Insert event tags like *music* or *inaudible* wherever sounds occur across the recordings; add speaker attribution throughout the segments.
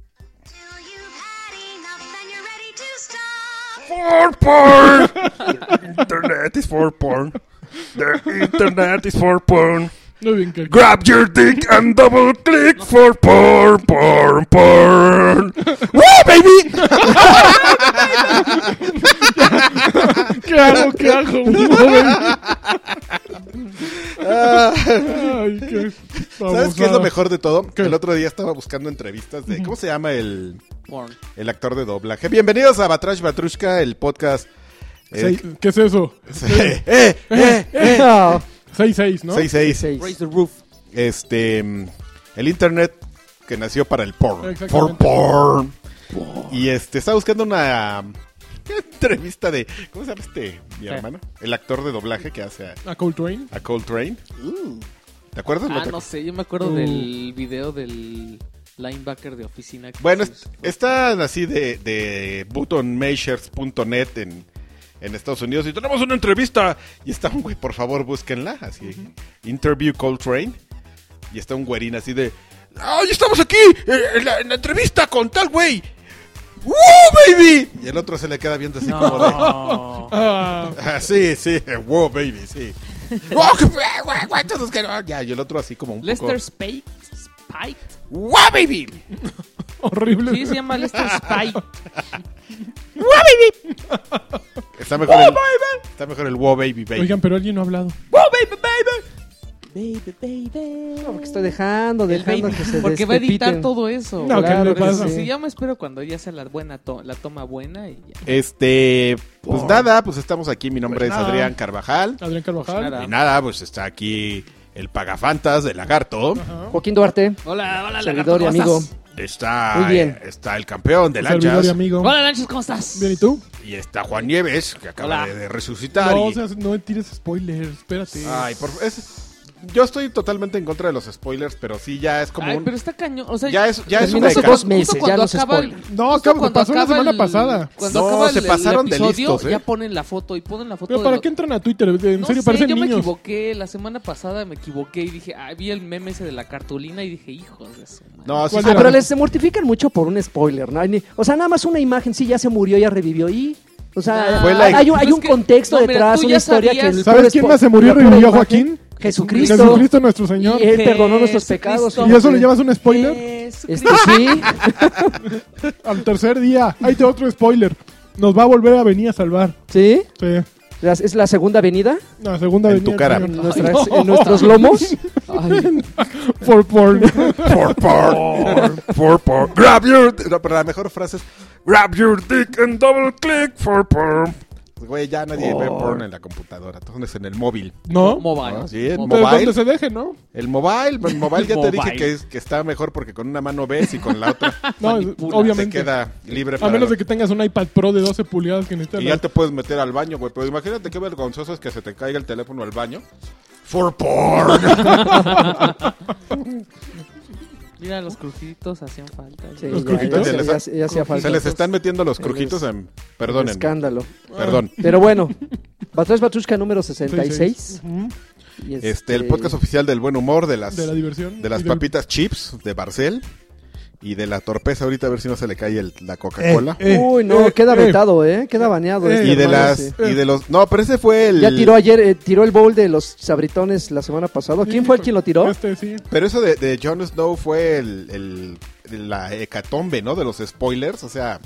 Speaker 1: *laughs* for porn. The internet is for porn.
Speaker 2: No bien que
Speaker 1: Grab your dick and double click for porn, porn, porn. ¡Woo, baby! *laughs*
Speaker 2: ¿Qué hago? ¿Qué hago?
Speaker 3: *laughs*
Speaker 2: Ay, qué
Speaker 3: Ah. ¿Sabes qué es
Speaker 2: babosada.
Speaker 3: lo mejor de todo?
Speaker 2: ¿Qué?
Speaker 3: El otro día estaba buscando entrevistas de. ¿Cómo se llama el,
Speaker 4: Porn.
Speaker 3: el actor de doblaje? Bienvenidos a Batrash Batrushka, el podcast. eh, *laughs*
Speaker 2: Seis- ¿Qué es eso?
Speaker 3: eh, eh, eh,
Speaker 4: No.
Speaker 2: 6-6, ¿no?
Speaker 3: 6-6.
Speaker 4: Raise the roof.
Speaker 3: Este. mm, El internet que nació para el porn.
Speaker 2: Exactamente.
Speaker 3: For porn. Y este, estaba buscando una. *laughs* Entrevista de. ¿Cómo se llama este? Mi
Speaker 4: ¿Qué?
Speaker 3: hermano. El actor de doblaje que hace a,
Speaker 2: A Coltrane.
Speaker 3: a Coltrane. ¿Te acuerdas? ¿No
Speaker 4: Uh. Ah,
Speaker 3: te
Speaker 4: no
Speaker 3: acuerdas?
Speaker 4: sé, yo me acuerdo
Speaker 2: Uh.
Speaker 4: del video del linebacker de oficina. que
Speaker 3: Bueno,
Speaker 4: se
Speaker 3: es-
Speaker 4: fue.
Speaker 3: están así de, de buttonmeasures.net en, en Estados Unidos y tenemos una entrevista. Y está un güey, por favor, búsquenla. Así, Interview Coltrane. Y está un güerín así de... ¡Ay, Ah, estamos aquí! eh, En la, en la entrevista con tal güey. ¡Woo, baby! Y el otro se le queda viendo así como de...
Speaker 4: No.
Speaker 3: *laughs*
Speaker 2: Ah,
Speaker 3: "Ah, sí, sí, wow, baby, sí. Wow, qué- guau, guau, todos que no. Ya, y el otro así como un
Speaker 4: Lester
Speaker 3: poco...
Speaker 4: Spike. Spike.
Speaker 3: ¡Wow, baby!
Speaker 2: horrible.
Speaker 4: Sí, se llama
Speaker 3: *laughs*
Speaker 4: Lester Spike.
Speaker 3: Está mejor el... Está mejor el wow, baby, baby.
Speaker 2: Oigan, pero alguien no ha hablado.
Speaker 4: Baby, baby.
Speaker 5: No, porque estoy dejando,
Speaker 4: El
Speaker 5: dejando
Speaker 4: baby,
Speaker 5: que se
Speaker 4: porque va a editar
Speaker 5: despepiten.
Speaker 4: todo eso.
Speaker 2: No, ¿qué
Speaker 5: Claro
Speaker 2: le
Speaker 5: que
Speaker 2: pasa?
Speaker 5: sí.
Speaker 4: Si yo me espero cuando ella sea la buena to- la toma buena y ya.
Speaker 3: Este, pues nada, pues estamos aquí. Mi nombre
Speaker 2: Oh. Pues
Speaker 3: es
Speaker 2: nada.
Speaker 3: Adrián Carvajal.
Speaker 2: Adrián Carvajal.
Speaker 4: Pues nada.
Speaker 3: Y nada, pues está aquí el Pagafantas de Lagarto.
Speaker 5: Joaquín Duarte,
Speaker 4: Hola, hola,
Speaker 5: servidor y
Speaker 4: Lagarto, ¿cómo
Speaker 5: amigo.
Speaker 4: estás?
Speaker 3: Está, eh,
Speaker 5: Muy bien.
Speaker 3: está el campeón de
Speaker 2: servidor y
Speaker 3: lanchas.
Speaker 2: amigo.
Speaker 4: Hola, Lanchas, ¿cómo estás?
Speaker 2: Bien, ¿y tú?
Speaker 3: Y está Juan Nieves, que acaba
Speaker 4: Hola.
Speaker 3: de, de resucitar.
Speaker 2: No,
Speaker 3: y-
Speaker 2: o sea, no tires spoilers, espérate.
Speaker 3: Ay, por es- Yo estoy totalmente en contra de los spoilers, pero sí ya es como
Speaker 4: Ay,
Speaker 3: un.
Speaker 4: pero está cañón. O sea,
Speaker 3: Ya es, ya es
Speaker 5: Terminó
Speaker 3: una
Speaker 5: hace
Speaker 3: década.
Speaker 5: dos meses,
Speaker 4: Justo
Speaker 5: ya
Speaker 4: cuando
Speaker 5: no se
Speaker 4: acaba el-
Speaker 5: spoiler.
Speaker 2: No,
Speaker 4: justo
Speaker 2: acabo-
Speaker 4: cuando
Speaker 2: pasó la
Speaker 4: acaba
Speaker 2: semana
Speaker 4: el-
Speaker 2: pasada.
Speaker 4: Cuando
Speaker 3: No,
Speaker 4: acaba
Speaker 3: se
Speaker 4: el,
Speaker 3: pasaron de
Speaker 4: episodio,
Speaker 3: listos, ¿eh?
Speaker 4: ya ponen la foto y ponen la foto
Speaker 2: Pero
Speaker 4: de
Speaker 2: ¿para
Speaker 4: lo-
Speaker 2: qué entran a Twitter? En
Speaker 4: No
Speaker 2: serio,
Speaker 4: sé,
Speaker 2: parecen
Speaker 4: yo me
Speaker 2: niños.
Speaker 4: equivoqué, la semana pasada me equivoqué y dije, ah, vi el meme ese de la cartulina y dije, hijos de su madre".
Speaker 3: No, sí,
Speaker 2: ¿Cuál
Speaker 3: se-
Speaker 5: Ah,
Speaker 2: era?
Speaker 5: pero les se mortifican mucho por un spoiler, ¿no? Ni- O sea, nada más una imagen, sí, ya se murió, ya revivió y... O sea,
Speaker 4: Ah,
Speaker 3: Fue la-
Speaker 5: hay, hay un,
Speaker 4: pues
Speaker 5: hay
Speaker 4: es
Speaker 5: un
Speaker 4: que-
Speaker 5: contexto
Speaker 4: no, mira,
Speaker 5: detrás,
Speaker 4: tú
Speaker 5: una
Speaker 4: ya
Speaker 5: historia
Speaker 4: sabías.
Speaker 5: que... el
Speaker 2: ¿Sabes
Speaker 5: puro
Speaker 2: quién
Speaker 5: spo-
Speaker 2: más se murió y
Speaker 5: la pura
Speaker 2: revivió,
Speaker 5: imagen,
Speaker 2: Joaquín?
Speaker 5: Jesucristo.
Speaker 2: Jesucristo nuestro Señor.
Speaker 5: Y él perdonó nuestros pecados.
Speaker 4: Jesucristo.
Speaker 2: ¿Y eso le llamas un spoiler?
Speaker 5: Este,
Speaker 4: Jesucristo.
Speaker 5: sí,
Speaker 2: Al tercer día. Ahí te va otro spoiler. Nos va a volver a venir a salvar.
Speaker 5: sí.
Speaker 2: Sí.
Speaker 5: Las- Es la segunda avenida
Speaker 2: La segunda
Speaker 3: En
Speaker 2: venida
Speaker 3: tu
Speaker 2: del
Speaker 3: cara.
Speaker 2: Señor.
Speaker 5: en, nuestras- en nuestros lomos.
Speaker 4: *laughs* Ay,
Speaker 2: For porn.
Speaker 1: For porn, for porn. Grab your, di-
Speaker 3: no, pero la mejor frase es:
Speaker 1: grab your dick and double click for porn.
Speaker 3: Güey, ya nadie ve
Speaker 2: Oh.
Speaker 3: porn en la computadora. Entonces en el móvil.
Speaker 2: ¿No?
Speaker 4: mobile.
Speaker 3: Ah, sí, el
Speaker 4: Mobile.
Speaker 2: Pero
Speaker 3: Mobile.
Speaker 2: donde se deje, ¿no?
Speaker 3: El mobile, el mobile ya te dije
Speaker 4: Mobile.
Speaker 3: que, es- que está mejor porque con una mano ves y con la otra.
Speaker 2: *laughs* No,
Speaker 4: Manipula,
Speaker 3: se
Speaker 2: obviamente.
Speaker 3: queda libre
Speaker 2: A
Speaker 3: para
Speaker 2: menos de que tengas un iPad Pro de 12 pulgadas que necesitas.
Speaker 3: y ya te puedes meter al baño, güey. Pero imagínate qué vergonzoso es que se te caiga el teléfono al baño. For
Speaker 2: *laughs*
Speaker 3: porn.
Speaker 4: Mira, los crujitos hacían falta.
Speaker 5: Sí,
Speaker 2: Los
Speaker 5: ya-
Speaker 2: crujitos.
Speaker 5: ya- ya- ya- ya hacía falta.
Speaker 3: se les están metiendo los crujitos
Speaker 5: Les-
Speaker 3: en. Perdonen.
Speaker 5: Escándalo.
Speaker 3: Perdón.
Speaker 5: Pero bueno, Batrash Batrushka número 66.
Speaker 2: Ujú.
Speaker 5: y
Speaker 3: Este, el podcast oficial del buen humor, de las,
Speaker 2: De la
Speaker 3: de
Speaker 2: diversión.
Speaker 3: las
Speaker 2: y del-
Speaker 3: papitas chips de Barcel y de la torpeza. Ahorita a ver si no se le cae el- la Coca-Cola.
Speaker 2: Eh,
Speaker 5: Uy, no,
Speaker 2: eh,
Speaker 5: queda
Speaker 2: eh.
Speaker 5: vetado, ¿eh? Queda baneado.
Speaker 2: Eh,
Speaker 5: este
Speaker 3: y de
Speaker 5: hermano,
Speaker 3: las.
Speaker 5: sí.
Speaker 3: Y de los. No, pero ese fue el.
Speaker 5: Ya tiró ayer, eh, tiró el bowl de los sabritones la semana pasada. ¿Quién fue el quien lo tiró?
Speaker 2: Este, sí.
Speaker 3: Pero eso de, de Jon Snow fue el, el- la hecatombe, ¿no? De los spoilers. O sea,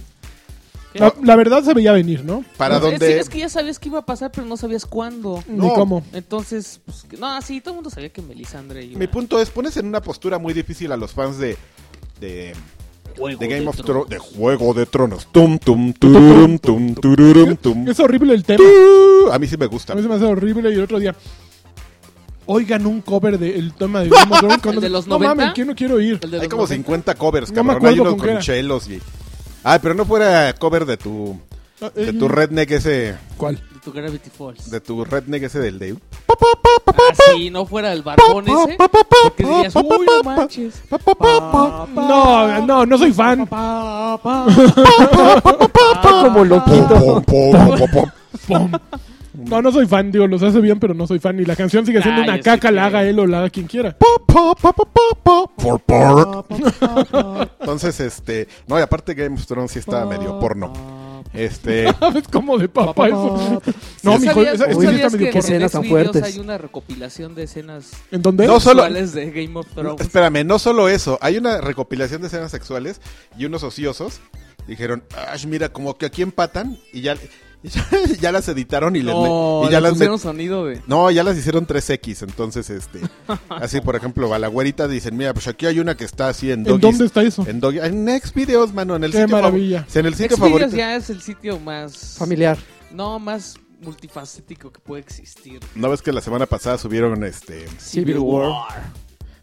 Speaker 2: La, la verdad se veía venir, ¿no?
Speaker 3: para
Speaker 4: Es-
Speaker 3: donde.
Speaker 4: Eh, sí, es que ya sabías que iba a pasar, pero no sabías cuándo.
Speaker 2: Ni
Speaker 3: No.
Speaker 2: cómo.
Speaker 4: Entonces, pues, que- no, sí, todo el mundo sabía que Melisandre iba.
Speaker 3: Mi punto es, pones en una postura muy difícil a los fans de de, de Game of Thrones, de Juego de Tronos. Tum tum tururum tum tururum tum.
Speaker 2: Es horrible el tema.
Speaker 3: Tu. A mí sí me gusta.
Speaker 2: A mí se me hace horrible y el otro día. Oigan un cover del tema de Game of Thrones. cuando-
Speaker 4: ¿El de los
Speaker 2: no
Speaker 4: 90?
Speaker 2: mames, que no quiero ir.
Speaker 4: El de
Speaker 3: Hay
Speaker 4: los
Speaker 3: como
Speaker 4: noventa.
Speaker 3: 50 covers,
Speaker 2: No me
Speaker 3: cabrón.
Speaker 2: acuerdo
Speaker 3: Hay uno
Speaker 2: con qué
Speaker 3: con
Speaker 2: era.
Speaker 3: chelos y Ah, pero no fuera cover de tu
Speaker 2: Ah, eh,
Speaker 3: de tu redneck ese
Speaker 2: ¿Cuál?
Speaker 4: De tu Gravity Falls.
Speaker 3: de tu redneck ese
Speaker 2: *laughs*
Speaker 3: del de
Speaker 4: Ah, si no fuera el barbón ese, porque dirías, uy, no manches.
Speaker 2: No, no, no soy fan.
Speaker 5: Está como loquito.
Speaker 3: Pom, pom, pom, pom, pom.
Speaker 2: No, no soy fan, digo, los hace bien, pero no soy fan. Y la canción sigue siendo
Speaker 4: Ah,
Speaker 2: una
Speaker 4: yo
Speaker 2: caca,
Speaker 4: sí
Speaker 2: la
Speaker 4: que-
Speaker 2: haga él o la haga quien quiera. *laughs*
Speaker 3: For porn. Entonces, este, no, y aparte Game of Thrones sí está medio porno. Este.
Speaker 2: Es como de papá,
Speaker 5: Papá.
Speaker 2: eso.
Speaker 4: No,
Speaker 2: *laughs* No,
Speaker 4: ¿Sí
Speaker 2: mijo,
Speaker 4: sabías,
Speaker 2: esa-
Speaker 4: sí
Speaker 2: esa sí
Speaker 4: sabías
Speaker 2: está medio
Speaker 4: que en
Speaker 5: porno. Escenas tan
Speaker 4: Xvideos
Speaker 5: fuertes.
Speaker 4: hay una recopilación de escenas
Speaker 2: ¿En dónde?
Speaker 3: No, solo-
Speaker 4: sexuales de Game of Thrones?
Speaker 3: Espérame, no solo eso. Hay una recopilación de escenas sexuales y unos ociosos dijeron, "Ay, mira, como que aquí empatan y ya, *laughs* y ya, ya las editaron *laughs* y, les me-
Speaker 4: No,
Speaker 3: y ya
Speaker 4: le
Speaker 3: las me-
Speaker 4: pusieron sonido de...
Speaker 3: No, ya las hicieron 3X, entonces
Speaker 4: *laughs*
Speaker 3: este. Así, por ejemplo, a la güerita dicen, mira, pues aquí hay una que está así en
Speaker 2: ¿En
Speaker 3: doggies-
Speaker 2: dónde está eso?
Speaker 3: En Doggy. En Next Videos, mano, en el
Speaker 2: Qué
Speaker 3: sitio favor-
Speaker 2: maravilla.
Speaker 3: si En el sitio
Speaker 4: Xvideos
Speaker 3: favorito.
Speaker 4: ya es el sitio más...
Speaker 5: Familiar.
Speaker 4: No, más multifacético que puede existir.
Speaker 3: No ves que la semana pasada subieron este.
Speaker 5: Civil War.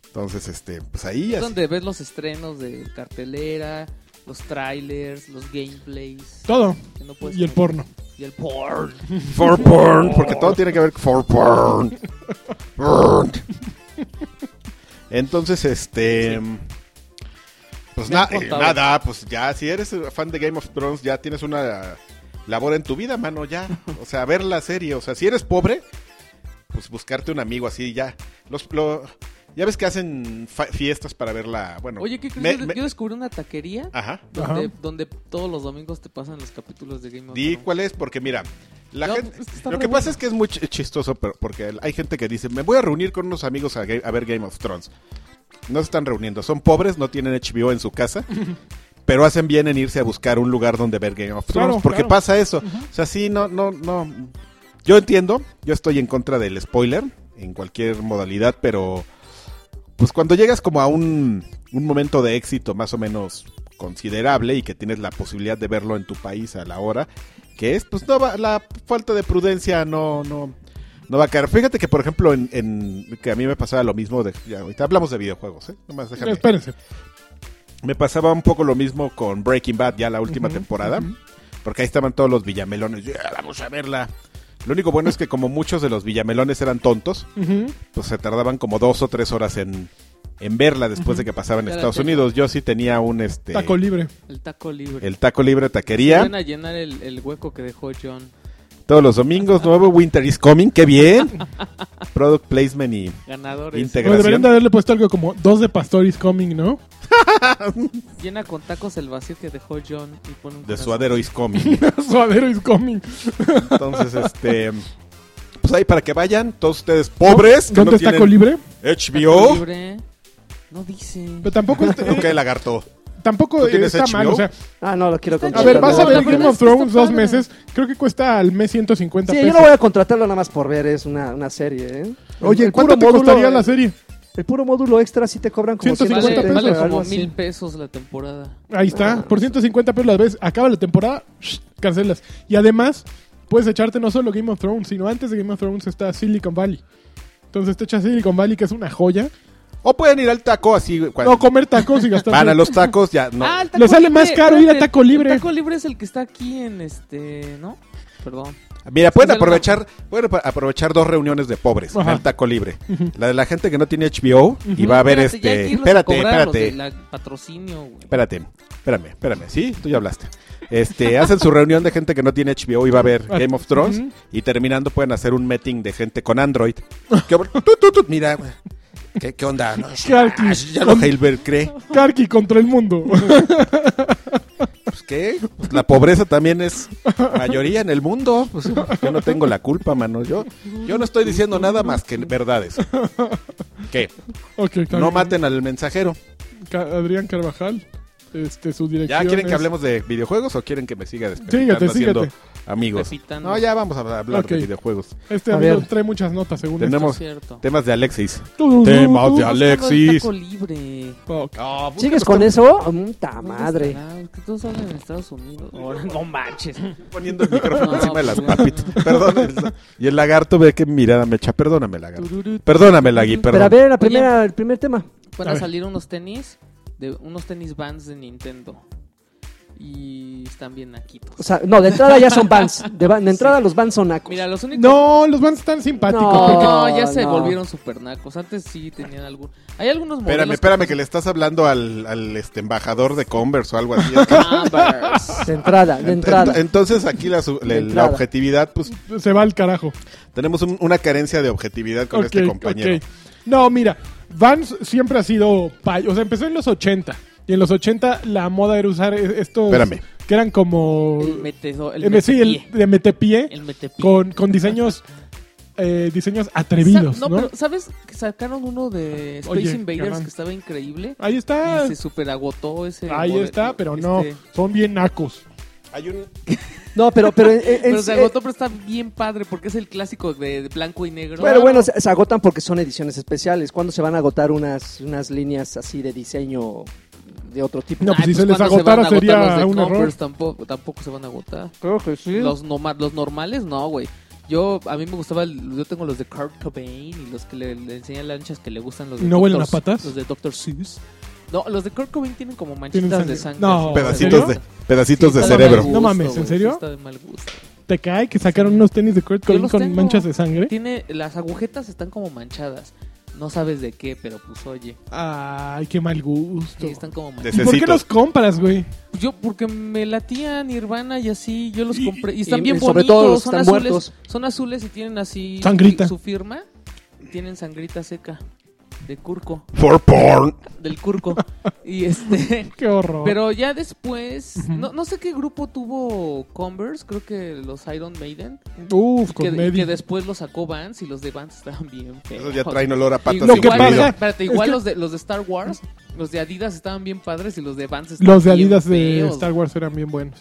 Speaker 3: Entonces, este, pues ahí
Speaker 4: Es
Speaker 3: así.
Speaker 4: donde ves los estrenos de cartelera, los trailers, los gameplays.
Speaker 2: Todo.
Speaker 4: que no
Speaker 5: Pues,
Speaker 4: puedes
Speaker 2: Y el
Speaker 4: creer.
Speaker 2: porno.
Speaker 4: Y el porn.
Speaker 1: For porn.
Speaker 3: Porque todo tiene que ver con for porn. Burn. Entonces, este. Pues
Speaker 4: Me
Speaker 3: na-
Speaker 4: han
Speaker 3: eh,
Speaker 4: contado.
Speaker 3: nada, pues ya, si eres fan de Game of Thrones, ya tienes una labor en tu vida, mano, ya. O sea, ver la serie. O sea, si eres pobre, pues buscarte un amigo así, ya. Los, lo- ya ves que hacen fa- fiestas para verla. Bueno,
Speaker 4: Oye, ¿qué crees?
Speaker 3: me-
Speaker 4: yo, de-
Speaker 3: me-
Speaker 4: yo descubrí una taquería
Speaker 3: Ajá.
Speaker 4: donde,
Speaker 2: Ajá.
Speaker 4: donde todos los domingos te pasan los capítulos de Game of
Speaker 3: Di
Speaker 4: Thrones.
Speaker 3: cuál es, porque mira, la
Speaker 4: No,
Speaker 3: gente-
Speaker 4: pues, está
Speaker 3: lo
Speaker 4: re
Speaker 3: que
Speaker 4: bueno.
Speaker 3: pasa es que es muy ch- chistoso, pero- porque hay gente que dice, me voy a reunir con unos amigos a, ga- a ver Game of Thrones. No se están reuniendo, son pobres, no tienen HBO en su casa, pero hacen bien en irse a buscar un lugar donde ver Game of Thrones,
Speaker 2: Claro,
Speaker 3: porque
Speaker 2: claro.
Speaker 3: pasa eso. O sea, sí, no, no, no. Yo entiendo, yo estoy en contra del spoiler, en cualquier modalidad, pero pues cuando llegas como a un, un momento de éxito más o menos considerable y que tienes la posibilidad de verlo en tu país a la hora que es, pues no va, la falta de prudencia no, no, no va a caer. Fíjate que por ejemplo en, en- que a mí me pasaba lo mismo de, ya, ahorita hablamos de videojuegos, ¿eh? Nomás déjame.
Speaker 2: Espérense.
Speaker 3: Me pasaba un poco lo mismo con Breaking Bad ya la última temporada, porque ahí estaban todos los villamelones, "Ya, vamos a verla. Lo único bueno es que como muchos de los villamelones eran tontos,
Speaker 2: Ujú.
Speaker 3: pues se tardaban como dos o tres horas en, en verla después de que pasaba en
Speaker 4: Ya la
Speaker 3: Estados
Speaker 4: tengo.
Speaker 3: Unidos. Yo sí tenía un este
Speaker 2: Taco libre.
Speaker 4: El taco libre.
Speaker 3: el taco libre taquería.
Speaker 4: Van a llenar el, el hueco que dejó John
Speaker 3: Todos los domingos, nuevo Winter is Coming, qué
Speaker 4: *laughs*
Speaker 3: bien. Product placement y
Speaker 4: ganadores.
Speaker 2: Pero deberían
Speaker 3: integración.
Speaker 2: de haberle puesto algo como dos de Pastoris Coming, ¿no? *laughs*
Speaker 4: Llena con tacos el vacío que dejó John y pone un
Speaker 3: De
Speaker 4: corazón.
Speaker 3: suadero is
Speaker 4: *laughs*
Speaker 3: coming.
Speaker 2: Suadero is coming.
Speaker 3: Entonces, este. Pues ahí para que vayan, todos ustedes pobres. que
Speaker 2: ¿Dónde
Speaker 3: no
Speaker 2: está
Speaker 3: tienen
Speaker 2: Taco libre?
Speaker 4: Taco
Speaker 3: HBO.
Speaker 4: libre. No dice.
Speaker 2: Pero
Speaker 3: *laughs*
Speaker 2: tampoco, es-
Speaker 3: Ok, lagarto.
Speaker 2: tampoco
Speaker 3: ¿Tú tienes
Speaker 2: está mal.
Speaker 3: HBO?
Speaker 2: O sea,
Speaker 5: Ah, no, lo quiero
Speaker 4: Está
Speaker 2: a
Speaker 5: contratar.
Speaker 2: ver, vas a
Speaker 4: No, la
Speaker 2: ver
Speaker 4: verdad
Speaker 2: Game
Speaker 4: es
Speaker 2: of
Speaker 4: que está
Speaker 2: Thrones dos
Speaker 4: padre.
Speaker 2: meses. Creo que cuesta al mes 150
Speaker 5: Sí,
Speaker 2: pesos.
Speaker 5: yo no voy a contratarlo nada más por ver, es una, una serie, ¿eh?
Speaker 2: Oye,
Speaker 5: El
Speaker 2: ¿en ¿cuánto
Speaker 5: puro
Speaker 2: te
Speaker 5: módulo,
Speaker 2: costaría
Speaker 5: eh,
Speaker 2: la serie?
Speaker 5: El puro módulo extra sí te cobran como
Speaker 2: 150
Speaker 4: Vale,
Speaker 5: 150
Speaker 2: pesos,
Speaker 5: pesos.
Speaker 4: vale
Speaker 5: algo
Speaker 4: como
Speaker 5: así.
Speaker 4: mil pesos la temporada.
Speaker 2: Ahí está, por 150 pesos las ves, acaba la temporada, shh, cancelas. Y además, puedes echarte no solo Game of Thrones, sino antes de Game of Thrones está Silicon Valley. Entonces te echas Silicon Valley, que es una joya.
Speaker 3: O pueden ir al taco así. cuando-
Speaker 2: No comer tacos
Speaker 3: *laughs*
Speaker 2: y gastar.
Speaker 3: van a los tacos, ya. No.
Speaker 4: Ah, el
Speaker 2: Le sale más caro ir a
Speaker 4: espérate,
Speaker 2: Taco Libre.
Speaker 4: El taco libre es el que está aquí en este, ¿no? Perdón.
Speaker 3: Mira, pueden
Speaker 4: Sale
Speaker 3: aprovechar, pueden apro- aprovechar dos reuniones de pobres en
Speaker 2: Ajá.
Speaker 3: el taco libre. La de la gente que no tiene HBO y va a ver
Speaker 4: Espérate, ya hay
Speaker 3: este.
Speaker 4: que irlos a
Speaker 3: Espérate,
Speaker 4: cobrar, los de
Speaker 3: espérate.
Speaker 4: la patrocinio, güey.
Speaker 3: Espérate, espérame, espérame. Sí, tú ya hablaste. Este, hacen su reunión de gente que no tiene HBO y va a ver
Speaker 4: Ah,
Speaker 3: Game of Thrones.
Speaker 2: Ujú.
Speaker 3: Y terminando pueden hacer un meeting de gente con Android.
Speaker 4: *laughs*
Speaker 3: Que- tu, tu, tu, mira, güey, ¿qué, qué onda? No, Ah,
Speaker 2: Karki,
Speaker 3: ya lo Hilbert cree.
Speaker 2: Karki contra el
Speaker 3: *laughs*
Speaker 2: mundo.
Speaker 3: Pues, ¿qué? Pues, la pobreza también es mayoría en el mundo. Pues, yo no tengo la culpa, mano. Yo, yo no estoy diciendo nada más que verdades. ¿Qué?
Speaker 2: Ok, está
Speaker 3: No
Speaker 2: bien.
Speaker 3: maten al mensajero.
Speaker 2: Ca- Adrián Carvajal, este, su dirección.
Speaker 3: ¿Ya quieren que
Speaker 2: es-
Speaker 3: hablemos de videojuegos o quieren que me siga despeditando
Speaker 2: Síguete, síguete.
Speaker 3: haciendo amigos?
Speaker 4: Pepitando.
Speaker 3: No, ya vamos a hablar
Speaker 2: Ok.
Speaker 3: de videojuegos.
Speaker 2: Este
Speaker 5: A
Speaker 2: amigo
Speaker 5: ver.
Speaker 2: trae muchas notas, según esto.
Speaker 3: Tenemos
Speaker 4: cierto.
Speaker 3: temas de Alexis.
Speaker 2: Tu, tu, tu.
Speaker 3: Temas de
Speaker 4: Buscando el
Speaker 3: Alexis.
Speaker 4: Taco libre.
Speaker 2: Ok.
Speaker 3: Ah,
Speaker 5: ¿Sigues con eso? ¡Muta madre!
Speaker 4: Que todos hablan en Estados Unidos. Ahora, no manches.
Speaker 3: Poniendo el micrófono *laughs*
Speaker 4: No,
Speaker 3: encima de las
Speaker 4: pues,
Speaker 3: papitas. Perdón. el- Y el lagarto ve que mirada me echa. Perdóname, lagarto. Perdóname, Lagui,
Speaker 5: Pero a
Speaker 3: perdón.
Speaker 5: ver, la primera, el primer tema.
Speaker 4: Van
Speaker 2: A
Speaker 4: a
Speaker 2: ver.
Speaker 4: salir unos tenis, de unos tenis Vans de Nintendo. Y están bien naquitos.
Speaker 5: O sea, no, de entrada ya son Vans. De, van- de entrada los Vans son nacos.
Speaker 4: Mira, los únicos...
Speaker 2: No, los Vans están simpáticos.
Speaker 5: No.
Speaker 2: porque-
Speaker 4: No, ya se
Speaker 5: no.
Speaker 4: volvieron supernacos. Antes sí tenían algún... Hay algunos modelos...
Speaker 3: Espérame, espérame, que le estás hablando al, al, este, embajador de Converse o algo *laughs*
Speaker 2: *laughs*
Speaker 3: así.
Speaker 4: Converse.
Speaker 5: De entrada, de entrada.
Speaker 3: Ent- Entonces aquí la, su- la-
Speaker 5: De
Speaker 3: la
Speaker 5: entrada.
Speaker 3: objetividad, pues
Speaker 2: Se va al carajo.
Speaker 3: tenemos un- una carencia de objetividad con
Speaker 2: Ok,
Speaker 3: este compañero.
Speaker 2: ok. No, mira, Vans siempre ha sido... pay- O sea, empezó en los 80. Y en los 80 la moda era usar e- estos
Speaker 3: Espérame.
Speaker 2: que eran como
Speaker 4: El metedo, el
Speaker 2: M- sí, Eh, el
Speaker 4: metepié,
Speaker 2: de metepié
Speaker 4: el metepié.
Speaker 2: con, con diseños eh, diseños atrevidos,
Speaker 4: Sa-
Speaker 2: ¿no?
Speaker 4: no, pero ¿sabes que sacaron uno de Space
Speaker 2: Oye,
Speaker 4: Invaders
Speaker 2: carnal.
Speaker 4: que estaba increíble?
Speaker 2: Ahí está.
Speaker 4: Y se superagotó ese.
Speaker 2: Ahí
Speaker 4: modelo,
Speaker 2: está, pero
Speaker 4: este-
Speaker 2: no, son bien nacos.
Speaker 3: Hay un...
Speaker 5: No, pero, pero, en- en-
Speaker 4: Pero
Speaker 5: en-
Speaker 4: se
Speaker 5: eh,
Speaker 4: agotó, pero está bien padre porque es el clásico de de blanco y negro.
Speaker 5: Pero bueno, se, se agotan porque son ediciones especiales. ¿Cuándo se van a agotar unas, unas líneas así de diseño de otro tipo?
Speaker 2: No,
Speaker 4: Ay,
Speaker 2: pues si se les
Speaker 4: ¿cuándo
Speaker 2: agotara
Speaker 4: van a agotar
Speaker 2: sería
Speaker 4: los de
Speaker 2: un error.
Speaker 4: Converse? Tampoco, tampoco se van a agotar.
Speaker 5: creo que sí.
Speaker 4: Los, noma- los normales, no, güey. Yo, a mí me gustaba, el- yo tengo los de Kurt Cobain y los que le, le enseñan lanchas que le gustan los de
Speaker 2: ¿No huelen
Speaker 4: Dr.
Speaker 2: a patas?
Speaker 4: Los de Dr. Seuss. No, los de Kurt Cobain tienen como
Speaker 2: Tienen
Speaker 4: manchitas
Speaker 2: sangre.
Speaker 4: de sangre.
Speaker 2: No,
Speaker 4: así.
Speaker 3: Pedacitos
Speaker 4: Sí,
Speaker 3: de, pedacitos
Speaker 4: está
Speaker 3: de
Speaker 4: mal
Speaker 3: cerebro.
Speaker 4: gusto,
Speaker 2: No mames, ¿en
Speaker 4: güey, sí
Speaker 2: serio?
Speaker 4: está de mal gusto.
Speaker 2: ¿Te cae que sacaron unos tenis de Kurt
Speaker 4: Yo
Speaker 2: Cobain
Speaker 4: los
Speaker 2: con
Speaker 4: tengo.
Speaker 2: manchas de sangre?
Speaker 4: Tiene, las agujetas están como manchadas. No sabes de qué, pero pues oye,
Speaker 2: Ay, qué mal gusto.
Speaker 4: sí, están como manchadas.
Speaker 2: ¿Y por qué
Speaker 3: Necesito.
Speaker 2: los compras, güey?
Speaker 4: Yo, porque me latía Nirvana y así, yo los compré. Y están
Speaker 5: y-
Speaker 4: bien
Speaker 5: y sobre
Speaker 4: bonitos,
Speaker 5: todo los
Speaker 4: son
Speaker 5: están
Speaker 4: azules.
Speaker 5: muertos.
Speaker 4: Son azules y tienen así
Speaker 2: Sangrita.
Speaker 4: su firma. Tienen sangrita seca. De curco,
Speaker 3: For porn.
Speaker 4: del curco.
Speaker 2: *laughs*
Speaker 4: y este.
Speaker 2: Qué horror.
Speaker 4: Pero ya después,
Speaker 2: Ujú.
Speaker 4: no, no sé qué grupo tuvo Converse, creo que los Iron Maiden.
Speaker 2: Uf,
Speaker 4: Que,
Speaker 2: con Medi.
Speaker 4: que después los sacó Vans y los de Vans estaban bien feos.
Speaker 3: Esos ya traen olor a patas.
Speaker 4: Igual-
Speaker 2: Lo
Speaker 3: de
Speaker 2: que
Speaker 4: igual,
Speaker 3: comido.
Speaker 2: pasa-
Speaker 4: espérate,
Speaker 2: es
Speaker 4: igual
Speaker 2: que-
Speaker 4: los, de, los de Star Wars, los de Adidas estaban bien padres y los de Vans estaban
Speaker 2: Los de
Speaker 4: bien
Speaker 2: Adidas de
Speaker 4: feos.
Speaker 2: Star Wars eran bien buenos.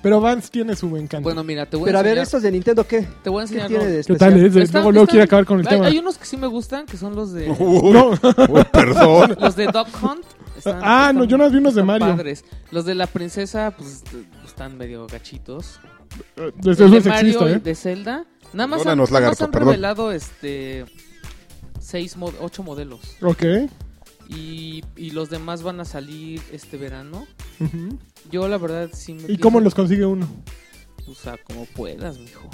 Speaker 2: Pero Vance tiene su encanto.
Speaker 4: Bueno, mira, te voy
Speaker 5: Pero a ver,
Speaker 4: enseñar-
Speaker 5: ¿estos de Nintendo qué?
Speaker 4: Te voy a
Speaker 5: ¿Qué
Speaker 4: enseñar.
Speaker 5: tiene
Speaker 4: los-
Speaker 5: de
Speaker 2: ¿Qué tal?
Speaker 5: especial?
Speaker 2: Es? Luego
Speaker 4: Están-
Speaker 2: luego
Speaker 4: están-
Speaker 2: quiere acabar con el
Speaker 4: hay,
Speaker 2: tema.
Speaker 4: hay unos que sí me gustan, que son los de
Speaker 3: Uy,
Speaker 2: No.
Speaker 3: *laughs* uy, perdón.
Speaker 4: los de Duck Hunt. Están-
Speaker 2: Ah, no,
Speaker 4: están-
Speaker 2: yo no vi unos de
Speaker 4: están
Speaker 2: Mario.
Speaker 4: padres. Los de la princesa, pues eh, están medio gachitos.
Speaker 2: Eso es
Speaker 4: Los de
Speaker 2: sexista,
Speaker 4: Mario y
Speaker 2: ¿eh?
Speaker 4: de Zelda. Nada más han,
Speaker 3: Perdónanos,
Speaker 4: nada más
Speaker 3: lagarto,
Speaker 4: han
Speaker 3: perdón.
Speaker 4: revelado este seis mod- ocho modelos.
Speaker 2: Ok.
Speaker 4: Y, y los demás van a salir este verano.
Speaker 2: Ujú.
Speaker 4: Yo la verdad sí me
Speaker 2: ¿Y cómo
Speaker 4: pienso-
Speaker 2: los consigue uno?
Speaker 4: O sea, como puedas, mijo.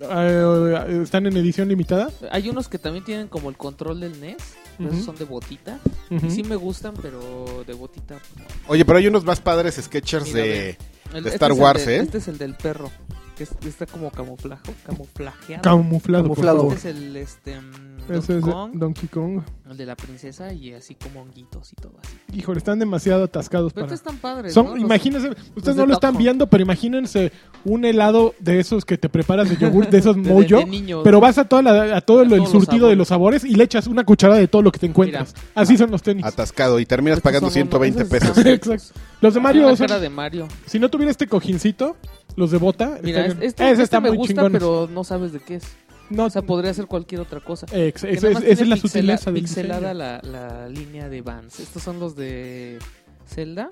Speaker 2: Ah, ¿Están en edición limitada?
Speaker 4: Hay unos que también tienen como el control del NES. pero
Speaker 2: Ujú.
Speaker 4: Esos son de botita.
Speaker 2: Ujú.
Speaker 4: Y sí me gustan, pero de botita. pues, no.
Speaker 3: Oye, pero hay unos más padres sketchers
Speaker 4: Mira,
Speaker 3: de...
Speaker 4: El-
Speaker 3: De Star
Speaker 4: es el
Speaker 3: Wars,
Speaker 4: de-
Speaker 3: ¿eh?
Speaker 4: Este es el del perro. Que es- está como camuflajo, camuflajeado.
Speaker 2: Camuflado,
Speaker 5: Camuflado.
Speaker 2: por favor.
Speaker 4: Este es el este, mm,
Speaker 2: Ese
Speaker 4: Donkey
Speaker 2: es de
Speaker 4: Kong,
Speaker 2: Donkey Kong.
Speaker 4: el de la princesa y así como honguitos y todo así.
Speaker 2: Híjole, están demasiado atascados
Speaker 4: Pero
Speaker 2: para...
Speaker 4: estos están padres,
Speaker 2: Son,
Speaker 4: ¿no? Los-
Speaker 2: imagínense,
Speaker 4: de
Speaker 2: ustedes no lo están
Speaker 4: Taco.
Speaker 2: viendo, pero imagínense un helado de esos que te preparas de yogur, de esos
Speaker 4: *laughs* de- de
Speaker 2: moyo,
Speaker 4: niños.
Speaker 2: pero vas a toda la- a todo
Speaker 4: A
Speaker 2: lo- el
Speaker 4: todos los
Speaker 2: surtido de los sabores y le echas una cucharada de todo lo que te encuentras. Así son los tenis.
Speaker 3: Atascado y terminas
Speaker 4: estos
Speaker 3: pagando
Speaker 4: son unos-
Speaker 3: 120
Speaker 4: esos
Speaker 3: pesos.
Speaker 4: están-
Speaker 2: Exacto. Los de
Speaker 4: Tiene
Speaker 2: Mario,
Speaker 4: la
Speaker 2: son-
Speaker 4: cara de Mario.
Speaker 2: si no tuviera este cojincito, los de bota,
Speaker 4: Mira,
Speaker 2: estarían-
Speaker 4: este, este,
Speaker 2: Ese está
Speaker 4: me
Speaker 2: muy
Speaker 4: gusta,
Speaker 2: chingón.
Speaker 4: pero no sabes de qué es.
Speaker 2: No,
Speaker 4: O sea, podría ser cualquier otra cosa.
Speaker 2: ex- esa
Speaker 4: Que nada
Speaker 2: Eh, es,
Speaker 4: más
Speaker 2: esa es
Speaker 4: tiene
Speaker 2: la
Speaker 4: pixela-
Speaker 2: sutileza del diseño.
Speaker 4: pixelada la, la línea de Vans. Estos son los de Zelda.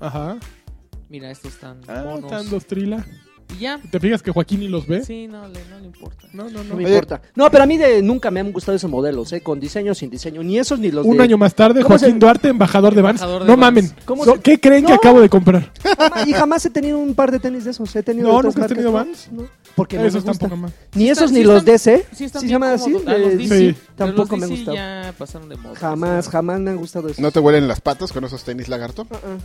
Speaker 2: Ajá.
Speaker 4: Mira, estos están
Speaker 2: Ah,
Speaker 4: monos.
Speaker 2: están dos trila.
Speaker 4: Y ya.
Speaker 2: ¿Te fijas que Joaquín y los ve?
Speaker 4: Sí, no le, no le importa.
Speaker 2: No, no,
Speaker 5: No
Speaker 2: no.
Speaker 5: me
Speaker 3: Oye.
Speaker 5: importa. No, pero a mí de, nunca me han gustado esos modelos, ¿eh? Con diseño o sin diseño. Ni esos ni los
Speaker 2: Un
Speaker 5: de...
Speaker 2: año más tarde,
Speaker 5: ¿Cómo
Speaker 2: Joaquín
Speaker 5: se-
Speaker 2: Duarte, embajador de Vans.
Speaker 4: Embajador de
Speaker 2: no
Speaker 4: Vans.
Speaker 2: mamen.
Speaker 5: ¿Cómo
Speaker 2: So-
Speaker 5: se-
Speaker 2: ¿Qué creen que
Speaker 5: No.
Speaker 2: acabo de comprar?
Speaker 5: Jamás- y jamás he tenido un par de tenis de esos. He tenido
Speaker 2: No,
Speaker 5: de otras
Speaker 2: ¿nunca has tenido
Speaker 5: marcas, ¿no? No, porque no
Speaker 2: Esos
Speaker 5: me gustan.
Speaker 2: tampoco más.
Speaker 5: Ni
Speaker 4: Sí
Speaker 5: esos
Speaker 4: están-
Speaker 5: ni
Speaker 4: sí
Speaker 5: los
Speaker 4: están-
Speaker 5: DC.
Speaker 4: Sí,
Speaker 5: Sí,
Speaker 4: están
Speaker 5: se
Speaker 4: bien
Speaker 5: llama así.
Speaker 4: cómodos. Ah,
Speaker 5: Eh,
Speaker 4: los
Speaker 2: sí.
Speaker 4: DC, pero
Speaker 5: Tampoco
Speaker 4: los
Speaker 5: me
Speaker 4: DC
Speaker 5: gustaba.
Speaker 4: ya pasaron de moda.
Speaker 5: Jamás,
Speaker 4: Sí.
Speaker 5: jamás me han gustado esos.
Speaker 3: ¿No te huelen las patas con esos tenis lagarto?
Speaker 5: Ah, ah.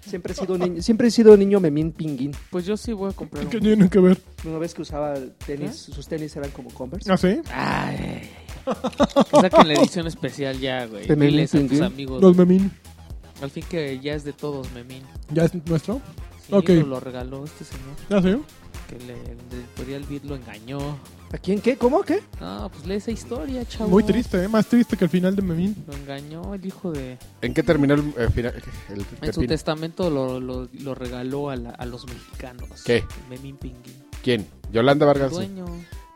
Speaker 5: Siempre he sido niño, siempre he sido niño memín pinguín.
Speaker 4: Pues yo sí voy a comprar
Speaker 2: ¿Qué
Speaker 4: uno.
Speaker 2: tiene que ver?
Speaker 5: Una vez que usaba tenis, sus tenis eran como Converse.
Speaker 2: ¿Ah, sí?
Speaker 4: Ay.
Speaker 2: *laughs*
Speaker 4: Saquen la edición especial ya, güey.
Speaker 5: De Memín
Speaker 4: Diles a tus
Speaker 5: Pinguín.
Speaker 4: amigos.
Speaker 2: Los memín.
Speaker 4: Al fin que ya es de todos, Memín.
Speaker 2: ¿Ya es nuestro?
Speaker 4: Sí,
Speaker 2: Ok.
Speaker 4: nos lo regaló este señor.
Speaker 2: ¿Ah, sí?
Speaker 4: Que le, el editorial Beat lo engañó.
Speaker 5: ¿A quién qué? ¿Cómo qué?
Speaker 4: No, pues lee esa historia, chavo.
Speaker 2: Muy triste, ¿eh? Más triste que el final de memín.
Speaker 4: Lo engañó el hijo de...
Speaker 3: ¿En qué terminó el, eh, fina- el
Speaker 4: En su
Speaker 3: pepino?
Speaker 4: testamento lo, lo, lo regaló a, la- a los mexicanos.
Speaker 3: ¿Qué?
Speaker 4: Memín Pinguín.
Speaker 3: ¿Quién? ¿Yolanda
Speaker 4: El
Speaker 3: Vargas?
Speaker 4: dueño.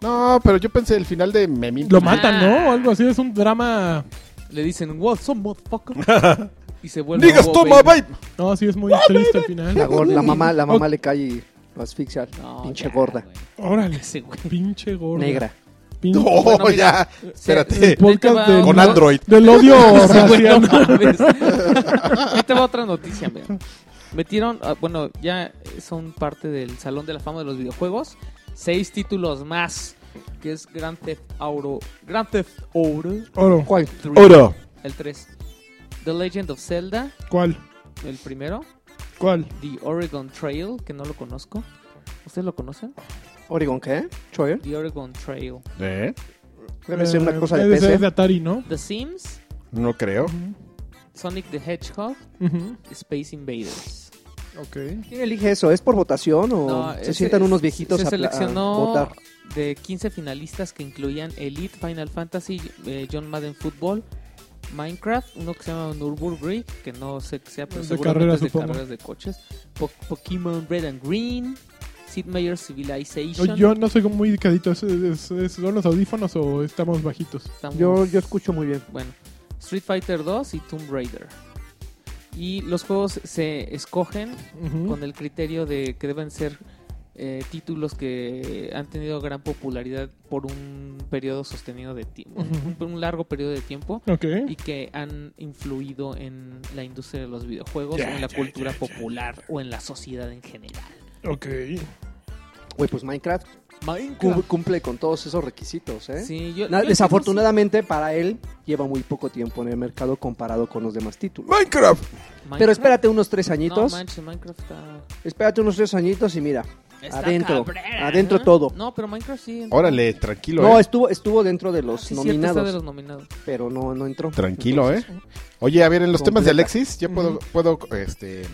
Speaker 3: No, pero yo pensé el final de Memín.
Speaker 2: Lo
Speaker 4: Ah.
Speaker 2: matan, ¿no? O algo así. Es un drama...
Speaker 4: Le dicen, what's
Speaker 3: *laughs*
Speaker 4: up, motherfucker? y se vuelve...
Speaker 3: Digas,
Speaker 4: "Wow,
Speaker 3: toma,
Speaker 4: baby".
Speaker 3: babe.
Speaker 2: No, sí, es muy triste el
Speaker 5: La,
Speaker 2: final.
Speaker 5: gor- la mamá, la mamá le cae y lo asfixia.
Speaker 4: No,
Speaker 5: pinche
Speaker 4: ya,
Speaker 5: gorda.
Speaker 4: güey. *laughs*
Speaker 2: Órale.
Speaker 4: Ese güey.
Speaker 2: Pinche gorda.
Speaker 5: Negra.
Speaker 2: Pinche-
Speaker 3: No,
Speaker 4: Bueno,
Speaker 3: Oh, ya.
Speaker 4: mira,
Speaker 3: Espérate.
Speaker 4: se-
Speaker 2: Podcast del-
Speaker 3: Con
Speaker 4: *laughs*
Speaker 3: Android.
Speaker 2: Del
Speaker 5: *laughs*
Speaker 2: odio racial.
Speaker 4: Ahí te va otra noticia, mira. Metieron, ah, bueno, ya son parte del Salón de la Fama de los Videojuegos. Seis títulos más, que es Grand Theft Auto, Grand Theft Auto
Speaker 2: Oro.
Speaker 5: ¿Cuál?
Speaker 4: 3,
Speaker 1: Oro.
Speaker 4: el 3, The Legend of Zelda,
Speaker 2: ¿Cuál?
Speaker 4: el primero,
Speaker 2: ¿Cuál?
Speaker 4: The Oregon Trail, que no lo conozco. ¿Ustedes lo conocen?
Speaker 5: ¿Oregon qué? ¿Choyer?
Speaker 4: The Oregon Trail.
Speaker 3: ¿Eh?
Speaker 5: Debe ser una
Speaker 2: Eh,
Speaker 5: cosa de
Speaker 2: debe ser
Speaker 5: PC.
Speaker 2: de Atari, ¿no?
Speaker 4: The Sims,
Speaker 3: No creo.
Speaker 4: Sonic the Hedgehog,
Speaker 2: Ujú,
Speaker 4: Space Invaders.
Speaker 2: Ok.
Speaker 5: ¿Quién elige eso? ¿Es por votación o
Speaker 4: No,
Speaker 5: Oh, se
Speaker 4: ese-
Speaker 5: sientan unos viejitos
Speaker 4: se
Speaker 5: a, pla- a
Speaker 4: seleccionó
Speaker 5: votar?
Speaker 4: de 15 finalistas que incluían Elite, Final Fantasy, eh, John Madden Football, Minecraft, uno que se llama Nürburgring, que no sé qué sea, pero
Speaker 2: De
Speaker 4: seguramente
Speaker 2: carreras,
Speaker 4: es de
Speaker 2: supongo.
Speaker 4: carreras de coches, Po- Pokémon Red and Green, Sid Meier's Civilization.
Speaker 2: Yo, yo no soy muy dedicadito. ¿Es, es- es- son los audífonos o estamos bajitos?
Speaker 4: estamos-
Speaker 5: Yo, yo escucho muy bien.
Speaker 4: Bueno, Street Fighter 2 y Tomb Raider. Y los juegos se escogen
Speaker 2: Ujú.
Speaker 4: con el criterio de que deben ser eh, títulos que han tenido gran popularidad por un periodo sostenido de tiempo,
Speaker 2: Ujú.
Speaker 4: por un largo periodo de tiempo
Speaker 2: Ok.
Speaker 4: y que han influido en la industria de los videojuegos,
Speaker 2: Ya,
Speaker 4: o en la
Speaker 2: ya, ya,
Speaker 4: cultura
Speaker 2: ya.
Speaker 4: popular o en la sociedad en general.
Speaker 2: Ok.
Speaker 5: Güey, pues Minecraft cu-
Speaker 4: Minecraft.
Speaker 5: cumple con todos esos requisitos, ¿eh?
Speaker 4: Sí, yo-
Speaker 5: Na-
Speaker 4: yo-
Speaker 5: Desafortunadamente para él lleva muy poco tiempo en el mercado comparado con los demás títulos.
Speaker 1: Minecraft.
Speaker 4: Minecraft-
Speaker 5: Pero espérate unos tres
Speaker 4: No
Speaker 5: añitos,
Speaker 4: manches, Minecraft está...
Speaker 5: espérate unos tres añitos y mira,
Speaker 4: está
Speaker 5: adentro,
Speaker 4: cabrera,
Speaker 5: adentro
Speaker 4: ¿eh?
Speaker 5: todo.
Speaker 4: No, pero Minecraft sí. entra.
Speaker 3: Órale, tranquilo,
Speaker 5: No,
Speaker 3: ¿eh?
Speaker 5: estuvo, estuvo dentro de
Speaker 4: Ah,
Speaker 5: los
Speaker 4: sí, cierto, está
Speaker 5: nominados,
Speaker 4: de los nominados.
Speaker 5: pero no, no entró.
Speaker 3: Tranquilo, ¿eh? Oye, a ver, en los temas de
Speaker 5: Completa.
Speaker 3: Alexis, yo puedo, puedo este,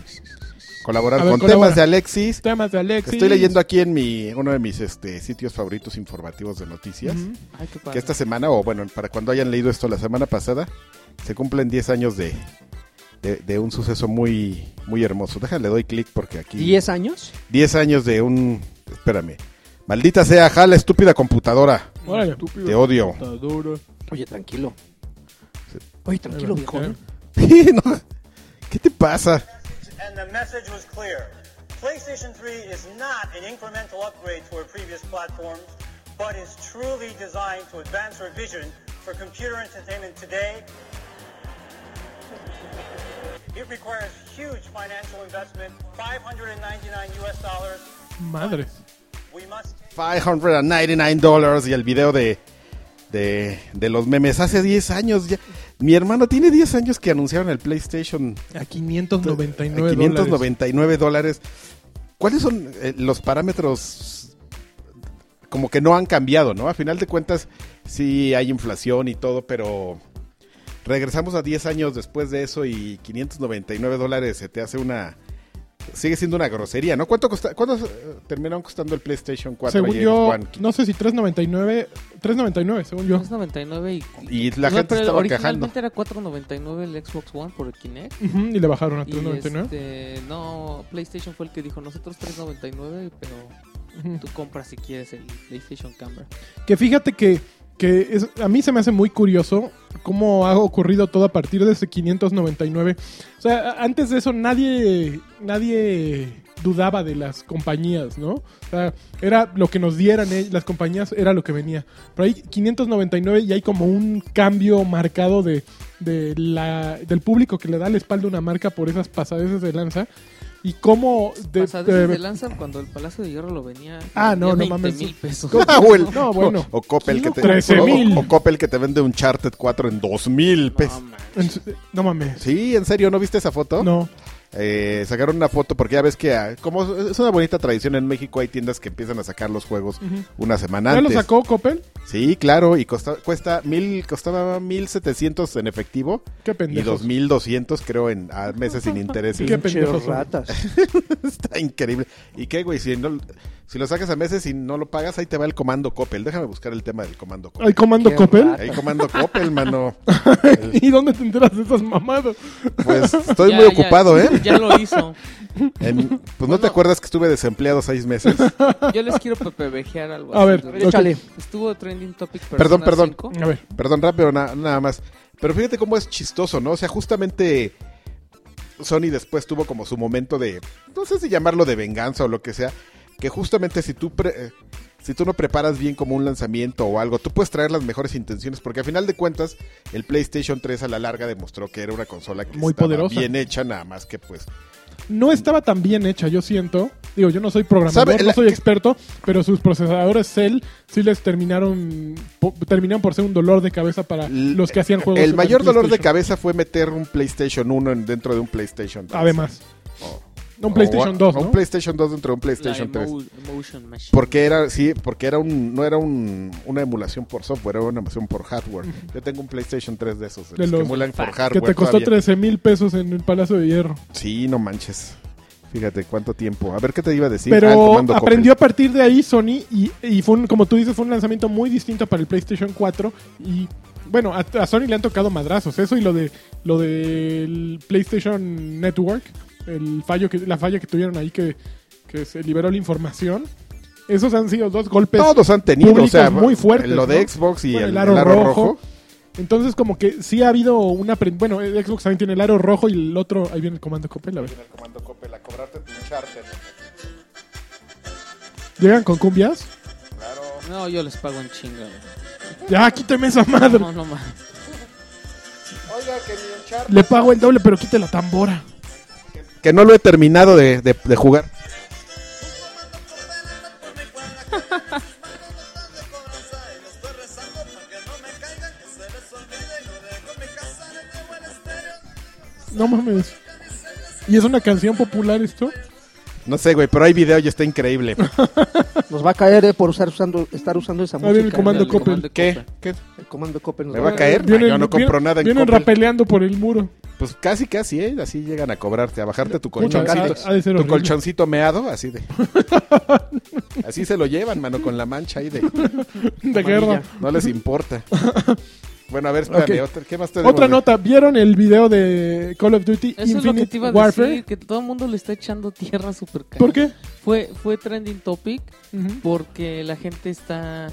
Speaker 3: colaborar
Speaker 2: A ver,
Speaker 3: con
Speaker 2: colabora.
Speaker 3: temas de Alexis.
Speaker 2: Temas de Alexis.
Speaker 3: Estoy leyendo aquí en mi uno de mis este, sitios favoritos informativos de noticias.
Speaker 2: Ujú.
Speaker 4: Ay, qué
Speaker 3: Que
Speaker 4: padre.
Speaker 3: esta semana, o bueno, para cuando hayan leído esto la semana pasada, se cumplen 10 años de, de, de un suceso muy, muy hermoso. Déjale, doy clic porque aquí...
Speaker 5: ¿Diez años?
Speaker 3: 10 años de un... Espérame. Maldita sea, jala, estúpida computadora.
Speaker 2: Órale. *laughs*
Speaker 3: Te odio. *laughs*
Speaker 5: Oye, tranquilo. Oye, tranquilo, ¿eh? mijo.
Speaker 3: No, ¿Qué te pasa?
Speaker 6: and the message was clear. PlayStation 3 is not an incremental upgrade to our previous platforms, but is truly designed to advance our vision for computer entertainment today. It requires huge financial investment, 599 US dollars.
Speaker 2: Madre.
Speaker 6: We must
Speaker 3: 599 dólares y el video de, de, de los memes. Hace 10 años ya. Mi hermano tiene 10 años que anunciaron el PlayStation
Speaker 2: A
Speaker 3: a
Speaker 2: 599 dólares.
Speaker 3: 599 dólares. ¿Cuáles son eh, los parámetros? Como que no han cambiado, ¿no? A final de cuentas, sí hay inflación y todo, pero regresamos a 10 años después de eso y 599 dólares se te hace una... Sigue siendo una grosería, ¿no? ¿Cuánto, costa- cuánto, eh, terminaron costando el PlayStation 4
Speaker 2: Según
Speaker 3: y el
Speaker 2: yo,
Speaker 3: One?
Speaker 2: no sé si 3.99. 3.99, según yo.
Speaker 4: Es 99 y...
Speaker 3: Y la
Speaker 4: No,
Speaker 3: gente
Speaker 4: pero
Speaker 3: estaba
Speaker 4: originalmente
Speaker 3: quejando.
Speaker 4: era 4.99 el Xbox One por el Kinect.
Speaker 2: Ujú, y le bajaron a
Speaker 4: Y
Speaker 2: 3.99.
Speaker 4: este, no, PlayStation fue el que dijo, nosotros 3.99, pero
Speaker 2: Ujú.
Speaker 4: tú compras si quieres el PlayStation Camera.
Speaker 2: Que fíjate que, que es- a mí se me hace muy curioso cómo ha ocurrido todo a partir de ese 599. O sea, a- antes de eso nadie, nadie dudaba de las compañías, ¿no? O sea, era lo que nos dieran eh, las compañías, era lo que venía. Pero hay 599 y hay como un cambio marcado de, de la, del público que le da la espalda a una marca por esas pasadeces de lanza. Y cómo... de-
Speaker 4: Pasadas
Speaker 2: de-
Speaker 4: de lanzan cuando el Palacio de Hierro lo venía.
Speaker 2: Ah, no, no mames.
Speaker 4: mil pesos.
Speaker 2: *laughs*
Speaker 3: o, el-
Speaker 2: No, Ah, bueno. Oh.
Speaker 3: o Coppel que te,
Speaker 2: 13,000.
Speaker 3: o- o Coppel que te vende un Charted 4 en 2 mil pesos.
Speaker 4: No, man.
Speaker 2: en su- no mames.
Speaker 3: Sí, en serio, ¿no viste esa foto?
Speaker 2: No.
Speaker 3: Eh, sacaron una foto porque ya ves que, ah, como es una bonita tradición en México, hay tiendas que empiezan a sacar los juegos una semana
Speaker 2: ¿Ya lo
Speaker 3: antes.
Speaker 2: sacó Coppel?
Speaker 3: Sí, claro, y costa- cuesta mil, costaba 1700 en efectivo
Speaker 2: Qué
Speaker 3: y
Speaker 2: pendejo.
Speaker 3: 2200 creo en a
Speaker 2: *laughs*
Speaker 3: meses sin intereses.
Speaker 2: Qué
Speaker 5: Pinches
Speaker 2: pendejos son.
Speaker 5: ratas.
Speaker 3: *laughs* Está increíble. ¿Y qué, güey? Si, no- si lo sacas a meses y no lo pagas, ahí te va el comando Coppel. Déjame buscar el tema del comando Coppel.
Speaker 2: ¿Hay comando
Speaker 5: Qué
Speaker 2: Coppel?
Speaker 5: raro.
Speaker 3: Ahí comando Coppel, mano.
Speaker 2: *laughs* ¿Y dónde te enteras de esas mamadas?
Speaker 4: *laughs*
Speaker 3: Pues estoy
Speaker 4: Ya,
Speaker 3: muy
Speaker 4: ya,
Speaker 3: ocupado,
Speaker 4: *laughs*
Speaker 3: ¿eh?
Speaker 4: Ya lo hizo.
Speaker 3: En- pues no te acuerdas que estuve desempleado seis meses.
Speaker 4: Yo les quiero pepevejear algo.
Speaker 2: A
Speaker 4: así,
Speaker 2: ver,
Speaker 4: ¿no?
Speaker 2: Ok.
Speaker 5: Échale.
Speaker 4: Estuvo trending topic.
Speaker 3: Perdón,
Speaker 4: Persona
Speaker 3: perdón.
Speaker 4: 5.
Speaker 2: A ver,
Speaker 3: Perdón, rápido, na- nada más. Pero fíjate cómo es chistoso, ¿no? O sea, justamente Sony después tuvo como su momento de, no sé si llamarlo de venganza o lo que sea, que justamente si tú, pre- eh, si tú no preparas bien como un lanzamiento o algo, tú puedes traer las mejores intenciones, porque a final de cuentas el PlayStation 3 a la larga demostró que era una consola que
Speaker 2: Muy
Speaker 3: estaba
Speaker 2: poderosa.
Speaker 3: bien hecha, nada más que pues...
Speaker 2: no estaba tan bien hecha, yo siento. Digo, yo no soy programador,
Speaker 3: ¿Sabe? La-
Speaker 2: no soy experto, pero sus procesadores Cell sí les terminaron po- terminaron por ser un dolor de cabeza para
Speaker 3: L-
Speaker 2: los que hacían juegos. en
Speaker 3: El mayor dolor de
Speaker 2: PlayStation.
Speaker 3: cabeza fue meter un PlayStation 1 en- dentro de un PlayStation 3.
Speaker 2: Además,
Speaker 3: Oh.
Speaker 2: No, un PlayStation
Speaker 3: O-
Speaker 2: 2,
Speaker 3: o
Speaker 2: ¿no?
Speaker 3: Un PlayStation 2 dentro de un
Speaker 4: La
Speaker 3: PlayStation 3.
Speaker 4: emo- Emotion Machine.
Speaker 3: Porque era, sí, porque era un, no era un, una emulación por software, era una emulación por hardware. Yo tengo un PlayStation 3 de esos, de
Speaker 2: De
Speaker 3: los que
Speaker 2: los-
Speaker 3: emulan por
Speaker 4: Fuck.
Speaker 3: hardware.
Speaker 2: Que te costó
Speaker 3: todavía.
Speaker 2: 13 mil pesos en el Palacio de Hierro.
Speaker 3: Sí, no manches. Fíjate cuánto tiempo. A ver qué te iba a decir. Ah, el
Speaker 2: Pero
Speaker 3: comando Coppel.
Speaker 2: aprendió a partir de ahí Sony y, y fue un- como tú dices, fue un lanzamiento muy distinto para el PlayStation 4 y bueno, a, a Sony le han tocado madrazos, eso y lo de lo del PlayStation Network, el fallo que la falla que tuvieron ahí que, que se liberó la información. Esos han sido dos golpes.
Speaker 3: Todos han tenido, o
Speaker 2: pues, públicos
Speaker 3: sea, eh,
Speaker 2: muy fuertes,
Speaker 3: lo de
Speaker 2: ¿no?
Speaker 3: Xbox y
Speaker 2: Bueno,
Speaker 3: el, el aro, rojo.
Speaker 2: Entonces como que sí ha habido una apren- bueno, el Xbox también tiene el aro rojo y el otro ahí viene el comando Coppel, a ver.
Speaker 3: El comando Coppel, a cobrarte tu charter.
Speaker 2: Llegan con cumbias.
Speaker 4: No, yo les pago en chinga. güey.
Speaker 2: Ya quíteme esa madre.
Speaker 4: No, no mames.
Speaker 3: Oiga, que mi Uncharted-
Speaker 2: Le pago el doble, pero quite la tambora.
Speaker 3: Que no lo he terminado de, de- de jugar.
Speaker 2: No mames. ¿Y es una canción popular esto?
Speaker 3: No sé, güey, pero hay video y
Speaker 2: *laughs*
Speaker 3: está increíble.
Speaker 5: Nos va a caer eh, por usar usando, estar usando esa
Speaker 2: Ahí
Speaker 5: música.
Speaker 2: Ah, viene el comando
Speaker 4: Ándale,
Speaker 2: Coppel.
Speaker 3: ¿Qué?
Speaker 4: Coppel.
Speaker 3: ¿Qué?
Speaker 5: El comando Coppel nos
Speaker 3: ¿Me
Speaker 5: va
Speaker 3: va a caer? No, yo no compro
Speaker 2: vienen-
Speaker 3: nada en
Speaker 2: Vienen
Speaker 3: Coppel.
Speaker 2: rapeleando por el muro.
Speaker 3: Pues casi, casi, ¿eh? Así llegan a cobrarte, a bajarte tu
Speaker 2: Puta,
Speaker 3: colchoncito.
Speaker 2: ha- ha de ser
Speaker 3: tu
Speaker 2: horrible.
Speaker 3: colchoncito meado,
Speaker 2: *laughs*
Speaker 3: así de. así se lo llevan, mano, con la mancha ahí de.
Speaker 2: De guerra.
Speaker 3: No les importa. Bueno, a ver, espérame,
Speaker 2: Ok.
Speaker 3: otra- ¿qué más tenemos?
Speaker 2: Otra
Speaker 3: de-
Speaker 2: nota. ¿Vieron el video de Call of Duty
Speaker 4: Eso es lo que te
Speaker 2: Infinite
Speaker 4: iba a
Speaker 2: Warfare?
Speaker 4: decir, que todo el mundo le está echando tierra super cara.
Speaker 2: ¿Por qué?
Speaker 4: Fue, fue trending topic
Speaker 2: Ujú.
Speaker 4: porque la gente está... ah,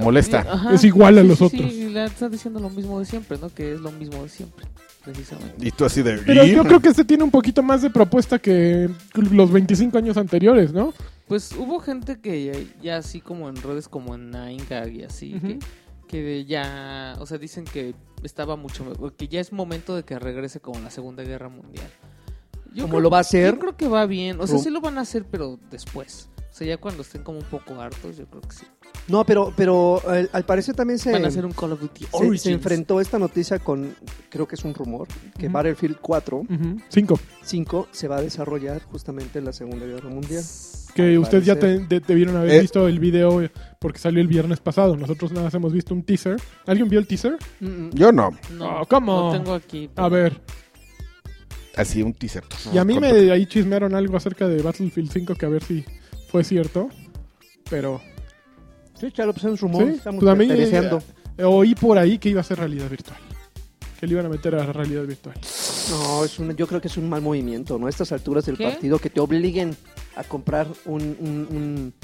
Speaker 3: Molesta.
Speaker 4: ajá.
Speaker 2: Es igual a los
Speaker 4: sí, sí,
Speaker 2: otros.
Speaker 4: Sí, le está diciendo lo mismo de siempre, ¿no? Que es lo mismo de siempre, precisamente.
Speaker 3: Y tú así de.
Speaker 2: Pero
Speaker 3: "Y-".
Speaker 2: yo creo que este tiene un poquito más de propuesta que los 25 años anteriores, ¿no?
Speaker 4: Pues hubo gente que ya, ya así como en redes como en Nine Gag y así,
Speaker 2: Ujú.
Speaker 4: que, que de ya, o sea, dicen que estaba mucho mejor, que ya es momento de que regrese como la Segunda Guerra Mundial. Yo
Speaker 5: ¿Cómo
Speaker 4: creo-
Speaker 5: lo va a hacer?
Speaker 4: Yo creo que va bien, o sea,
Speaker 5: Ru-
Speaker 4: sí lo van a hacer, pero después. O sea, ya cuando estén como un poco hartos, yo creo que sí.
Speaker 5: No, pero, pero eh, al parecer también se,
Speaker 4: Van a hacer un Call of Duty.
Speaker 5: se- se,
Speaker 4: Origins.
Speaker 5: enfrentó esta noticia con, creo que es un rumor, que
Speaker 2: Ujú.
Speaker 5: Battlefield 4,
Speaker 2: Ujú. Cinco.
Speaker 5: 5 se va a desarrollar justamente en la Segunda Guerra Mundial.
Speaker 2: Que
Speaker 5: Al
Speaker 2: ustedes ya te,
Speaker 5: parecer.
Speaker 2: te- debieron haber
Speaker 3: Eh.
Speaker 2: visto el video porque salió el viernes pasado. Nosotros nada más hemos visto un teaser. ¿Alguien vio el teaser?
Speaker 4: Mm, mm,
Speaker 3: Yo no.
Speaker 4: No,
Speaker 2: Oh, come
Speaker 4: no
Speaker 2: on.
Speaker 4: tengo aquí.
Speaker 2: A ver.
Speaker 3: Así un teaser.
Speaker 2: Y a mí me
Speaker 3: Con-
Speaker 2: ahí chismearon algo acerca de Battlefield 5 que a ver si fue cierto. Pero
Speaker 5: Sí, claro, pues es un rumor.
Speaker 2: Sí,
Speaker 5: Estamos
Speaker 2: pues a mí-
Speaker 5: deseando.
Speaker 2: oí por ahí que iba a ser realidad virtual. Que le iban a meter a realidad virtual.
Speaker 5: No, es un- yo creo que es un mal movimiento, ¿no? A estas alturas del
Speaker 4: ¿Qué?
Speaker 5: partido que te obliguen a comprar un, un, un-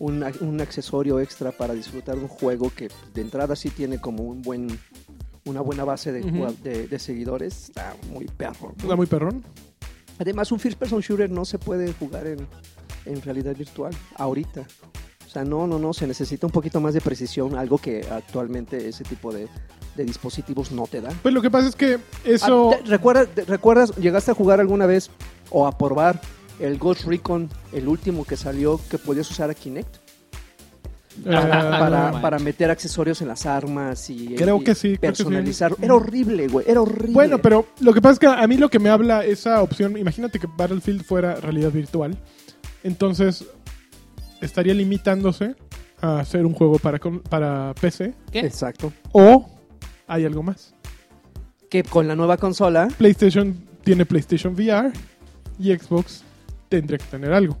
Speaker 5: un- un accesorio extra para disfrutar de un juego que de entrada sí tiene como un buen una buena base de,
Speaker 2: Ujú.
Speaker 5: jugad- de, de seguidores. Está muy perro. ¿no?
Speaker 2: Está muy perrón.
Speaker 5: Además, un first person shooter no se puede jugar en, en realidad virtual ahorita. O sea, no, no, no, se necesita un poquito más de precisión, algo que actualmente ese tipo de, de dispositivos no te da.
Speaker 2: Pues lo que pasa es que
Speaker 5: Ah,
Speaker 2: eso.
Speaker 5: ¿te- recuerda- te- ¿Recuerdas, llegaste a jugar alguna vez o a probar el Ghost Recon, el último que salió, que podías usar a Kinect?
Speaker 2: eh,
Speaker 5: ah, para,
Speaker 4: Ah, no
Speaker 5: para meter accesorios en las armas y,
Speaker 2: Creo
Speaker 5: y
Speaker 2: que sí, creo que sí.
Speaker 5: personalizar. Era horrible, güey, era horrible.
Speaker 2: Bueno, pero lo que pasa es que a mí lo que me habla esa opción, imagínate que Battlefield fuera realidad virtual, entonces estaría limitándose a hacer un juego para, con- para PC
Speaker 4: ¿Qué?
Speaker 5: Exacto.
Speaker 2: o hay algo más.
Speaker 5: Que con la nueva consola,
Speaker 2: PlayStation tiene PlayStation VR y Xbox tendría que tener algo.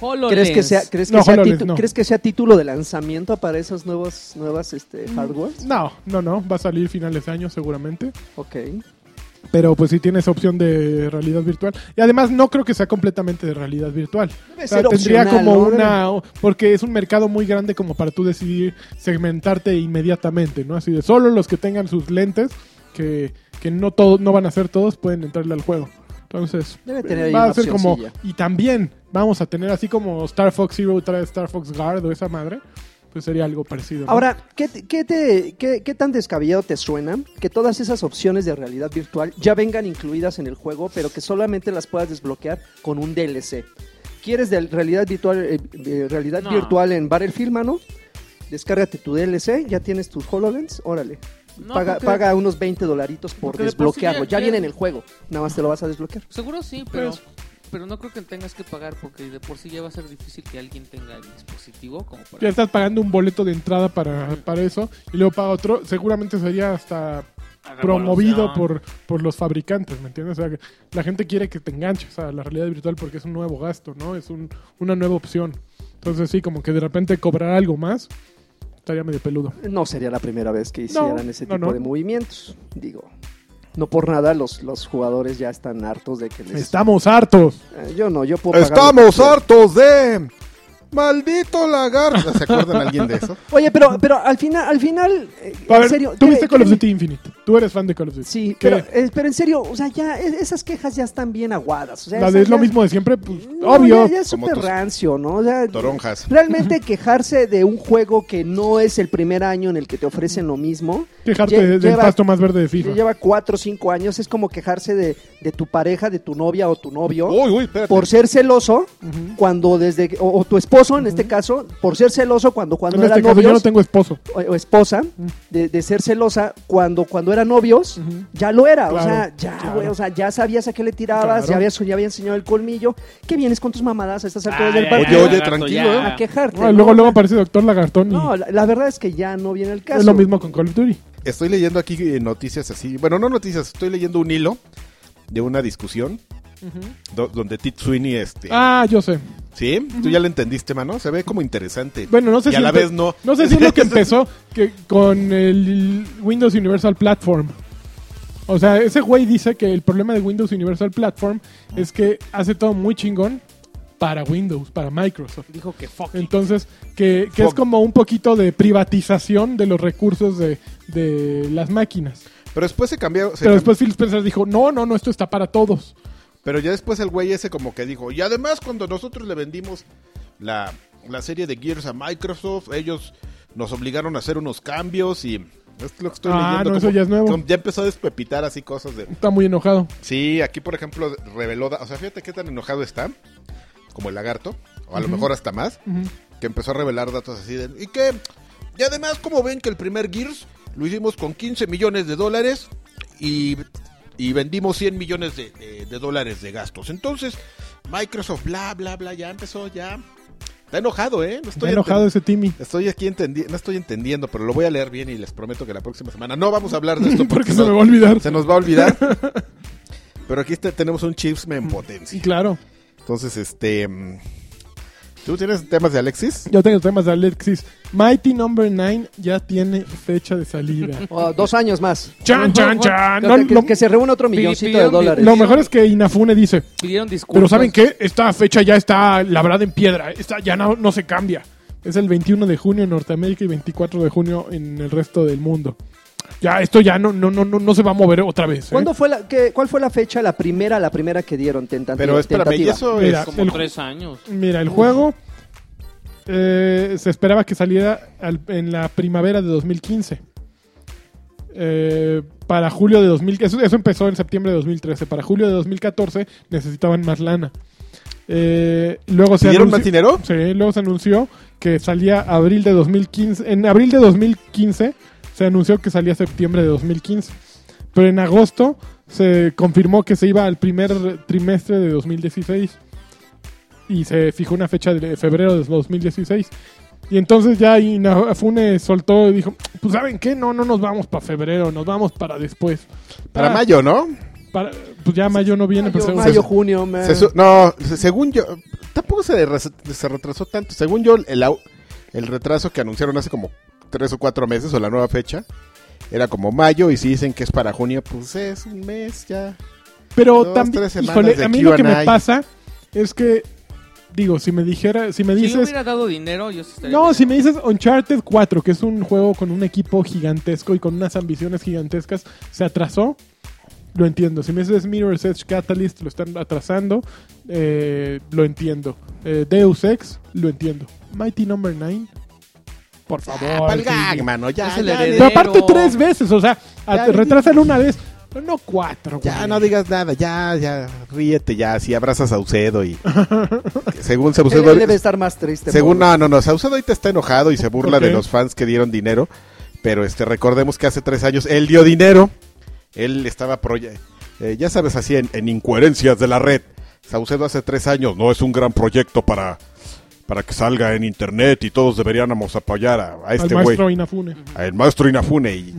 Speaker 4: HoloLens.
Speaker 5: ¿crees que, sea, ¿crees, que
Speaker 2: No,
Speaker 5: sea
Speaker 2: HoloLens,
Speaker 5: titu-
Speaker 2: no.
Speaker 5: ¿crees que sea título de lanzamiento para esos nuevos, nuevas este,
Speaker 4: Mm.
Speaker 5: hardware?
Speaker 2: No, no, no, va a salir finales de año seguramente,
Speaker 5: Ok.
Speaker 2: pero pues sí tiene esa opción de realidad virtual. Y además no creo que sea completamente de realidad virtual.
Speaker 5: Debe
Speaker 2: O sea,
Speaker 5: ser
Speaker 2: tendría
Speaker 5: opcional,
Speaker 2: como
Speaker 5: ¿no? Debe-
Speaker 2: una porque es un mercado muy grande como para tú decidir segmentarte inmediatamente no así de solo los que tengan sus lentes que, que no todos no van a ser todos pueden entrarle al juego entonces
Speaker 5: Debe tener ahí
Speaker 2: va
Speaker 5: una
Speaker 2: a ser como
Speaker 5: opcioncilla.
Speaker 2: y también vamos a tener así como Star Fox Zero trae Star Fox Guard o esa madre pues sería algo parecido ¿no?
Speaker 5: Ahora, ¿qué, te- qué, te- qué- qué tan descabellado te suena que todas esas opciones de realidad virtual ya vengan incluidas en el juego, pero que solamente las puedas desbloquear con un DLC? ¿Quieres de realidad virtual, eh, eh, realidad
Speaker 4: No.
Speaker 5: virtual en Battlefield, mano? Descárgate tu DLC, ya tienes tus HoloLens, órale.
Speaker 4: No,
Speaker 5: paga,
Speaker 4: porque-
Speaker 5: paga unos 20 dolaritos por
Speaker 4: porque de por sí ya-
Speaker 5: desbloquearlo. Ya
Speaker 4: ya-
Speaker 5: viene en el juego, nada más te lo vas a desbloquear.
Speaker 4: Seguro sí, pero...
Speaker 2: Pues,
Speaker 4: pero no creo que tengas que pagar porque de por sí ya va a ser difícil que alguien tenga el dispositivo como para...
Speaker 2: Ya estás pagando un boleto de entrada para, para eso y luego paga otro. Seguramente sería hasta promovido por, por los fabricantes, ¿me entiendes? O sea, que la gente quiere que te enganches a la realidad virtual porque es un nuevo gasto, ¿no? Es un- una nueva opción. Entonces sí, como que de repente cobrar algo más estaría medio peludo.
Speaker 5: No sería la primera vez que hicieran
Speaker 2: No,
Speaker 5: ese
Speaker 2: no,
Speaker 5: tipo
Speaker 2: no.
Speaker 5: de movimientos. Digo, no por nada los, los jugadores ya están hartos de que les...
Speaker 2: Estamos hartos.
Speaker 5: Eh, yo no, yo puedo pagar lo que
Speaker 3: Estamos
Speaker 5: quiera.
Speaker 3: hartos de... Maldito lagarto. ¿Se acuerdan alguien de eso?
Speaker 5: Oye, pero, pero al final, al final, eh,
Speaker 2: A ver,
Speaker 5: en serio...
Speaker 2: tú
Speaker 5: cre-
Speaker 2: viste Call of
Speaker 5: créeme-
Speaker 2: Duty Infinite. Tú eres fan de Call of Duty.
Speaker 5: Sí,
Speaker 2: ¿Qué?
Speaker 5: pero, eh, pero en serio, o sea, ya es- esas quejas ya están bien aguadas. O sea,
Speaker 2: La
Speaker 5: esas
Speaker 2: de es lo
Speaker 5: ya-
Speaker 2: mismo de siempre, pues,
Speaker 5: No,
Speaker 2: obvio.
Speaker 5: Ya, ya es
Speaker 3: Como
Speaker 5: súper
Speaker 3: tus
Speaker 5: rancio, ¿no? O sea,
Speaker 3: Toronjas.
Speaker 5: Realmente quejarse de un juego que no es el primer año en el que te ofrecen lo mismo.
Speaker 2: Quejarte
Speaker 5: lle-
Speaker 2: del
Speaker 5: lleva-
Speaker 2: pasto más verde de FIFA.
Speaker 5: Lleva cuatro o cinco años, es como quejarse de, de tu pareja, de tu novia o tu novio.
Speaker 3: Uy, uy, espérate.
Speaker 5: Por ser celoso, cuando desde. que- O, o tu esposo, en este caso, por ser celoso cuando, cuando
Speaker 2: en
Speaker 5: eran
Speaker 2: este caso yo no
Speaker 5: novios,
Speaker 2: tengo esposo.
Speaker 5: o, o esposa, de, de ser celosa cuando, cuando eran novios, ya lo era. o
Speaker 2: Claro,
Speaker 5: sea, ya,
Speaker 2: claro.
Speaker 5: güey, o sea, ya sabías a qué le tirabas,
Speaker 2: Claro.
Speaker 5: ya, habías, ya había enseñado el colmillo. ¿Qué vienes con tus mamadas a estas alturas del
Speaker 4: ya,
Speaker 5: partido?
Speaker 4: ya,
Speaker 3: Oye, oye,
Speaker 4: lagarto,
Speaker 3: tranquilo,
Speaker 4: ya.
Speaker 5: a quejarte.
Speaker 2: Ah,
Speaker 5: ¿no?
Speaker 2: luego, luego aparece Doctor Lagartón y
Speaker 5: No, la, la verdad es que ya no viene el caso.
Speaker 2: es lo mismo con Call of Duty.
Speaker 3: Estoy leyendo aquí eh, noticias así. Bueno, no noticias, estoy leyendo un hilo de una discusión do- donde Tit Sweeney este.
Speaker 2: Ah, yo sé.
Speaker 3: ¿Sí? ¿Tú ya lo entendiste, mano? Se ve como interesante.
Speaker 2: Bueno, no sé
Speaker 3: y
Speaker 2: si
Speaker 3: a la
Speaker 2: empe-
Speaker 3: vez no.
Speaker 2: No sé si es lo que
Speaker 3: *laughs*
Speaker 2: empezó que con el Windows Universal Platform. O sea, ese güey dice que el problema de Windows Universal Platform es que hace todo muy chingón para Windows, para Microsoft.
Speaker 4: Dijo que fuck it.
Speaker 2: Entonces, que, que es
Speaker 3: Fuck.
Speaker 2: como un poquito de privatización de los recursos de, de las máquinas.
Speaker 3: Pero después se cambió. se
Speaker 2: Pero
Speaker 3: cam-
Speaker 2: después Phil Spencer dijo, no, no, no, esto está para todos.
Speaker 3: Pero ya después el güey ese como que dijo, y además cuando nosotros le vendimos la, la serie de Gears a Microsoft, ellos nos obligaron a hacer unos cambios y es lo que estoy
Speaker 2: Ah,
Speaker 3: leyendo.
Speaker 2: no, eso
Speaker 3: como-
Speaker 2: ya es nuevo.
Speaker 3: como ya empezó a despepitar así cosas de...
Speaker 2: Está muy enojado.
Speaker 3: Sí, aquí por ejemplo reveló, da- o sea, fíjate qué tan enojado está, como el lagarto, o a lo mejor hasta más,
Speaker 2: Ujú.
Speaker 3: que empezó a revelar datos así de... Y que, y además como ven que el primer Gears lo hicimos con 15 millones de dólares y, y vendimos 100 millones de, de- de dólares de gastos. Entonces, Microsoft, bla, bla, bla, ya empezó, ya... Está enojado, ¿eh? No
Speaker 2: Está enojado
Speaker 3: enten-
Speaker 2: ese Timmy.
Speaker 3: Estoy aquí entendiendo, no estoy entendiendo, pero lo voy a leer bien y les prometo que la próxima semana no vamos a hablar
Speaker 2: *laughs*
Speaker 3: de esto
Speaker 2: Porque se
Speaker 3: no-
Speaker 2: me va a olvidar.
Speaker 3: se nos va a olvidar. Pero aquí está- tenemos un chisme en
Speaker 2: Sí,
Speaker 3: potencia.
Speaker 2: claro.
Speaker 3: Entonces, este. mm, ¿Tú tienes temas de Alexis?
Speaker 2: Yo tengo temas de Alexis. Mighty Number 9 ya tiene fecha de *laughs* salida.
Speaker 5: Oh, dos años más.
Speaker 2: chan, chan, chan.
Speaker 5: Que-
Speaker 2: Ah, No,
Speaker 5: que,
Speaker 2: lo,
Speaker 5: que se reúne otro milloncito de
Speaker 4: pidieron-
Speaker 5: dólares.
Speaker 2: lo mejor es que Inafune dice,
Speaker 4: Pidieron disculpas.
Speaker 2: pero ¿saben qué? Esta fecha ya está labrada en piedra. Esta ya no, no se cambia. Es el 21 de junio en Norteamérica y 24 de junio en el resto del mundo. Ya, esto ya no, no, no, no, no se va a mover otra vez. ¿eh?
Speaker 5: ¿Cuándo fue la, qué- ¿Cuál fue la fecha, la primera, la primera que dieron tentativa?
Speaker 3: Pero espérame, y
Speaker 5: tentativa?
Speaker 3: eso es.
Speaker 2: Mira,
Speaker 4: Como
Speaker 2: el-
Speaker 4: tres años.
Speaker 2: Mira, el juego eh, se esperaba que saliera al- en la primavera de 2015. Eh, para julio de 2015, eso, eso empezó en septiembre de 2013. Para julio de 2014 necesitaban más lana. Eh, luego se
Speaker 3: ¿Pidieron más
Speaker 2: anunció-
Speaker 3: dinero?
Speaker 2: Sí, luego se anunció que salía abril de 2015. En abril de 2015 se anunció que salía septiembre de 2015. Pero en agosto se confirmó que se iba al primer trimestre de 2016. Y se fijó una fecha de febrero de 2016. Y entonces ya Inafune soltó y dijo, pues ¿saben qué? No, no nos vamos para febrero, nos vamos para después.
Speaker 3: Para
Speaker 2: Ah,
Speaker 3: mayo, ¿no?
Speaker 2: para- pues ya mayo no viene, pero
Speaker 5: Mayo,
Speaker 2: seguro-
Speaker 5: mayo, junio, me-
Speaker 3: Se su- no, se- según yo. Tampoco se, re- se retrasó tanto. Según yo, el, au- el retraso que anunciaron hace como tres o cuatro meses o la nueva fecha. Era como mayo y si dicen que es para junio, pues es un mes ya.
Speaker 2: Pero
Speaker 3: Dos,
Speaker 2: también,
Speaker 3: tres semanas
Speaker 2: híjole,
Speaker 3: de
Speaker 2: a mí lo que
Speaker 3: Q&A.
Speaker 2: me pasa es que, digo, si me dijera, si me
Speaker 4: Si yo
Speaker 2: dices,
Speaker 4: hubiera dado dinero, yo sí estaría...
Speaker 2: no, si me dices Uncharted 4, que es un juego con un equipo gigantesco y con unas ambiciones gigantescas, se atrasó, lo entiendo. Si me dices Mirror's Edge Catalyst, lo están atrasando, eh, lo entiendo. Eh, Deus Ex, lo entiendo. Mighty Number 9, por favor.
Speaker 3: Ah, Pa'l gag,
Speaker 2: sí.
Speaker 3: mano, ya.
Speaker 4: Es Ah, el
Speaker 3: ya,
Speaker 4: heredero.
Speaker 2: Pero aparte tres veces, o sea, a-
Speaker 3: Ya,
Speaker 2: retrásalo una vez, pero no cuatro.
Speaker 3: Ya
Speaker 2: güey.
Speaker 3: no digas nada, ya, ya, ríete, ya, si abrazas a
Speaker 2: *laughs*
Speaker 3: Saucedo y. que según
Speaker 5: Él- él
Speaker 3: Saucedo.
Speaker 5: debe estar más triste.
Speaker 3: según,
Speaker 5: pobre.
Speaker 3: no, no, no, Saucedo ahorita está enojado y se burla
Speaker 2: Ok.
Speaker 3: de los fans que dieron dinero. Pero este, recordemos que hace tres años él dio dinero. Él estaba. proye- eh, ya sabes, así en, en incoherencias de la red. Saucedo hace tres años, no, es un gran proyecto para, para que salga en internet y todos deberíamos apoyar a, a este
Speaker 2: al
Speaker 3: güey.
Speaker 2: maestro Inafune.
Speaker 3: El maestro Inafune y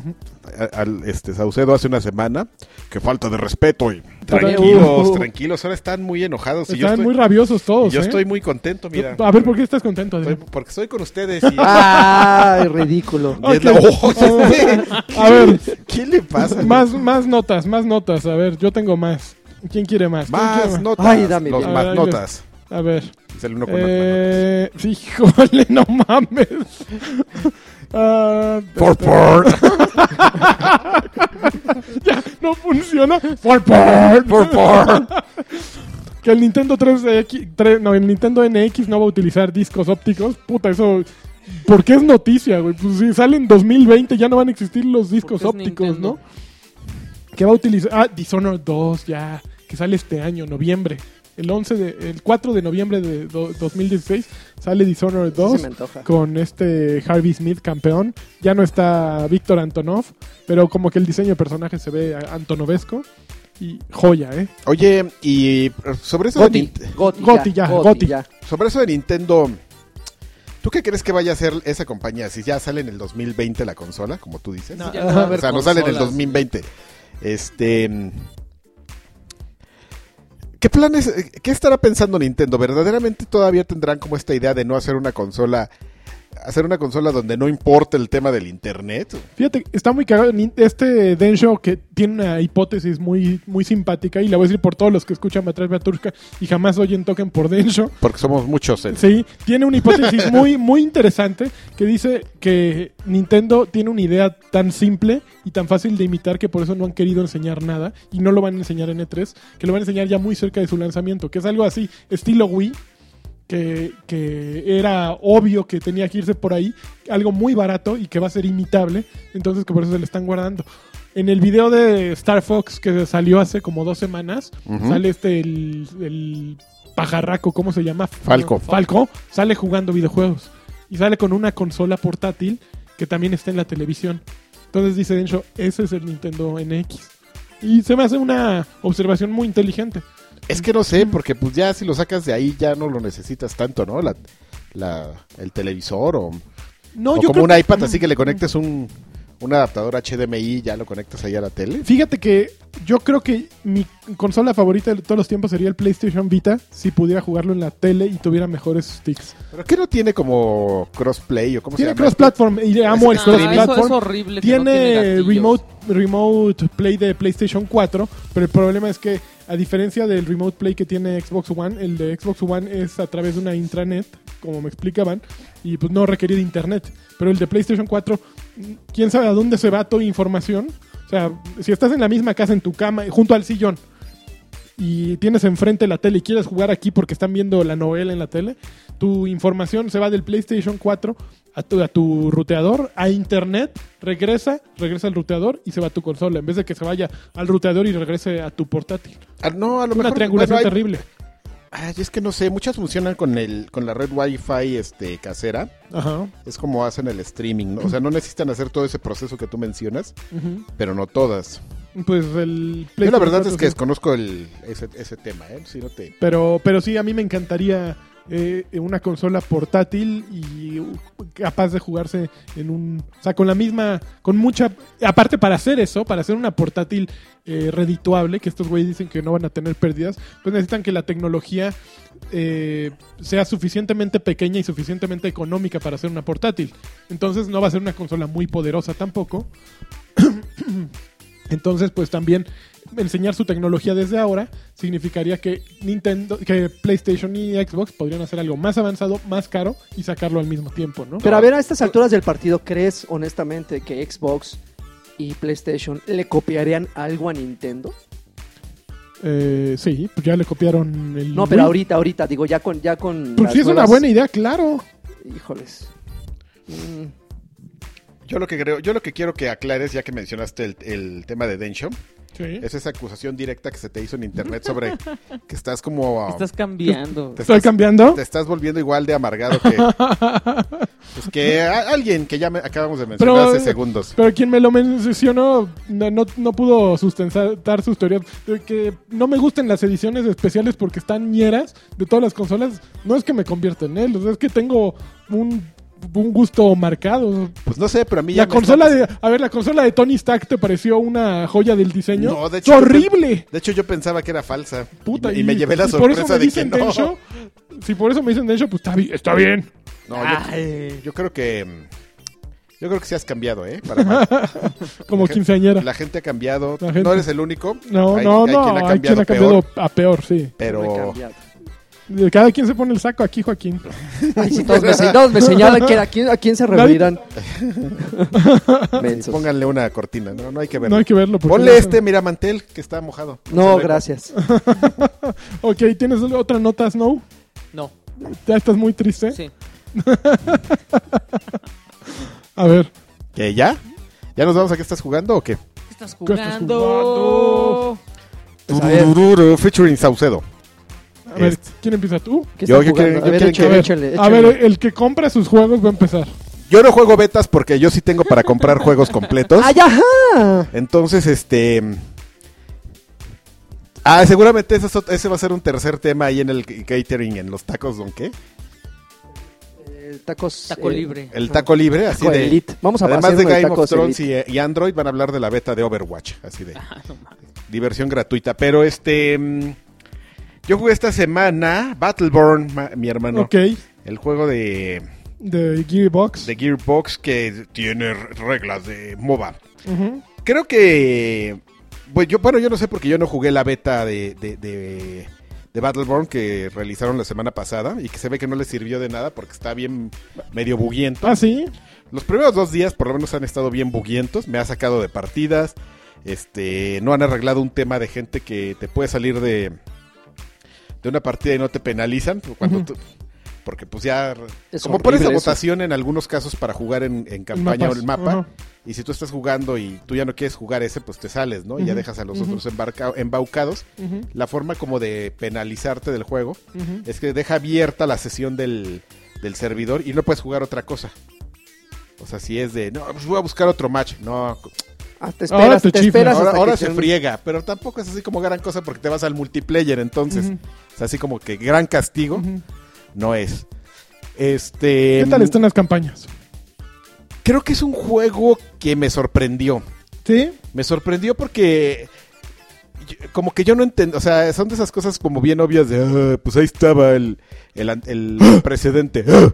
Speaker 3: a- al este Saucedo hace una semana que falta de respeto y tranquilos,
Speaker 5: Uh.
Speaker 3: tranquilos, ahora están muy enojados y yo
Speaker 2: Están
Speaker 3: estoy,
Speaker 2: muy rabiosos
Speaker 3: y
Speaker 2: todos.
Speaker 3: yo
Speaker 2: ¿eh?
Speaker 3: estoy muy contento, mira.
Speaker 2: A ver, ¿por qué estás contento?
Speaker 3: Estoy-
Speaker 2: Adrián?
Speaker 3: porque estoy con ustedes
Speaker 2: *laughs*
Speaker 3: y,
Speaker 5: ¡Ay, ridículo!
Speaker 3: y es la-
Speaker 2: Ah, Ok. *laughs*
Speaker 3: ¡Oh, este!
Speaker 2: A ver,
Speaker 3: ¿Qué le pasa?
Speaker 2: *laughs* más, más notas, más notas. A ver, yo tengo más. ¿Quién quiere más? ¿Quién quiere
Speaker 3: Más notas.
Speaker 5: Ay, dame
Speaker 3: los
Speaker 2: bien.
Speaker 3: más
Speaker 2: Ay,
Speaker 3: notas.
Speaker 2: A ver.
Speaker 3: Es el uno con las manotas.
Speaker 2: Eh, híjole, no
Speaker 3: *laughs*
Speaker 2: mames. Ah,
Speaker 1: Por por.
Speaker 2: ya, no funciona.
Speaker 1: Por *laughs* por. Por por.
Speaker 2: Que el Nintendo 3X, 3 no, el Nintendo NX no va a utilizar discos ópticos. Puta, eso. ¿Por qué es noticia, güey? Pues si sale en 2020 ya no van a existir los discos
Speaker 4: Porque es
Speaker 2: ópticos,
Speaker 4: Nintendo.
Speaker 2: ¿no? Que va a utilizar. Ah, Dishonored 2, ya. Que sale este año, noviembre. El 11 de, el 4 de noviembre de do- 2016 sale Dishonored
Speaker 5: Sí
Speaker 2: 2.
Speaker 5: se me antoja.
Speaker 2: con este Harvey Smith campeón. Ya no está Víctor Antonov, pero como que el diseño de personaje se ve a- antonovesco. Y joya, ¿eh?
Speaker 3: Oye, y eh, sobre *laughs* eso, de,
Speaker 5: Goti,
Speaker 3: Nin-
Speaker 5: Goti,
Speaker 2: Goti, ya, Goti.
Speaker 3: sobre eso de Nintendo, ¿tú qué crees que vaya a ser esa compañía? Si ya sale en el 2020 la consola, como tú dices.
Speaker 4: Ya no va a
Speaker 3: o
Speaker 4: haber
Speaker 3: sea, no sale en el
Speaker 4: consolas.
Speaker 3: 2020. Este. mm, ¿Qué planes, eh, qué estará pensando Nintendo? ¿Verdaderamente todavía tendrán como esta idea de no hacer una consola, hacer una consola donde no importe el tema del internet?
Speaker 2: Fíjate, está muy cagado. Ni- Este Densho que tiene una hipótesis muy, muy simpática y la voy a decir por todos los que escuchan Batrash Baturka y jamás oyen toquen por Densho.
Speaker 3: Porque somos muchos. ¿eh?
Speaker 2: Sí, tiene una hipótesis muy, muy interesante que dice que Nintendo tiene una idea tan simple y tan fácil de imitar que por eso no han querido enseñar nada y no lo van a enseñar en E3, que lo van a enseñar ya muy cerca de su lanzamiento, que es algo así, estilo Wii. Que, que era obvio que tenía que irse por ahí, algo muy barato y que va a ser imitable, entonces que por eso se le están guardando. En el video de Star Fox que salió hace como dos semanas, sale este el, el pajarraco, ¿cómo se llama?
Speaker 3: Falco.
Speaker 2: Falco sale jugando videojuegos y sale con una consola portátil que también está en la televisión. Entonces dice Densho, ese es el Nintendo NX. Y se me hace una observación muy inteligente.
Speaker 3: Es que no sé, porque pues ya si lo sacas de ahí ya no lo necesitas tanto, ¿no? La, la- el televisor o,
Speaker 2: No,
Speaker 3: o
Speaker 2: yo
Speaker 3: como
Speaker 2: creo
Speaker 3: un
Speaker 2: que-
Speaker 3: iPad, así que le conectes un, un adaptador HDMI y ya lo conectas ahí a la tele.
Speaker 2: Mm. Fíjate que yo creo que mi consola favorita de todos los tiempos sería el PlayStation Vita si pudiera jugarlo en la tele y tuviera mejores sticks.
Speaker 3: ¿Pero qué no tiene como crossplay o cómo se
Speaker 2: Tiene
Speaker 3: llama?
Speaker 2: cross platform y amo el
Speaker 4: Ah,
Speaker 2: cross
Speaker 4: eso es
Speaker 2: platform.
Speaker 4: horrible. que no
Speaker 2: Tiene
Speaker 4: gatillos.
Speaker 2: remote, remote Play de PlayStation 4, pero el problema es que, a diferencia del Remote Play que tiene Xbox One, el de Xbox One es a través de una intranet, como me explicaban, y pues no requería de internet. Pero el de PlayStation 4, mm, quién sabe a dónde se va toda información. O sea, si estás en la misma casa, en tu cama, junto al sillón, y tienes enfrente la tele y quieres jugar aquí porque están viendo la novela en la tele, tu información se va del PlayStation 4 a tu, a tu ruteador, a internet, regresa, regresa al ruteador y se va a tu consola, en vez de que se vaya al ruteador y regrese a tu portátil.
Speaker 3: Ah, no, a lo
Speaker 2: Una
Speaker 3: mejor...
Speaker 2: triangulación
Speaker 3: bueno, hay-
Speaker 2: terrible.
Speaker 3: Ay, es que no sé, muchas funcionan con el con la red Wi-Fi este, casera.
Speaker 2: Ajá.
Speaker 3: Es como hacen el streaming, ¿no? O
Speaker 2: *laughs*
Speaker 3: sea, no necesitan hacer todo ese proceso que tú mencionas,
Speaker 2: ujú.
Speaker 3: pero no todas.
Speaker 2: Pues el
Speaker 3: Yo la verdad
Speaker 2: 4
Speaker 3: es
Speaker 2: sí.
Speaker 3: que desconozco el, ese, ese tema, ¿eh? Si no te...
Speaker 2: Pero, pero sí, a mí me encantaría eh, una consola portátil y uh, capaz de jugarse en un... O sea, con la misma... Con mucha... Aparte, para hacer eso, para hacer una portátil eh, redituable, que estos güeyes dicen que no van a tener pérdidas, pues necesitan que la tecnología eh, sea suficientemente pequeña y suficientemente económica para hacer una portátil. Entonces no va a ser una consola muy poderosa tampoco. *clears throat* Entonces, pues también enseñar su tecnología desde ahora significaría que Nintendo, que PlayStation y Xbox podrían hacer algo más avanzado, más caro y sacarlo al mismo tiempo, ¿no?
Speaker 5: Pero a ver, a estas alturas del partido, ¿crees honestamente que Xbox y PlayStation le copiarían algo a Nintendo?
Speaker 2: Eh, sí, pues ya le copiaron el.
Speaker 5: No, pero
Speaker 2: Wii.
Speaker 5: ahorita, ahorita, digo, ya con. Ya con
Speaker 2: Pues sí es una buena idea, claro.
Speaker 5: idea. Híjoles. Mm,
Speaker 3: Yo lo que creo, yo lo que quiero que aclares, ya que mencionaste el, el tema de Densho,
Speaker 2: Sí.
Speaker 3: es esa acusación directa que se te hizo en internet
Speaker 2: *laughs*
Speaker 3: sobre que estás como... ah,
Speaker 4: Estás cambiando.
Speaker 3: te
Speaker 2: ¿Estoy
Speaker 3: estás-
Speaker 2: cambiando? *laughs*
Speaker 3: Te estás volviendo igual de amargado que... Pues que a- alguien que ya me- acabamos de mencionar
Speaker 2: Pero, eh,
Speaker 3: hace segundos.
Speaker 2: pero quien me lo mencionó no, no, no pudo sustentar sus teorías. De Que no me gustan las ediciones especiales porque están ñeras de todas las consolas. No es que me convierta en él, o sea, es que tengo un, un gusto marcado.
Speaker 3: Pues no sé, pero a mí ya
Speaker 2: La
Speaker 3: me está
Speaker 2: consola de, a ver, la consola de Tony Stark te pareció una joya del diseño.
Speaker 3: No, de
Speaker 2: ¡Es
Speaker 3: hecho,
Speaker 2: horrible.
Speaker 3: De hecho, yo pensaba que era falsa.
Speaker 2: Puta,
Speaker 3: y, me- y me llevé la
Speaker 2: y por eso me
Speaker 3: sorpresa de que
Speaker 2: dicen
Speaker 3: no.
Speaker 2: Densho, si por eso me dicen Densho, pues está bien. Está bien.
Speaker 3: No, yo, yo creo que. mm, Yo creo que sí has cambiado, ¿eh?
Speaker 2: *laughs*
Speaker 3: Para mal.
Speaker 2: Como
Speaker 3: La
Speaker 2: quinceañera.
Speaker 3: La gente ha cambiado.
Speaker 2: La gente-
Speaker 3: No eres el único.
Speaker 2: No,
Speaker 3: Hay-
Speaker 2: no,
Speaker 3: hay
Speaker 2: no.
Speaker 3: quien ha
Speaker 2: Hay quien ha cambiado
Speaker 3: peor,
Speaker 2: a peor, sí.
Speaker 3: pero.
Speaker 5: Recambiado.
Speaker 2: Cada quien se pone el saco aquí, Joaquín.
Speaker 5: Ay, si todos me, se- todos me señalan que a quién, a quién se referirán. Mensos.
Speaker 3: Pónganle una cortina, no, no hay que verlo.
Speaker 2: No hay que verlo. porque
Speaker 3: Ponle
Speaker 2: no-
Speaker 3: este miramantel que está mojado.
Speaker 5: Pues No, gracias.
Speaker 2: Ok, ¿tienes otra nota, Snow?
Speaker 4: No,
Speaker 2: Ya estás muy triste.
Speaker 4: sí.
Speaker 2: A ver.
Speaker 3: ¿Que ya? ¿Ya nos vamos a qué estás jugando o qué?
Speaker 4: ¿Qué estás
Speaker 2: ¿Qué
Speaker 4: jugando?
Speaker 2: estás jugando?
Speaker 5: Pues, a ver.
Speaker 3: Turururu, featuring Saucedo.
Speaker 2: A ver,
Speaker 3: Este.
Speaker 2: ¿quién empieza tú?
Speaker 5: ¿Qué
Speaker 3: Yo-
Speaker 5: están
Speaker 3: yo
Speaker 5: jugando?
Speaker 3: quiero-
Speaker 5: A
Speaker 3: yo quiero
Speaker 5: ver, échale,
Speaker 2: a ver,
Speaker 5: échale,
Speaker 2: a ver, eh,
Speaker 5: échale.
Speaker 2: el que compra sus juegos va a empezar.
Speaker 3: Yo no juego betas porque yo sí tengo para comprar juegos completos.
Speaker 5: *laughs* ¡Ay, ajá!
Speaker 3: Entonces, este. Ah, seguramente ese, es ot- ese va a ser un tercer tema ahí en el c- catering, en los tacos, ¿don qué?
Speaker 5: Eh, tacos.
Speaker 4: Taco
Speaker 5: eh,
Speaker 4: libre.
Speaker 3: El taco libre, así
Speaker 5: Taco
Speaker 3: de.
Speaker 5: Elite. Vamos a
Speaker 3: Además
Speaker 5: hacer
Speaker 3: de
Speaker 5: uno de
Speaker 3: Game of
Speaker 5: tacos
Speaker 3: Thrones y, y Android van a hablar de la beta de Overwatch, así de diversión gratuita. Pero este, mm, yo jugué esta semana Battleborn, ma- mi hermano,
Speaker 2: Ok.
Speaker 3: el juego de,
Speaker 2: De Gearbox.
Speaker 3: de Gearbox que tiene reglas de MOBA.
Speaker 2: Ujú.
Speaker 3: Creo que, pues yo, bueno, yo no sé porque yo no jugué la beta de, de, de- de Battleborn que realizaron la semana pasada y que se ve que no les sirvió de nada porque está bien medio buguiento.
Speaker 2: Ah, sí.
Speaker 3: Los primeros dos días por lo menos han estado bien buguientos, me ha sacado de partidas, este, no han arreglado un tema de gente que te puede salir de, de una partida y no te penalizan, pues, cuando
Speaker 2: Ujú.
Speaker 3: tú- porque pues ya,
Speaker 5: Es
Speaker 3: como pones
Speaker 5: horrible eso.
Speaker 3: votación en algunos casos para jugar en, en campaña o el mapa,
Speaker 2: Ajá.
Speaker 3: y si tú estás jugando y tú ya no quieres jugar ese, pues te sales, ¿no? Y ya
Speaker 2: Ujú,
Speaker 3: dejas a los
Speaker 2: ujú.
Speaker 3: otros embarca- embaucados.
Speaker 2: Ujú,
Speaker 3: La forma como de penalizarte del juego
Speaker 2: ujú.
Speaker 3: es que deja abierta la sesión del, del servidor y no puedes jugar otra cosa. O sea, si es de, no, pues voy a buscar otro match. No,
Speaker 5: Ah, te esperas,
Speaker 2: Ahora te
Speaker 5: te,
Speaker 2: chiflan.
Speaker 5: esperas.
Speaker 3: ahora,
Speaker 5: hasta
Speaker 3: ahora
Speaker 5: que
Speaker 3: se
Speaker 5: te-
Speaker 3: friega, pero tampoco es así como gran cosa porque te vas al multiplayer entonces.
Speaker 2: Ujú.
Speaker 3: O sea, así como que gran castigo
Speaker 2: Ujú.
Speaker 3: no es. Este, mm,
Speaker 2: ¿Qué tal están las campañas?
Speaker 3: Creo que es un juego que me sorprendió.
Speaker 2: Sí.
Speaker 3: Me sorprendió porque yo- como que yo no entiendo, o sea, son de esas cosas como bien obvias de, "Ah, pues ahí estaba el, el, an- el
Speaker 5: *gasps*
Speaker 3: precedente. *gasps* Ah".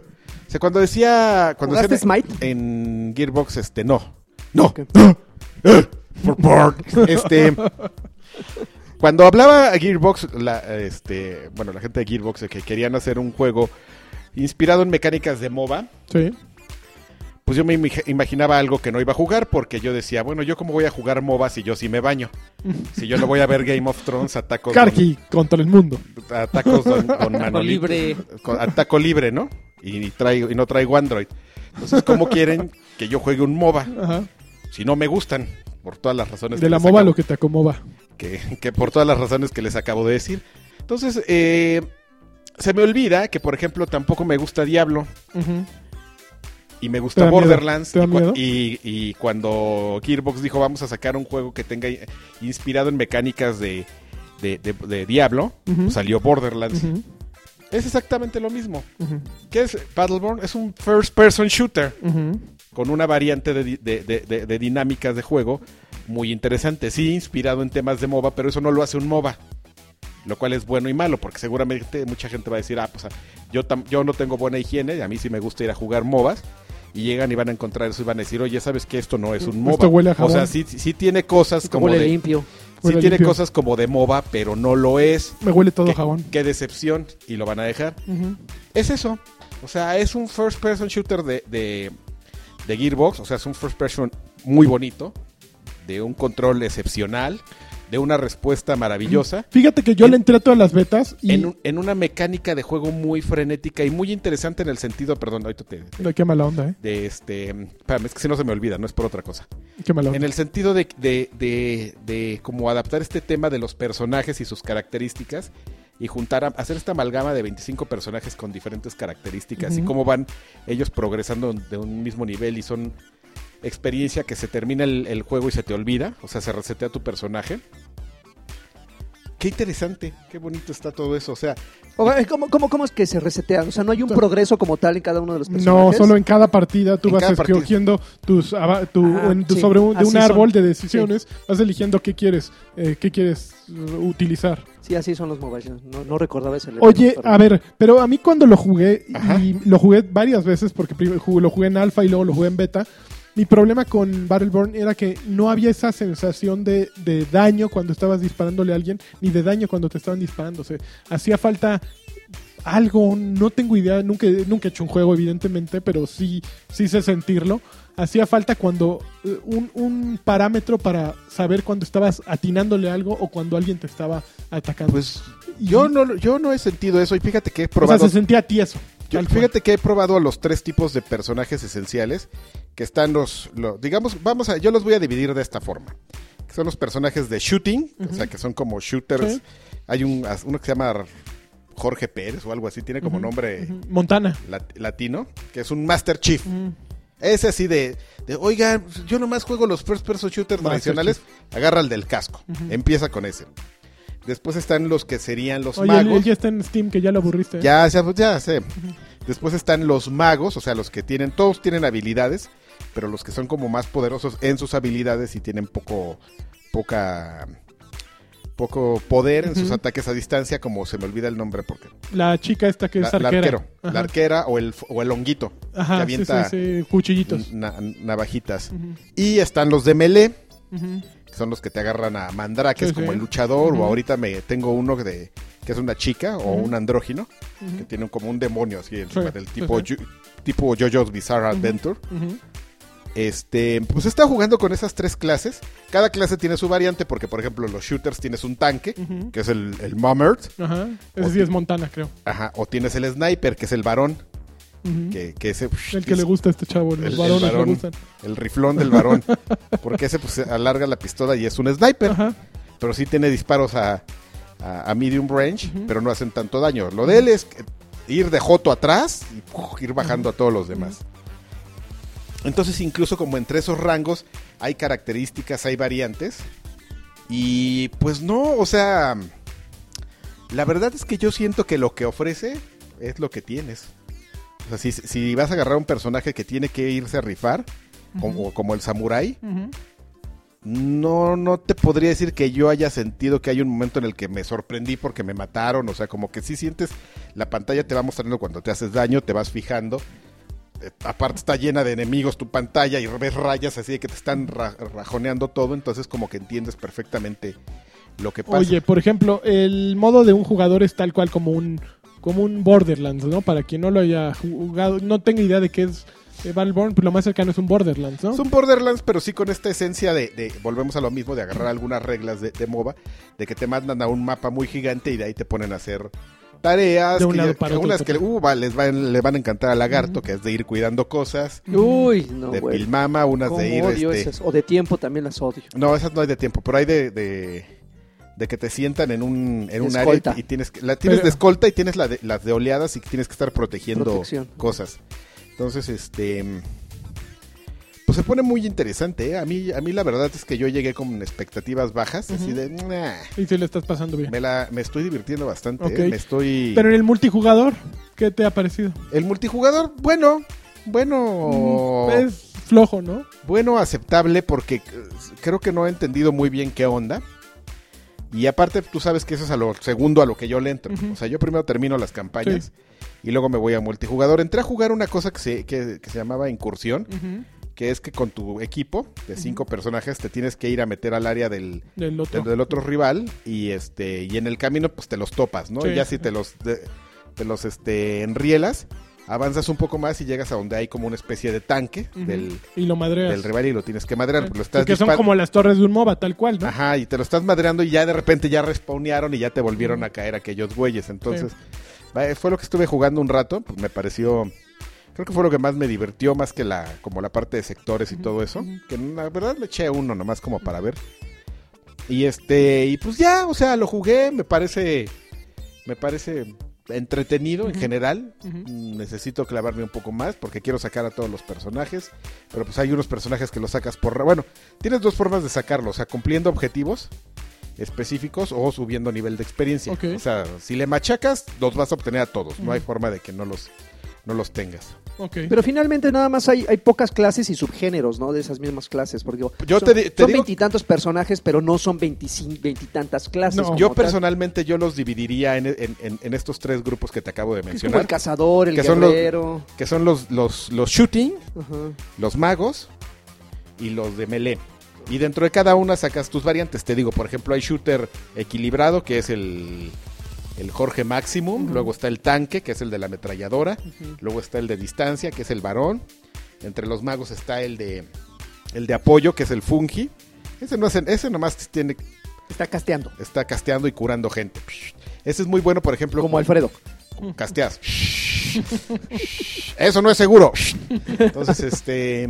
Speaker 3: O sea, cuando decía, cuando
Speaker 5: ¿Jugaste
Speaker 3: decían en-
Speaker 5: Smite?
Speaker 3: en Gearbox, este, no, no,
Speaker 5: Ok.
Speaker 1: Por, por.
Speaker 3: *laughs* este, cuando hablaba Gearbox, la, este, bueno, la gente de Gearbox de que querían hacer un juego inspirado en mecánicas de MOBA,
Speaker 2: Sí.
Speaker 3: pues yo me imig- imaginaba algo que no iba a jugar porque yo decía, bueno, yo cómo voy a jugar MOBA si yo sí me baño. Si yo no voy a ver Game of Thrones, atacos
Speaker 2: Karki contra el mundo.
Speaker 3: atacos don, don Manolito.
Speaker 4: libre.
Speaker 3: Con- ataco libre, ¿no? Y, traigo, y no traigo Android. Entonces, ¿cómo quieren que yo juegue un MOBA
Speaker 2: Ajá.
Speaker 3: si no me gustan? Por todas las razones
Speaker 2: De la
Speaker 3: les
Speaker 2: MOBA
Speaker 3: acabo-
Speaker 2: lo que te acomoda.
Speaker 3: que, que por todas las razones que les acabo de decir. Entonces, eh, se me olvida que, por ejemplo, tampoco me gusta Diablo.
Speaker 2: Ujú.
Speaker 3: Y me
Speaker 2: ¿Te
Speaker 3: gusta
Speaker 2: da miedo?
Speaker 3: Borderlands.
Speaker 2: ¿Te da
Speaker 3: y, cua-
Speaker 2: miedo?
Speaker 3: y- y cuando Gearbox dijo vamos a sacar un juego que tenga i- inspirado en mecánicas de, de- de- de Diablo,
Speaker 2: Ujú.
Speaker 3: pues salió Borderlands.
Speaker 2: Ujú.
Speaker 3: Es exactamente lo mismo.
Speaker 2: Ujú.
Speaker 3: ¿Qué es Battleborn? Es un first person shooter
Speaker 2: Ujú.
Speaker 3: con una variante de, di- de- de- de- de dinámicas de juego muy interesante. Sí, inspirado en temas de MOBA, pero eso no lo hace un MOBA. Lo cual es bueno y malo, porque seguramente mucha gente va a decir, ah, pues ah, yo, tam- yo no tengo buena higiene, y a mí sí me gusta ir a jugar MOBAs. Y llegan y van a encontrar eso y van a decir, oye, ¿sabes que Esto no es un MOBA.
Speaker 2: huele a jabón.
Speaker 3: O sea, sí, sí tiene cosas como
Speaker 5: Huele
Speaker 3: de...
Speaker 5: limpio.
Speaker 3: sí
Speaker 2: Huele
Speaker 3: tiene
Speaker 2: limpio.
Speaker 3: cosas como de MOBA, pero no lo es.
Speaker 2: Me huele todo
Speaker 3: qué,
Speaker 2: a jabón.
Speaker 3: qué decepción. Y lo van a dejar
Speaker 2: Ujú.
Speaker 3: es eso. O sea, es un first person shooter de, de, de Gearbox. O sea, es un first person muy bonito. De un control excepcional. De una respuesta maravillosa.
Speaker 2: Fíjate que yo
Speaker 3: En-
Speaker 2: le entré a todas las betas y...
Speaker 3: En, un- en una mecánica de juego muy frenética y muy interesante en el sentido, perdón, ahorita te...
Speaker 2: No, qué mala onda, ¿eh?
Speaker 3: De este, espérame, es que si no se me olvida, no es por otra cosa.
Speaker 2: Qué mala
Speaker 3: En
Speaker 2: onda.
Speaker 3: el sentido de, de, de, de cómo adaptar este tema de los personajes y sus características y juntar, a- hacer esta amalgama de 25 personajes con diferentes características y cómo van ellos progresando de un mismo nivel y son experiencia que se termina el, el juego y se te olvida, o sea, se resetea tu personaje. Qué interesante, qué bonito está todo eso, o sea,
Speaker 5: O, eh, ¿Cómo, cómo, cómo es que se resetean? O sea, ¿no hay un progreso como tal en cada uno de los
Speaker 2: No,
Speaker 5: personajes?
Speaker 2: solo en cada partida tú
Speaker 3: En
Speaker 2: vas
Speaker 3: cada partida.
Speaker 2: escogiendo tus, ava- tu-
Speaker 5: Ah,
Speaker 2: en tu-
Speaker 5: sí,
Speaker 2: sobre un, de
Speaker 5: así
Speaker 2: un árbol
Speaker 5: son.
Speaker 2: de decisiones, vas eligiendo qué quieres, eh, qué quieres eh, utilizar.
Speaker 5: Sí, así son los mobile. Legends. No, no recordaba ese elemento,
Speaker 2: Oye,
Speaker 5: perdón.
Speaker 2: a ver, pero a mí cuando lo jugué,
Speaker 3: Ajá.
Speaker 2: y lo jugué varias veces porque primero ju- lo jugué en alfa y luego lo jugué en beta, mi problema con Battleborn era que no había esa sensación de, de daño cuando estabas disparándole a alguien, ni de daño cuando te estaban disparando. O sea, hacía falta algo, no tengo idea, nunca, nunca he hecho un juego evidentemente, pero sí, sí sé sentirlo. Hacía falta cuando eh, un, un parámetro para saber cuando estabas atinándole algo o cuando alguien te estaba atacando.
Speaker 3: pues yo no, yo no he sentido eso y fíjate que he
Speaker 2: o sea,
Speaker 3: probado
Speaker 2: se sentía tieso.
Speaker 3: Yo-
Speaker 2: tal cual.
Speaker 3: fíjate que he probado a los tres tipos de personajes esenciales que están los, lo- digamos, vamos a, yo los voy a dividir de esta forma. Que son los personajes de shooting, o sea, que son como shooters.
Speaker 2: Sí.
Speaker 3: Hay un, as- uno que se llama Jorge Pérez o algo así, tiene como
Speaker 2: Ujú,
Speaker 3: nombre
Speaker 2: Ujú. Montana.
Speaker 3: lat- latino, que es un Master Chief. Ese así de, de, oiga, yo nomás juego los first person shooters
Speaker 2: Master
Speaker 3: tradicionales, agarra el del casco, empieza con ese. Después están los que serían los
Speaker 2: Oye, él,
Speaker 3: magos.
Speaker 2: él ya está en Steam, que ya lo aburriste. ¿eh?
Speaker 3: Ya, ya, pues, ya sé. Después están los magos, o sea, los que tienen, todos tienen habilidades, pero los que son como más poderosos en sus habilidades y tienen poco, poca, poco poder en sus
Speaker 2: Ujú.
Speaker 3: ataques a distancia, como se me olvida el nombre porque
Speaker 2: La chica esta que es
Speaker 3: la-
Speaker 2: arquera.
Speaker 3: arquero,
Speaker 2: Ajá.
Speaker 3: la arquera o el, o el honguito
Speaker 2: Ajá,
Speaker 3: que
Speaker 2: sí,
Speaker 3: avienta
Speaker 2: sí, sí, cuchillitos.
Speaker 3: na- navajitas.
Speaker 2: Ujú,
Speaker 3: Y están los de melee,
Speaker 2: ujú.
Speaker 3: que son los que te agarran a mandraques
Speaker 2: Sí,
Speaker 3: como
Speaker 2: sí.
Speaker 3: el luchador o
Speaker 2: Ujú.
Speaker 3: ahorita me tengo uno de que es una chica o un andrógino que tiene un- como un demonio así encima
Speaker 2: Sí,
Speaker 3: del
Speaker 2: sí,
Speaker 3: tipo
Speaker 2: sí.
Speaker 3: Yo- tipo JoJo's Bizarre Adventure
Speaker 2: Ujú.
Speaker 3: este pues está jugando con esas tres clases cada clase tiene su variante porque por ejemplo los shooters tienes un tanque
Speaker 2: Ujú.
Speaker 3: que es el, el Mummert
Speaker 2: Ajá. Ese sí es Montana, creo.
Speaker 3: ajá, o tienes el sniper que es el varón
Speaker 2: Ujú.
Speaker 3: que, que ese
Speaker 2: El que le gusta a este chavo, los
Speaker 3: el- el
Speaker 2: varones
Speaker 3: varón.
Speaker 2: le gustan.
Speaker 3: el riflón del varón porque ese pues alarga la pistola y es un sniper
Speaker 2: Ajá.
Speaker 3: pero sí tiene disparos a, a- a medium range, pero no hacen tanto daño. Lo de él es que- ir de joto atrás y ¡puf! ir bajando a todos los demás. Entonces, incluso como entre esos rangos hay características, hay variantes. Y pues no, o sea, la verdad es que yo siento que lo que ofrece es lo que tienes. O sea, si, si vas a agarrar un personaje que tiene que irse a rifar, como, como el samurái,
Speaker 2: Ujú.
Speaker 3: no, no te podría decir que yo haya sentido que hay un momento en el que me sorprendí porque me mataron. O sea, como que sí sientes, la pantalla te va mostrando cuando te haces daño, te vas fijando. Eh, aparte está llena de enemigos tu pantalla y ves rayas así de que te están ra- rajoneando todo. Entonces como que entiendes perfectamente lo que pasa.
Speaker 2: Oye, por ejemplo, el modo de un jugador es tal cual como un como un Borderlands, ¿no? Para quien no lo haya jugado, no tenga idea de qué es eh, Battleborn, pero lo más cercano es un Borderlands, ¿no?
Speaker 3: Es un Borderlands, pero sí con esta esencia de, de- volvemos a lo mismo, de agarrar algunas reglas de, de MOBA, de que te mandan a un mapa muy gigante y de ahí te ponen a hacer tareas,
Speaker 2: De un
Speaker 3: que
Speaker 2: lado
Speaker 3: ya-
Speaker 2: para
Speaker 3: que
Speaker 2: otro,
Speaker 3: unas que
Speaker 2: otro.
Speaker 3: uh, va, les van, le van a encantar al lagarto, que es de ir cuidando cosas,
Speaker 5: Uy, no,
Speaker 3: de
Speaker 5: güey.
Speaker 3: pilmama, unas
Speaker 5: ¿Cómo
Speaker 3: de ir...
Speaker 5: odio
Speaker 3: este-
Speaker 5: esas? O de tiempo también las odio.
Speaker 3: No, esas no hay de tiempo, pero hay de... de de que te sientan en un, en un área
Speaker 5: escolta.
Speaker 3: y tienes que- la tienes
Speaker 2: Pero-
Speaker 3: de escolta y tienes la de- las de oleadas y tienes que estar protegiendo
Speaker 5: Protección.
Speaker 3: cosas. Entonces, este pues se pone muy interesante, ¿eh? A mí a mí la verdad es que yo llegué con expectativas bajas, así de "Nah,
Speaker 2: Y si le estás pasando bien.
Speaker 3: me la me estoy divirtiendo bastante,
Speaker 2: Ok.
Speaker 3: ¿eh? me estoy
Speaker 2: Pero en el multijugador, ¿qué te ha parecido?
Speaker 3: el multijugador, bueno, bueno,
Speaker 2: Mm, Es flojo, ¿no?
Speaker 3: bueno, aceptable porque eh, creo que no he entendido muy bien qué onda. Y aparte tú sabes que eso es a lo segundo a lo que yo le entro. O sea, yo primero termino las campañas y luego me voy a multijugador. Entré a jugar una cosa que se, que- que se llamaba incursión, que es que con tu equipo de cinco personajes te tienes que ir a meter al área del,
Speaker 2: Del otro.
Speaker 3: del, del otro rival y este y en el camino pues te los topas, ¿no?
Speaker 2: Sí.
Speaker 3: Y ya si te los de- te los este enrielas, avanzas un poco más y llegas a donde hay como una especie de tanque
Speaker 2: Ujú.
Speaker 3: del
Speaker 2: y lo madreas.
Speaker 3: del rival y lo tienes que madrear. pues
Speaker 2: Sí.
Speaker 3: Lo estás
Speaker 2: que son
Speaker 3: dispar-
Speaker 2: como las torres de un MOBA, tal cual, ¿no?
Speaker 3: Ajá, y te lo estás madreando y ya de repente ya respawnearon y ya te volvieron a caer aquellos güeyes. Entonces, va- eh, fue lo que estuve jugando un rato, pues me pareció... Creo que fue lo que más me divirtió, más que la como la parte de sectores y todo eso. Que la verdad le eché uno nomás como para ver. Y este, y pues ya, o sea, lo jugué, me parece... Me parece entretenido en general.
Speaker 2: Ujú.
Speaker 3: Mm, Necesito clavarme un poco más porque quiero sacar a todos los personajes. Pero pues hay unos personajes que los sacas por... ra- Bueno, tienes dos formas de sacarlos. O sea, cumpliendo objetivos específicos o subiendo nivel de experiencia.
Speaker 2: Ok.
Speaker 3: O sea, si le machacas, los vas a obtener a todos. No hay forma de que no los, no los tengas.
Speaker 2: Ok.
Speaker 5: Pero finalmente nada más hay, hay pocas clases y subgéneros, ¿no? De esas mismas clases. Porque
Speaker 3: Yo
Speaker 5: son,
Speaker 3: te di- te
Speaker 5: son
Speaker 3: digo-
Speaker 5: veintitantos personajes, pero no son veinticin- veintitantas clases.
Speaker 2: No.
Speaker 5: como
Speaker 3: Yo
Speaker 5: tal.
Speaker 3: personalmente yo los dividiría en, en- en- en estos tres grupos que te acabo de
Speaker 5: Es como el
Speaker 3: mencionar.
Speaker 5: cazador, el
Speaker 3: que son los-
Speaker 5: guerrero.
Speaker 3: Que son los, los, los shooting,
Speaker 5: Ajá.
Speaker 3: los magos y los de melee. Y dentro de cada una sacas tus variantes. Te digo, por ejemplo, hay shooter equilibrado, que es el, el Jorge Maximum. Luego está el tanque, que es el de la ametralladora. Luego está el de distancia, que es el varón. Entre los magos está el de, el de apoyo, que es el fungi. Ese, no es, ese nomás tiene,
Speaker 5: Está casteando.
Speaker 3: está casteando y curando gente. Ese es muy bueno, por ejemplo.
Speaker 5: Como Alfredo.
Speaker 3: casteas. Eso no es seguro. Entonces, este.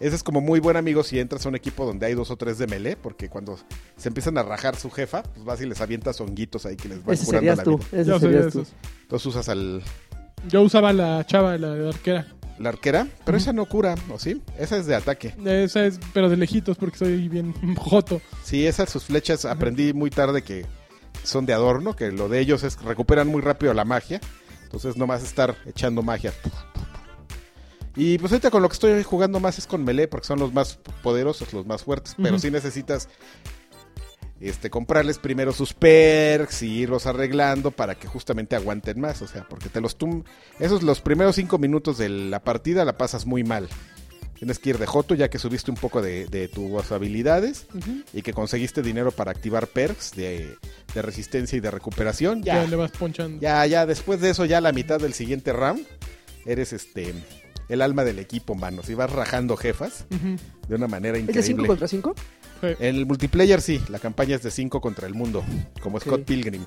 Speaker 3: Ese es como muy buen amigo si entras a un equipo donde hay dos o tres de melee, porque cuando se empiezan a rajar su jefa, pues vas y les avientas honguitos ahí que les van
Speaker 5: Ese
Speaker 3: curando
Speaker 5: serías
Speaker 3: la
Speaker 5: tú.
Speaker 3: vida.
Speaker 5: Ese
Speaker 2: Ya sé,
Speaker 5: serías
Speaker 2: ya
Speaker 5: tú.
Speaker 2: sé.
Speaker 3: Entonces usas al,
Speaker 2: Yo usaba la chava, la arquera.
Speaker 3: la arquera, pero esa no cura, ¿o sí? Esa es de ataque.
Speaker 2: Esa es, pero de lejitos, porque soy bien *laughs* joto.
Speaker 3: Sí, esas sus flechas aprendí muy tarde que son de adorno, que lo de ellos es que recuperan muy rápido la magia. Entonces nomás estar echando magia. Y pues ahorita con lo que estoy jugando más es con melee, porque son los más poderosos, los más fuertes. Pero
Speaker 2: Ujú.
Speaker 3: sí necesitas este, comprarles primero sus perks y irlos arreglando para que justamente aguanten más. O sea, porque te los tum... Esos los primeros cinco minutos de la partida la pasas muy mal. Tienes que ir de joto ya que subiste un poco de, de tus habilidades y que conseguiste dinero para activar perks de, de resistencia y de recuperación.
Speaker 2: Ya,
Speaker 3: Ya,
Speaker 2: le vas ponchando.
Speaker 3: ya, ya, después de eso, ya a la mitad del siguiente round, eres este el alma del equipo, manos. Y vas rajando jefas
Speaker 2: Ujú.
Speaker 3: de una manera
Speaker 5: ¿Es de 5
Speaker 3: increíble.
Speaker 5: contra 5?
Speaker 2: Sí.
Speaker 3: En el multiplayer sí, la campaña es de 5 contra el mundo, como Scott Pilgrim,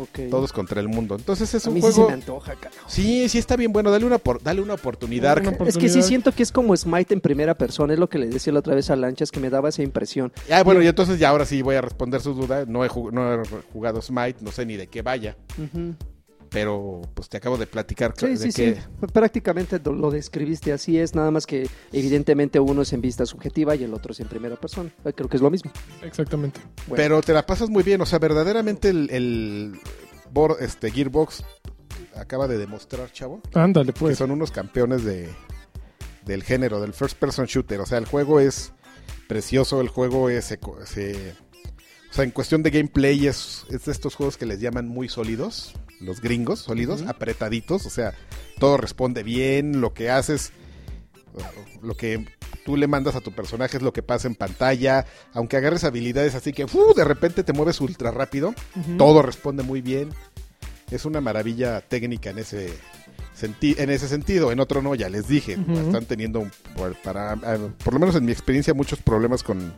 Speaker 5: Ok.
Speaker 3: todos contra el mundo. Entonces es
Speaker 5: A
Speaker 3: un
Speaker 5: mí sí se
Speaker 3: juego...
Speaker 5: me antoja, carajo.
Speaker 3: Sí, sí está bien bueno, dale una, por- dale una oportunidad.
Speaker 2: Una
Speaker 3: ca-
Speaker 2: opor-
Speaker 5: Es que sí
Speaker 2: Oportunidad.
Speaker 5: siento que es como Smite en primera persona, es lo que le decía la otra vez a Lanchas, que me daba esa impresión.
Speaker 3: Ah, bueno, y entonces ya ahora sí voy a responder su duda. No he, jug- no he jugado Smite, no sé ni de qué vaya.
Speaker 5: Ujú.
Speaker 3: Pero pues te acabo de platicar
Speaker 5: Sí,
Speaker 3: cl- de
Speaker 5: sí,
Speaker 3: que
Speaker 5: sí. Prácticamente do- lo describiste así es, nada más que evidentemente uno es en vista subjetiva y el otro es en primera persona. Eh, Creo que es lo mismo.
Speaker 2: Exactamente.
Speaker 5: Bueno.
Speaker 3: Pero te la pasas muy bien, o sea, verdaderamente el, el Bor- este, Gearbox acaba de demostrar, chavo,
Speaker 2: Ándale,
Speaker 3: que
Speaker 2: pues.
Speaker 3: son unos campeones de, del género, del first person shooter. O sea, el juego es precioso, el juego es... eco- se- o sea, en cuestión de gameplay es, es de estos juegos que les llaman muy sólidos, los gringos, sólidos, apretaditos, o sea, todo responde bien, lo que haces, lo que tú le mandas a tu personaje es lo que pasa en pantalla, aunque agarres habilidades así que ¡fu! de repente te mueves ultra rápido,
Speaker 2: Ujú.
Speaker 3: todo responde muy bien. Es una maravilla técnica en ese, senti- en ese sentido. En otro no, ya les dije.
Speaker 2: Ujú.
Speaker 3: Están teniendo, un- por- para, ah, por lo menos en mi experiencia, muchos problemas con,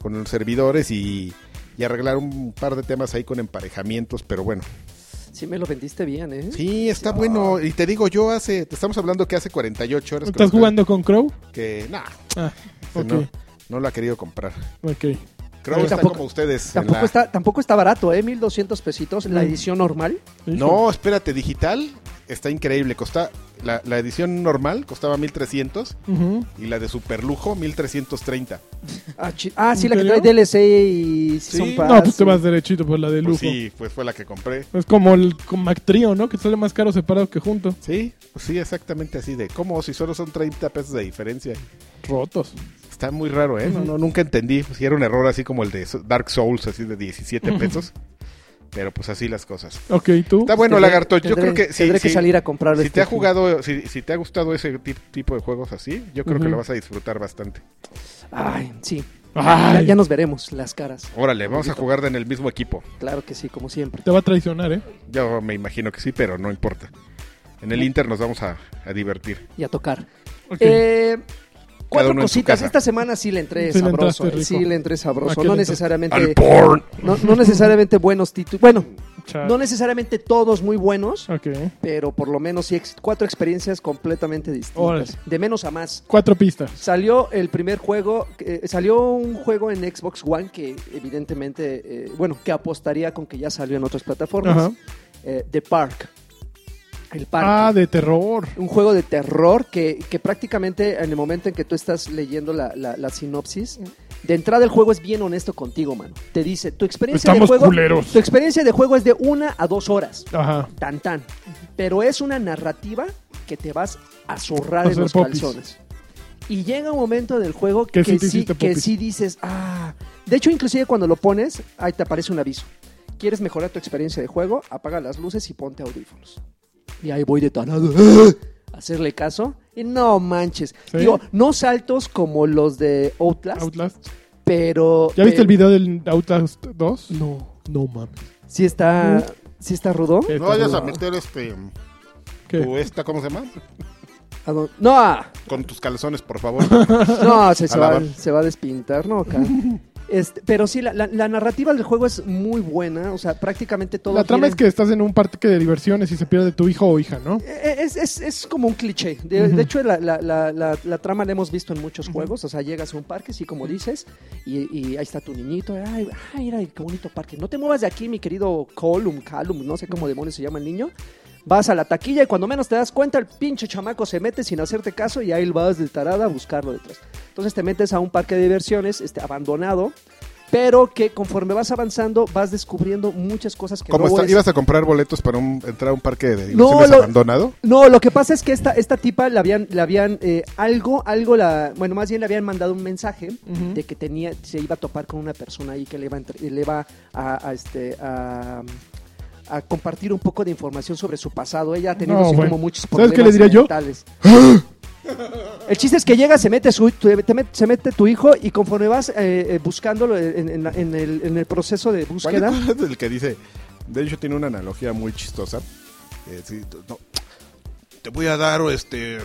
Speaker 3: con los servidores y, y arreglar un par de temas ahí con emparejamientos. Pero bueno,
Speaker 5: Sí me lo vendiste bien, ¿eh?
Speaker 3: sí, está bueno. Y te digo, yo hace, te estamos hablando que hace 48 horas.
Speaker 2: ¿Estás
Speaker 3: creo,
Speaker 2: jugando con Crow?
Speaker 3: Que, nah,
Speaker 2: Ah,
Speaker 3: que
Speaker 2: ok.
Speaker 3: no, no lo ha querido comprar.
Speaker 2: ok.
Speaker 3: Creo que está
Speaker 5: Tampoco-
Speaker 3: como ustedes. en
Speaker 5: Tampoco,
Speaker 3: la-
Speaker 5: está, tampoco está barato, ¿eh? 1200 pesitos, la edición normal.
Speaker 3: No, espérate, digital está increíble. Costa, la, la edición normal costaba 1300
Speaker 2: Ujú.
Speaker 3: y la de super lujo 1330.
Speaker 5: Ah, chi- ah, sí,
Speaker 2: ¿En
Speaker 5: la que trae
Speaker 2: serio?
Speaker 5: DLC y
Speaker 3: Sí.
Speaker 5: son
Speaker 2: No, pues te vas derechito por la de lujo.
Speaker 3: Pues sí, pues fue la que compré.
Speaker 2: Es como el con Mac Trio, ¿no? Que sale más caro separado que junto.
Speaker 3: Sí, pues sí, exactamente así de cómo si solo son 30 pesos de diferencia.
Speaker 2: Rotos.
Speaker 3: Está muy raro, ¿eh? No, no, nunca entendí. Si era un error así como el de So- Dark Souls, así de 17 pesos. Pero pues así las cosas.
Speaker 2: Ok, ¿y tú?
Speaker 3: Está Ah, bueno, Lagarto. Yo creo que sí,
Speaker 5: tendré que
Speaker 3: sí.
Speaker 5: salir a comprarlo.
Speaker 3: Si
Speaker 5: este
Speaker 3: te ha
Speaker 5: fin.
Speaker 3: jugado, si, si te ha gustado ese ti- tipo de juegos así, yo creo que
Speaker 2: Ujú.
Speaker 3: lo vas a disfrutar bastante.
Speaker 5: Ay, sí.
Speaker 2: Ay.
Speaker 5: Ya, ya nos veremos las caras.
Speaker 3: Órale, vamos a jugar en el mismo equipo.
Speaker 5: Claro que sí, como siempre.
Speaker 2: Te va a traicionar, ¿eh?
Speaker 3: Yo me imagino que sí, pero no importa. En el Inter nos vamos a, a divertir.
Speaker 5: Y a tocar.
Speaker 2: Ok.
Speaker 5: Eh, cuatro
Speaker 3: uno en su
Speaker 5: cositas.
Speaker 3: casa.
Speaker 5: Esta semana sí le entré
Speaker 2: Sí le
Speaker 5: sabroso.
Speaker 2: entraste
Speaker 5: eh,
Speaker 2: rico.
Speaker 5: sí le entré
Speaker 2: ¿A
Speaker 5: sabroso.
Speaker 2: qué
Speaker 5: No
Speaker 2: le entraste?
Speaker 5: necesariamente,
Speaker 1: Al porn.
Speaker 5: no, no necesariamente buenos títulos. Bueno,
Speaker 2: Chale.
Speaker 5: No necesariamente todos muy buenos,
Speaker 2: Ah. Ok.
Speaker 5: pero por lo menos sí ex- cuatro experiencias completamente distintas.
Speaker 2: Órale.
Speaker 5: De menos a más.
Speaker 2: Cuatro pistas.
Speaker 5: Salió el primer juego, eh, salió un juego en Xbox One que evidentemente, eh, bueno, que apostaría con que ya salió en otras plataformas.
Speaker 2: Ajá.
Speaker 5: Eh, The Park. El parque.
Speaker 2: Ah, de terror.
Speaker 5: Un juego de terror que, que prácticamente en el momento en que tú estás leyendo la, la- la sinopsis, de entrada el juego es bien honesto contigo, mano. Te dice, tu experiencia
Speaker 2: Estamos
Speaker 5: de juego...
Speaker 2: culeros.
Speaker 5: Tu experiencia de juego es de una a dos horas.
Speaker 2: Ajá.
Speaker 5: Tan tan. Pero es una narrativa que te vas a
Speaker 2: A
Speaker 5: zurrar en
Speaker 2: hacer
Speaker 5: los
Speaker 2: popis.
Speaker 5: calzones. Y llega un momento del juego
Speaker 2: Que
Speaker 5: que,
Speaker 2: sí te
Speaker 5: sí,
Speaker 2: hiciste
Speaker 5: que
Speaker 2: popis.
Speaker 5: sí dices, ah. De hecho, inclusive cuando lo pones, ahí te aparece un aviso. ¿Quieres mejorar tu experiencia de juego? Apaga las luces y ponte audífonos. Y ahí voy de tarado. ¡ah! Hacerle caso. Y no manches.
Speaker 2: Sí.
Speaker 5: Digo, no saltos como los de Outlast,
Speaker 2: Outlast.
Speaker 5: pero.
Speaker 2: ¿Ya viste el
Speaker 5: pero-
Speaker 2: video del Outlast 2?
Speaker 5: Eh, No.
Speaker 2: No mames.
Speaker 5: Sí está.
Speaker 2: ¿Mm?
Speaker 5: Sí está rudo.
Speaker 2: Está
Speaker 7: No vayas a
Speaker 2: rudo.
Speaker 7: meter este.
Speaker 2: ¿Qué?
Speaker 3: Tu esta, ¿cómo se llama?
Speaker 5: ¿A dónde- No. ah.
Speaker 3: Con tus calzones, por
Speaker 5: *laughs*
Speaker 3: favor.
Speaker 5: No, se, se
Speaker 3: A
Speaker 5: va,
Speaker 3: lavar.
Speaker 5: se va a despintar, ¿no? Acá. Este, pero sí, la, la- la narrativa del juego es muy buena. O sea, prácticamente todo.
Speaker 2: La trama
Speaker 5: gira
Speaker 2: es que estás en un parque de diversiones y se pierde tu hijo o hija,
Speaker 5: *laughs*
Speaker 2: ¿no?
Speaker 5: en- Eh, Es, es- es como un cliché. De, de
Speaker 2: Ujú.
Speaker 5: hecho, la, la- la- la- la trama la hemos visto en muchos juegos. O sea, llegas a un parque, sí, como dices, y, y ahí está tu niñito. Ay, ay, mira, qué bonito parque. No te muevas de aquí, mi querido Colum, Calum, no sé cómo demonios se llama el niño. Vas a la taquilla y cuando menos te das cuenta, el pinche chamaco se mete sin hacerte caso y ahí vas de tarada a buscarlo detrás. Entonces te metes a un parque de diversiones este, abandonado, pero que conforme vas avanzando vas descubriendo muchas cosas que
Speaker 3: ¿Cómo
Speaker 5: luego
Speaker 3: está?
Speaker 5: es-
Speaker 3: ¿Ibas a comprar boletos para un- entrar a un parque de diversiones
Speaker 5: lo-
Speaker 3: abandonado?
Speaker 5: no, lo que pasa es que esta, esta tipa la habían, la habían eh, algo, algo la, bueno, más bien le habían mandado un mensaje de que tenía, se iba a topar con una persona ahí que le iba a, entre- le iba a, a, este, a, a compartir un poco de información sobre su pasado. Ella ha tenido
Speaker 2: No,
Speaker 5: así
Speaker 2: bueno.
Speaker 5: como muchos
Speaker 2: ¿Sabes
Speaker 5: problemas
Speaker 2: qué le diría yo?
Speaker 5: mentales. El chiste es que llega, se mete, su, tu- te met- se mete tu hijo y conforme vas eh, eh, buscándolo en, en la- en el, en el proceso de
Speaker 2: Pues
Speaker 3: ¿Cuál
Speaker 5: búsqueda,
Speaker 3: es el que dice? De hecho, tiene una analogía muy chistosa. Eh, sí, t- no. Te voy a dar, este,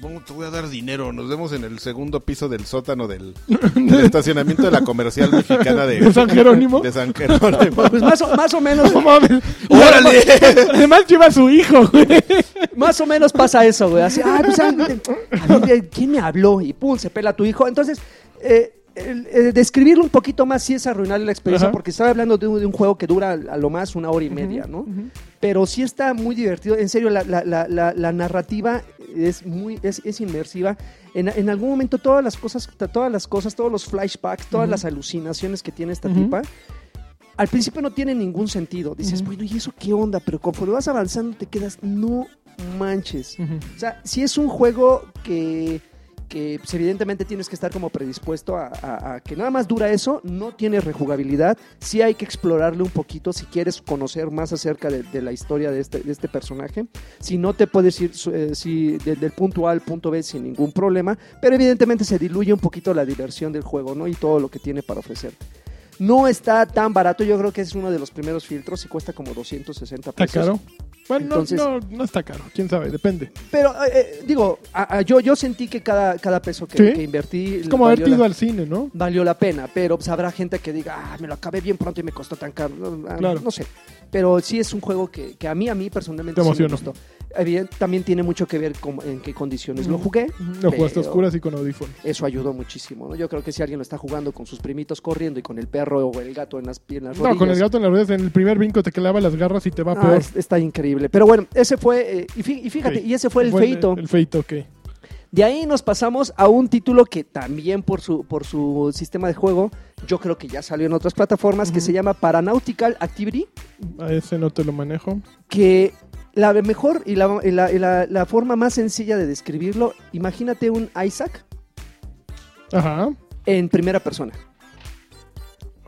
Speaker 3: bueno, te voy a dar dinero. Nos vemos en el segundo piso del sótano del,
Speaker 2: *laughs*
Speaker 3: del estacionamiento de la comercial mexicana de,
Speaker 2: ¿De San Jerónimo?
Speaker 3: de San
Speaker 2: *laughs*
Speaker 3: Jerónimo.
Speaker 5: pues más o, más o menos...
Speaker 2: No mames.
Speaker 5: *laughs*
Speaker 3: ¡Órale!
Speaker 2: Además lleva a su hijo, güey.
Speaker 5: Más o menos pasa eso, güey. Así, ay, pues, ay, a mí, eh, ¿quién me habló? Y pum, se pela a tu hijo. Entonces, eh, el- eh, describirlo un poquito más sí es arruinarle la experiencia,
Speaker 2: Ajá.
Speaker 5: porque estaba hablando de un, de un juego que dura a lo más una hora y media, ¿no? Pero sí está muy divertido. En serio, la, la- la- la- la narrativa es muy es, es inmersiva. En, en algún momento todas las cosas, todas las cosas, todos los flashbacks, todas las alucinaciones que tiene esta
Speaker 2: Ujú.
Speaker 5: tipa, al principio no tiene ningún sentido. Dices, bueno, ¿y eso qué onda? Pero conforme vas avanzando te quedas, no manches. O sea, si es un juego que, que pues, evidentemente tienes que estar como predispuesto a, a- a que nada más dura eso, no tiene rejugabilidad, sí hay que explorarle un poquito si quieres conocer más acerca de, de la historia de este, de este personaje. Si no te puedes ir su- eh, si de- del punto A al punto B sin ningún problema, pero evidentemente se diluye un poquito la diversión del juego, ¿no? Y todo lo que tiene para ofrecer. No está tan barato, yo creo que es uno de los primeros filtros y cuesta como 260
Speaker 2: ¿Está
Speaker 5: pesos.
Speaker 2: caro? Bueno, no-
Speaker 5: Entonces-
Speaker 2: no, no está caro. ¿Quién sabe? Depende.
Speaker 5: Pero eh, eh, digo, a- a- yo, yo sentí que cada, cada peso que,
Speaker 2: Sí.
Speaker 5: que invertí
Speaker 2: Es como haber
Speaker 5: valió,
Speaker 2: ido
Speaker 5: la,
Speaker 2: al cine, ¿no?
Speaker 5: valió la pena, pero pues, habrá gente que diga, ah, me lo acabé bien pronto y me costó tan caro. No, ah,
Speaker 2: Claro.
Speaker 5: no sé. Pero sí es un juego que, que a mí, a mí personalmente
Speaker 2: Te
Speaker 5: sí me
Speaker 2: emocionó.
Speaker 5: gustó. Evident- también tiene mucho que ver con- en qué condiciones lo jugué.
Speaker 2: Lo jugaste a
Speaker 5: pero-
Speaker 2: oscuras y con audífonos.
Speaker 5: Eso ayudó muchísimo, ¿no? Yo creo que si alguien lo está jugando con sus primitos corriendo y con el perro o el gato en las piernas.
Speaker 2: No, con el gato en las ruedas, en el primer brinco te clava las garras y te va
Speaker 5: Ah,
Speaker 2: peor.
Speaker 5: es- está increíble. Pero bueno, ese fue, eh, y fí- y fíjate,
Speaker 2: Ok.
Speaker 5: y ese fue el
Speaker 2: Bueno,
Speaker 5: feito.
Speaker 2: El feito, ok.
Speaker 5: De ahí nos pasamos a un título que también por su, por su sistema de juego, yo creo que ya salió en otras plataformas, que se llama Paranautical Activity,
Speaker 2: A ese no te lo manejo. que
Speaker 5: que la mejor y la, y la- y la- la forma más sencilla de describirlo, imagínate un Isaac
Speaker 2: Ajá,
Speaker 5: en primera persona.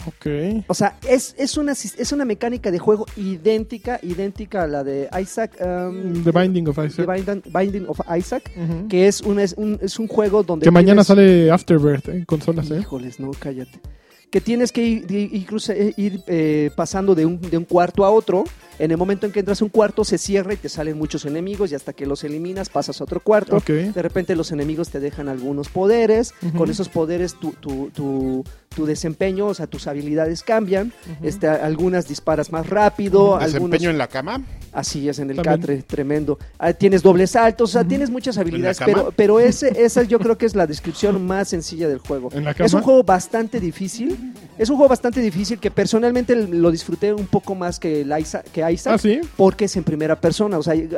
Speaker 2: ok.
Speaker 5: O sea, es, es, una, sis- es una mecánica de juego idéntica, idéntica a la de Isaac, um,
Speaker 2: The Binding of
Speaker 5: The
Speaker 2: Isaac.
Speaker 5: Binding, Binding of Isaac,
Speaker 2: Ujú.
Speaker 5: que es un, es un, es un juego donde...
Speaker 2: Que mañana
Speaker 5: tienes-
Speaker 2: sale Afterbirth eh, en consolas, ¿eh?
Speaker 5: Híjoles, no, cállate. Que tienes que ir, di- incluso, eh, ir, eh, pasando de un, de un cuarto a otro. En el momento en que entras a un cuarto, se cierra y te salen muchos enemigos. Y hasta que los eliminas, pasas a otro cuarto.
Speaker 2: Ok.
Speaker 5: De repente, los enemigos te dejan algunos poderes.
Speaker 2: Ujú.
Speaker 5: Con esos poderes, tu, tu, tu, tu desempeño, o sea, tus habilidades cambian. este, a- algunas disparas más rápido, algunos
Speaker 3: Desempeño en la cama.
Speaker 5: Así es, en el
Speaker 2: También.
Speaker 5: catre, tremendo. Ah, tienes dobles saltos, o sea, tienes muchas habilidades,
Speaker 3: cama?
Speaker 5: pero, pero ese, esa yo creo que es la descripción más sencilla del juego.
Speaker 2: ¿En la cama?
Speaker 5: Es un juego bastante difícil, es un juego bastante difícil que personalmente lo disfruté un poco más que, el Isa- que Isaac,
Speaker 2: ¿Ah, sí?
Speaker 5: porque es en primera persona, o sea, eh,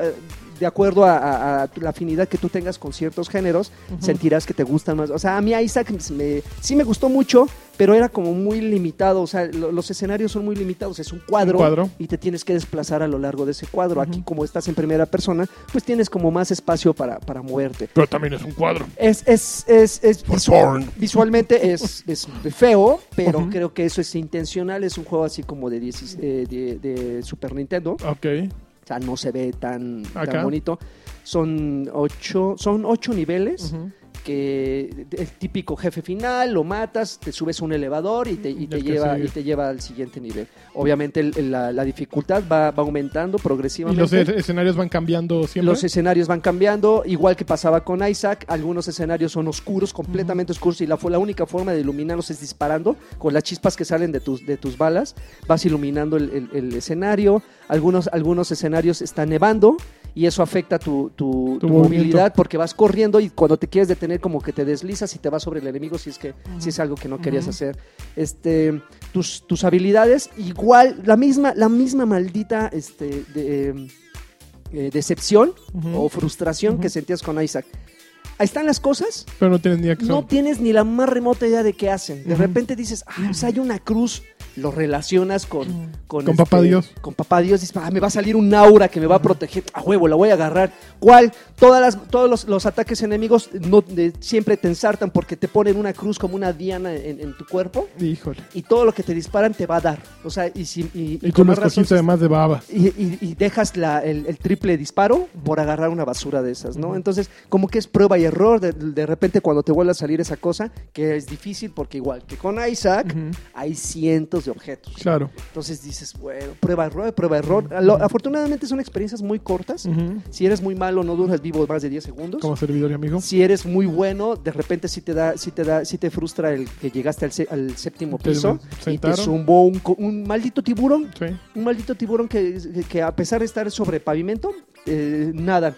Speaker 5: de acuerdo a, a- a tu- la afinidad que tú tengas con ciertos géneros, sentirás que te gustan más. O sea, a mí Isaac me- sí me gustó mucho, pero era como muy limitado, o sea, lo- los escenarios son muy limitados, es un cuadro,
Speaker 2: Un cuadro.
Speaker 5: y te tienes que desplazar a lo largo de ese cuadro. Aquí como estás en primera persona, pues tienes como más espacio para, para moverte.
Speaker 1: Pero también es un cuadro.
Speaker 5: Es, es, es, es
Speaker 1: For
Speaker 5: visu-
Speaker 1: porn.
Speaker 5: visualmente es, es feo, pero creo que eso es intencional. Es un juego así como de, 16 eh, de, de Super Nintendo.
Speaker 2: Ok.
Speaker 5: O sea, no se ve tan,
Speaker 2: Acá.
Speaker 5: tan bonito. Son ocho, son ocho niveles que el típico jefe final, lo matas, te subes a un elevador y te, y
Speaker 2: Y
Speaker 5: te
Speaker 2: el que
Speaker 5: lleva,
Speaker 2: sigue.
Speaker 5: y te lleva al siguiente nivel. Obviamente el- el- la, la dificultad va, va aumentando
Speaker 2: ¿Y
Speaker 5: progresivamente.
Speaker 2: los es- escenarios van cambiando siempre?
Speaker 5: Los escenarios van cambiando, igual que pasaba con Isaac, algunos escenarios son oscuros, completamente oscuros, y la, fo- la única forma de iluminarlos es disparando con las chispas que salen de tus, de tus balas, vas iluminando el, el- el escenario, algunos, algunos escenarios están nevando y eso afecta tu, tu-
Speaker 2: Tu
Speaker 5: tu
Speaker 2: movimiento.
Speaker 5: movilidad porque vas corriendo y cuando te quieres detener como que te deslizas y te vas sobre el enemigo si es que si es algo que no querías hacer. Este, tus, tus habilidades, igual, la misma, la misma maldita este, de, em, eh, decepción
Speaker 2: Ujú.
Speaker 5: o frustración que sentías con Isaac. Ahí están las cosas,
Speaker 2: Pero no tienen ni acción.
Speaker 5: no tienes ni la más remota idea de qué hacen. De
Speaker 2: Ujú.
Speaker 5: repente dices, ah, o sea, hay una cruz, lo relacionas con... Con, este,
Speaker 2: Con papá Dios.
Speaker 5: Con papá Dios, dices, ah, me va a salir un aura que me va a proteger. A huevo, la voy a agarrar. ¿Cuál? Todas las, todos los, los ataques enemigos no, de- siempre te ensartan porque te ponen una cruz como una diana en, en tu cuerpo
Speaker 2: Híjole.
Speaker 5: y todo lo que te disparan te va a dar. O sea, y, si, y, y
Speaker 2: Y tú
Speaker 5: con
Speaker 2: lo
Speaker 5: más razón,
Speaker 2: escogiste además de baba.
Speaker 5: y, y- y dejas la- el, el triple disparo por agarrar una basura de esas, ¿no? Entonces, como que es prueba y error, de, de repente cuando te vuelve a salir esa cosa, que es difícil porque igual que con Isaac,
Speaker 2: Ujú.
Speaker 5: hay cientos de objetos.
Speaker 2: Claro.
Speaker 5: Entonces dices, bueno, prueba error, prueba error. Lo- afortunadamente son experiencias muy cortas.
Speaker 2: Ujú.
Speaker 5: Si eres muy malo, no duras vivo más de 10 segundos.
Speaker 2: Como servidor y amigo.
Speaker 5: Si eres muy bueno, de repente sí te da, sí te da, sí te frustra el que llegaste al, sé- al séptimo
Speaker 2: Te
Speaker 5: piso y te
Speaker 2: sentaron.
Speaker 5: zumbó un co- un maldito tiburón
Speaker 2: Sí.
Speaker 5: un maldito tiburón que, que a pesar de estar sobre pavimento, eh, nada.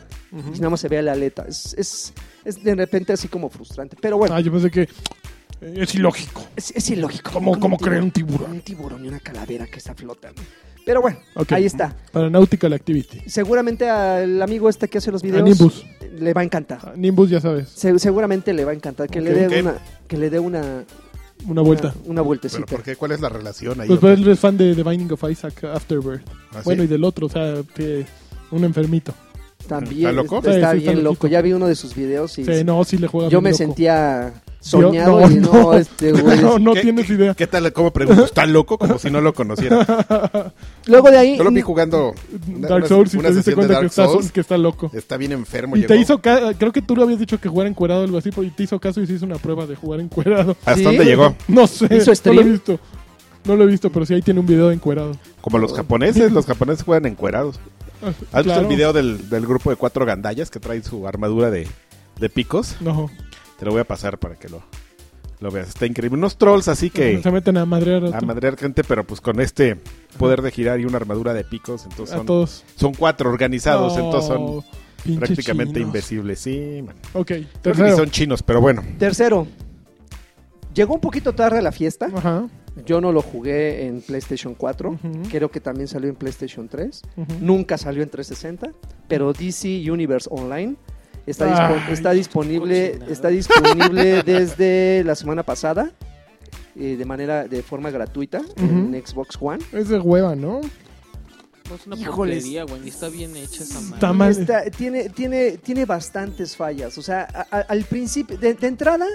Speaker 5: Y Nada más se ve la aleta. Es, es, es de repente así como frustrante. Pero bueno,
Speaker 2: Ah, yo pensé que.
Speaker 1: Es ilógico.
Speaker 5: es, es ilógico.
Speaker 1: ¿Cómo, cómo creer un tiburón?
Speaker 5: Un tiburón y una calavera que está flotando. Pero bueno,
Speaker 2: Ok.
Speaker 5: ahí está.
Speaker 2: Para Nautical Activity.
Speaker 5: Seguramente al amigo este que hace los videos
Speaker 2: A Nimbus.
Speaker 5: le va a encantar.
Speaker 2: Ah, Nimbus, ya sabes.
Speaker 5: Se- seguramente le va a encantar que
Speaker 3: Ok.
Speaker 5: le dé
Speaker 3: Ok.
Speaker 5: una que le dé una
Speaker 2: Una vuelta.
Speaker 5: una, una vueltecita.
Speaker 3: ¿Pero por qué? ¿Cuál es la relación Ah, ahí?
Speaker 2: Pues pues, él es fan de The Binding of Isaac uh, Afterbirth.
Speaker 3: Ah, sí.
Speaker 2: Bueno, y del otro, o sea, que un enfermito.
Speaker 5: También
Speaker 3: ¿Está loco?
Speaker 5: está,
Speaker 2: Sí, sí, está
Speaker 5: bien loco.
Speaker 2: loquito.
Speaker 5: Ya vi uno de sus videos y
Speaker 2: Sí, no, sí le juega
Speaker 5: yo
Speaker 2: bien
Speaker 5: me
Speaker 2: loco.
Speaker 5: sentía soñado
Speaker 2: Yo-
Speaker 5: y
Speaker 2: *laughs*
Speaker 5: no, este güey.
Speaker 2: no, no
Speaker 3: ¿Qué-
Speaker 2: tienes idea.
Speaker 3: ¿Qué tal? ¿Cómo pregunto? ¿Está loco? Como si no
Speaker 2: *laughs*
Speaker 3: lo conociera.
Speaker 5: Luego de ahí mm,
Speaker 3: Yo lo vi jugando una-
Speaker 2: Dark
Speaker 3: una-
Speaker 2: Souls, si
Speaker 3: una
Speaker 2: te diste
Speaker 3: sesión
Speaker 2: cuenta
Speaker 3: de
Speaker 2: que
Speaker 3: Dark
Speaker 2: está,
Speaker 3: Souls.
Speaker 2: que está loco.
Speaker 3: Está bien enfermo.
Speaker 2: Y
Speaker 3: llegó.
Speaker 2: te hizo ca- creo que tú le habías dicho que jugara encuerado o algo así, y te hizo caso y se hizo una prueba de jugar encuerado. *laughs*
Speaker 3: ¿Hasta
Speaker 5: Sí.
Speaker 3: dónde llegó?
Speaker 2: No sé,
Speaker 5: ¿Hizo
Speaker 2: no
Speaker 5: stream?
Speaker 2: lo he visto. No lo he visto, pero sí ahí tiene un video de encuerado.
Speaker 3: Como los japoneses. Los japoneses juegan encuerados.
Speaker 2: Ah,
Speaker 3: ¿Has visto
Speaker 2: claro.
Speaker 3: el video del, del grupo de cuatro gandallas que traen su armadura de, de picos?
Speaker 2: No.
Speaker 3: Te lo voy a pasar para que lo, lo veas. Está increíble. Unos trolls así que
Speaker 2: Se meten a madrear a,
Speaker 3: a
Speaker 2: to-
Speaker 3: madrear gente, pero pues con este poder de girar y una armadura de picos. Entonces
Speaker 2: a
Speaker 3: son,
Speaker 2: todos.
Speaker 3: son cuatro organizados. Entonces son
Speaker 2: No, pinche
Speaker 3: prácticamente
Speaker 2: chinos.
Speaker 3: invencibles. Sí, man.
Speaker 2: Ok,
Speaker 3: Creo que ni
Speaker 2: tercero.
Speaker 3: son chinos, pero bueno.
Speaker 5: Tercero, llegó un poquito tarde a la fiesta.
Speaker 2: Ajá.
Speaker 5: Yo no lo jugué en PlayStation 4.
Speaker 2: Ujú.
Speaker 5: Creo que también salió en PlayStation 3.
Speaker 2: Ujú.
Speaker 5: Nunca salió en 360. Pero DC Universe Online está,
Speaker 2: Ay,
Speaker 5: dispo- está disponible,
Speaker 4: cochinada.
Speaker 2: *laughs*
Speaker 5: está disponible desde la semana pasada. eh, de manera de forma gratuita en Xbox One
Speaker 2: Es de hueva, ¿no?
Speaker 4: No es una
Speaker 5: Híjoles.
Speaker 4: porquería, güey. ni Está bien hecha esa madre.
Speaker 2: Está
Speaker 5: Y
Speaker 2: mal.
Speaker 5: está- tiene, tiene, tiene bastantes fallas. O sea, a- a- al principio, de, de entrada,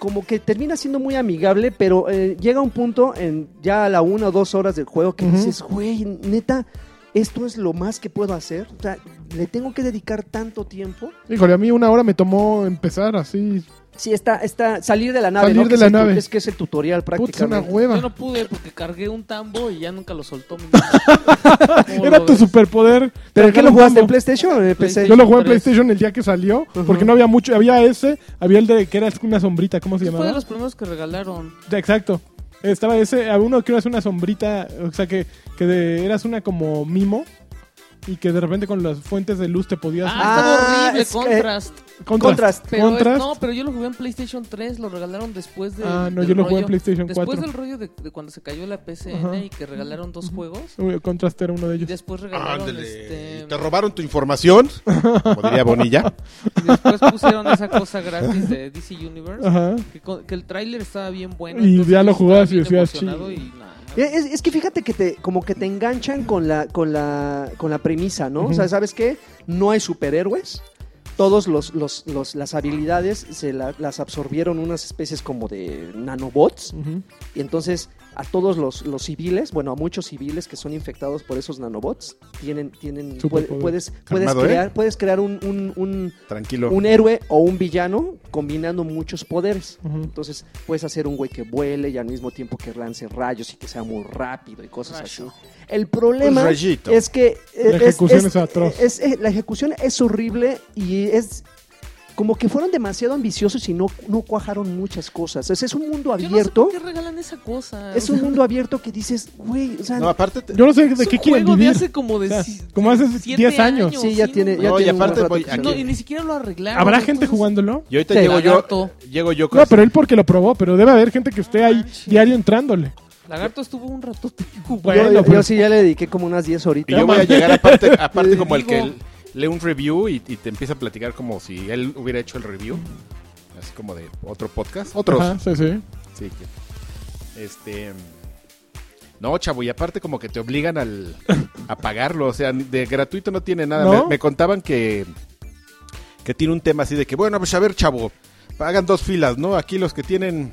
Speaker 5: como que termina siendo muy amigable, pero eh, llega un punto en ya a la una o dos horas del juego que
Speaker 2: Ujú.
Speaker 5: dices, güey, neta, esto es lo más que puedo hacer. O sea, le tengo que dedicar tanto tiempo.
Speaker 2: Híjole, a mí una hora me tomó empezar así.
Speaker 5: Sí, está, está salir de la nave.
Speaker 2: Salir
Speaker 5: ¿no?
Speaker 2: de la
Speaker 5: Que es el tu-
Speaker 2: nave.
Speaker 5: Es que es el tutorial
Speaker 2: Putz, una
Speaker 5: prácticamente.
Speaker 2: hueva.
Speaker 4: Yo no pude porque cargué un tambo y ya nunca lo soltó. mi-
Speaker 2: *laughs*
Speaker 4: ¿Cómo
Speaker 2: Era
Speaker 4: lo
Speaker 2: tu
Speaker 4: ves?
Speaker 2: superpoder.
Speaker 5: ¿Pero
Speaker 2: Te
Speaker 5: qué
Speaker 2: regalo
Speaker 5: lo
Speaker 2: un
Speaker 5: jugaste en
Speaker 2: combo.
Speaker 5: PlayStation o en PC?
Speaker 2: Yo lo jugué en
Speaker 4: Tres.
Speaker 2: PlayStation el día que salió,
Speaker 5: Ujú.
Speaker 2: porque no había mucho. Había ese, había el de que era una sombrita, ¿cómo se
Speaker 4: Fue de
Speaker 2: llamaba?
Speaker 4: los primeros que regalaron.
Speaker 2: Ya, Exacto. Estaba ese, a uno que era una sombrita, o sea, que, que de- eras una como mimo y que de repente con las fuentes de luz te podías...
Speaker 4: Ah,
Speaker 5: Ah, es
Speaker 4: estaba
Speaker 5: que-
Speaker 4: horrible, Contrast.
Speaker 5: Contrast.
Speaker 4: Pero
Speaker 2: Contrast.
Speaker 4: no, pero yo lo jugué en PlayStation 3, lo regalaron después de.
Speaker 2: Ah, no, yo lo jugué en PlayStation
Speaker 4: Después
Speaker 2: 4.
Speaker 4: del rollo de, de cuando se cayó la PCN
Speaker 2: Ajá.
Speaker 4: y que regalaron dos juegos.
Speaker 2: Uy, Contrast era uno de
Speaker 4: Y
Speaker 2: ellos.
Speaker 4: después regalaron
Speaker 3: Ándale.
Speaker 4: este.
Speaker 3: Te robaron tu información, como
Speaker 2: *laughs*
Speaker 3: diría Bonilla.
Speaker 4: y después pusieron esa cosa gratis de DC Universe.
Speaker 2: Ajá.
Speaker 4: Que, con- que el tráiler estaba bien bueno.
Speaker 2: Y
Speaker 4: entonces
Speaker 2: ya lo
Speaker 4: yo estaba
Speaker 2: jugabas y
Speaker 4: bien
Speaker 2: decías,
Speaker 4: emocionado
Speaker 2: "Ching".
Speaker 4: y nada.
Speaker 5: Eh, Es, es que fíjate que te, como que te enganchan con la, con la, con la premisa, ¿no?
Speaker 2: Ujú.
Speaker 5: O sea, ¿sabes qué? No hay superhéroes. Todos los, los, los- las habilidades se la- las absorbieron unas especies como de nanobots.
Speaker 2: Ujú.
Speaker 5: Y entonces a todos los, los civiles, bueno, a muchos civiles que son infectados por esos nanobots, tienen, tienen, puede-
Speaker 2: Superpoder.
Speaker 5: puedes, puedes
Speaker 3: Calmado, ¿eh?
Speaker 5: crear, puedes crear un, un- un-
Speaker 3: Tranquilo.
Speaker 5: un héroe o un villano combinando muchos poderes.
Speaker 2: Ujú.
Speaker 5: Entonces puedes hacer un güey que vuele y al mismo tiempo que lance rayos y que sea muy rápido y cosas
Speaker 4: Rayo.
Speaker 5: así. El problema
Speaker 3: Un Pues rayito.
Speaker 5: es que eh,
Speaker 2: La ejecución es atroz.
Speaker 5: es- eh, la ejecución es horrible y es como que fueron demasiado ambiciosos y no, no cuajaron muchas cosas. Ese es un
Speaker 4: Yo no
Speaker 5: mundo
Speaker 4: sé por
Speaker 5: abierto.
Speaker 4: qué regalan esa cosa.
Speaker 5: Es
Speaker 4: o
Speaker 5: un
Speaker 4: sea,
Speaker 5: mundo abierto que dices, güey, o sea,
Speaker 3: No, aparte, te-
Speaker 2: Yo no sé de
Speaker 4: es un
Speaker 2: qué quieren
Speaker 4: juego
Speaker 2: vivir.
Speaker 4: de hace como de.
Speaker 2: O sea,
Speaker 4: si-
Speaker 2: como hace
Speaker 4: siete
Speaker 2: 10 años.
Speaker 5: sí, ya
Speaker 4: no
Speaker 5: tiene, ya
Speaker 4: mames.
Speaker 3: No, y
Speaker 5: tiene un
Speaker 3: aparte
Speaker 5: rato
Speaker 3: voy-
Speaker 5: que
Speaker 3: aquí-
Speaker 5: salió.
Speaker 4: No, y ni siquiera lo arreglaron.
Speaker 2: ¿Habrá gente
Speaker 4: entonces-
Speaker 2: jugándolo?
Speaker 3: y ahorita
Speaker 5: Sí,
Speaker 3: llego yo,
Speaker 4: lagarto.
Speaker 3: llego yo con
Speaker 2: No, pero él porque lo probó, pero debe haber gente que esté ahí
Speaker 4: manches.
Speaker 2: diario entrándole.
Speaker 4: Lagarto estuvo un ratote *laughs*
Speaker 5: Yo-
Speaker 2: Bueno, pues,
Speaker 5: yo,
Speaker 2: pero-
Speaker 5: sí ya le dediqué como unas 10
Speaker 3: pues Y
Speaker 5: horitas.
Speaker 3: yo voy a llegar aparte,
Speaker 2: *laughs*
Speaker 3: aparte como el que
Speaker 4: Digo-
Speaker 3: lee un review y, y te empieza a platicar como si él hubiera hecho el review. Así como de otro podcast. Otros.
Speaker 2: Ajá, sí, sí.
Speaker 3: Sí, que- Este. No, chavo, y aparte como que te obligan al, a pagarlo. O sea, de gratuito no tiene nada.
Speaker 2: ¿No?
Speaker 3: Me, me contaban que, que tiene un tema así de que, bueno, pues a ver, chavo, hagan dos filas, ¿no? Aquí los que tienen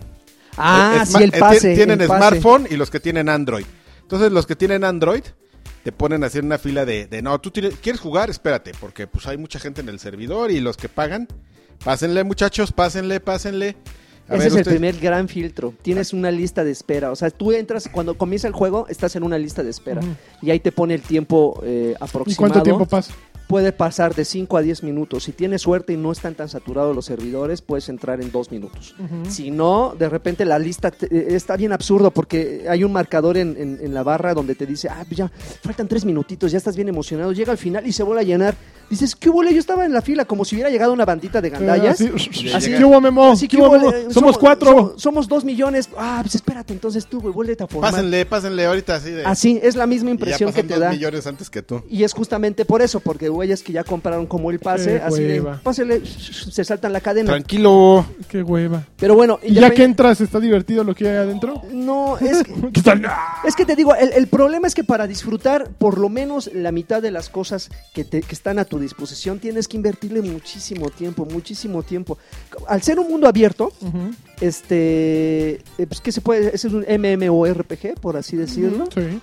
Speaker 5: Ah,
Speaker 3: es-
Speaker 5: sí, el
Speaker 3: eh, ti-
Speaker 5: pase.
Speaker 3: Tienen
Speaker 5: el pase.
Speaker 3: smartphone y los que tienen Android. Entonces, los que tienen Android te ponen a hacer una fila de, de, no, tú tienes- quieres jugar, espérate, porque pues hay mucha gente en el servidor y los que pagan, pásenle muchachos, pásenle, pásenle. A
Speaker 5: Ese
Speaker 3: ver,
Speaker 5: es el
Speaker 3: usted-
Speaker 5: primer gran filtro. Tienes una lista de espera. O sea, tú entras, cuando comienza el juego, estás en una lista de espera.
Speaker 2: Ujú.
Speaker 5: Y ahí te pone el tiempo eh,
Speaker 2: ¿Y
Speaker 5: aproximado.
Speaker 2: cuánto tiempo pasa?
Speaker 5: Puede pasar de 5 a 10 minutos. Si tienes suerte y no están tan saturados los servidores, puedes entrar en 2 minutos. Si no, de repente la lista te- eh, está bien absurdo porque hay un marcador en, en- en la barra donde te dice, ah, pues ya faltan 3 minutitos, ya estás bien emocionado, llega al final y se vuelve a llenar. Dices, ¿qué hubo? Yo estaba en la fila como si hubiera llegado una bandita de
Speaker 2: Eh,
Speaker 5: gandallas.
Speaker 2: así-
Speaker 3: Así-
Speaker 2: ¿Qué hubo, Memo?
Speaker 5: Así que
Speaker 2: Oh, ¿Qué hubo,
Speaker 5: igual,
Speaker 2: Memo?
Speaker 5: eh,
Speaker 2: Somos, cuatro.
Speaker 5: so- Somos dos millones. Ah, pues espérate, entonces tú, güey, vuélvete a formar.
Speaker 3: Pásenle, pásenle ahorita así de...
Speaker 5: Así, es la
Speaker 3: y
Speaker 5: misma
Speaker 3: ya
Speaker 5: impresión que
Speaker 3: pasan
Speaker 5: te
Speaker 3: dos
Speaker 5: da.
Speaker 3: millones antes que tú.
Speaker 5: Y es justamente por eso, porque güeyes que ya compraron como el pase,
Speaker 2: Qué
Speaker 5: así de,
Speaker 2: hueva.
Speaker 5: pásele, se saltan la cadena.
Speaker 3: Tranquilo.
Speaker 2: Qué hueva.
Speaker 5: Pero bueno,
Speaker 2: ¿Y ya
Speaker 5: independ-
Speaker 2: que entras, está divertido lo que hay adentro? *laughs*
Speaker 5: No, es que,
Speaker 2: Que están- ¡Ah!
Speaker 5: es que te digo, el, el problema es que para disfrutar por lo menos la mitad de las cosas que, te- que están a tu disposición, tienes que invertirle muchísimo tiempo, muchísimo tiempo. Al ser un mundo abierto,
Speaker 2: Ujú.
Speaker 5: este, eh, pues, ¿qué se puede? Ese es un MMORPG, por así decirlo.
Speaker 2: Sí.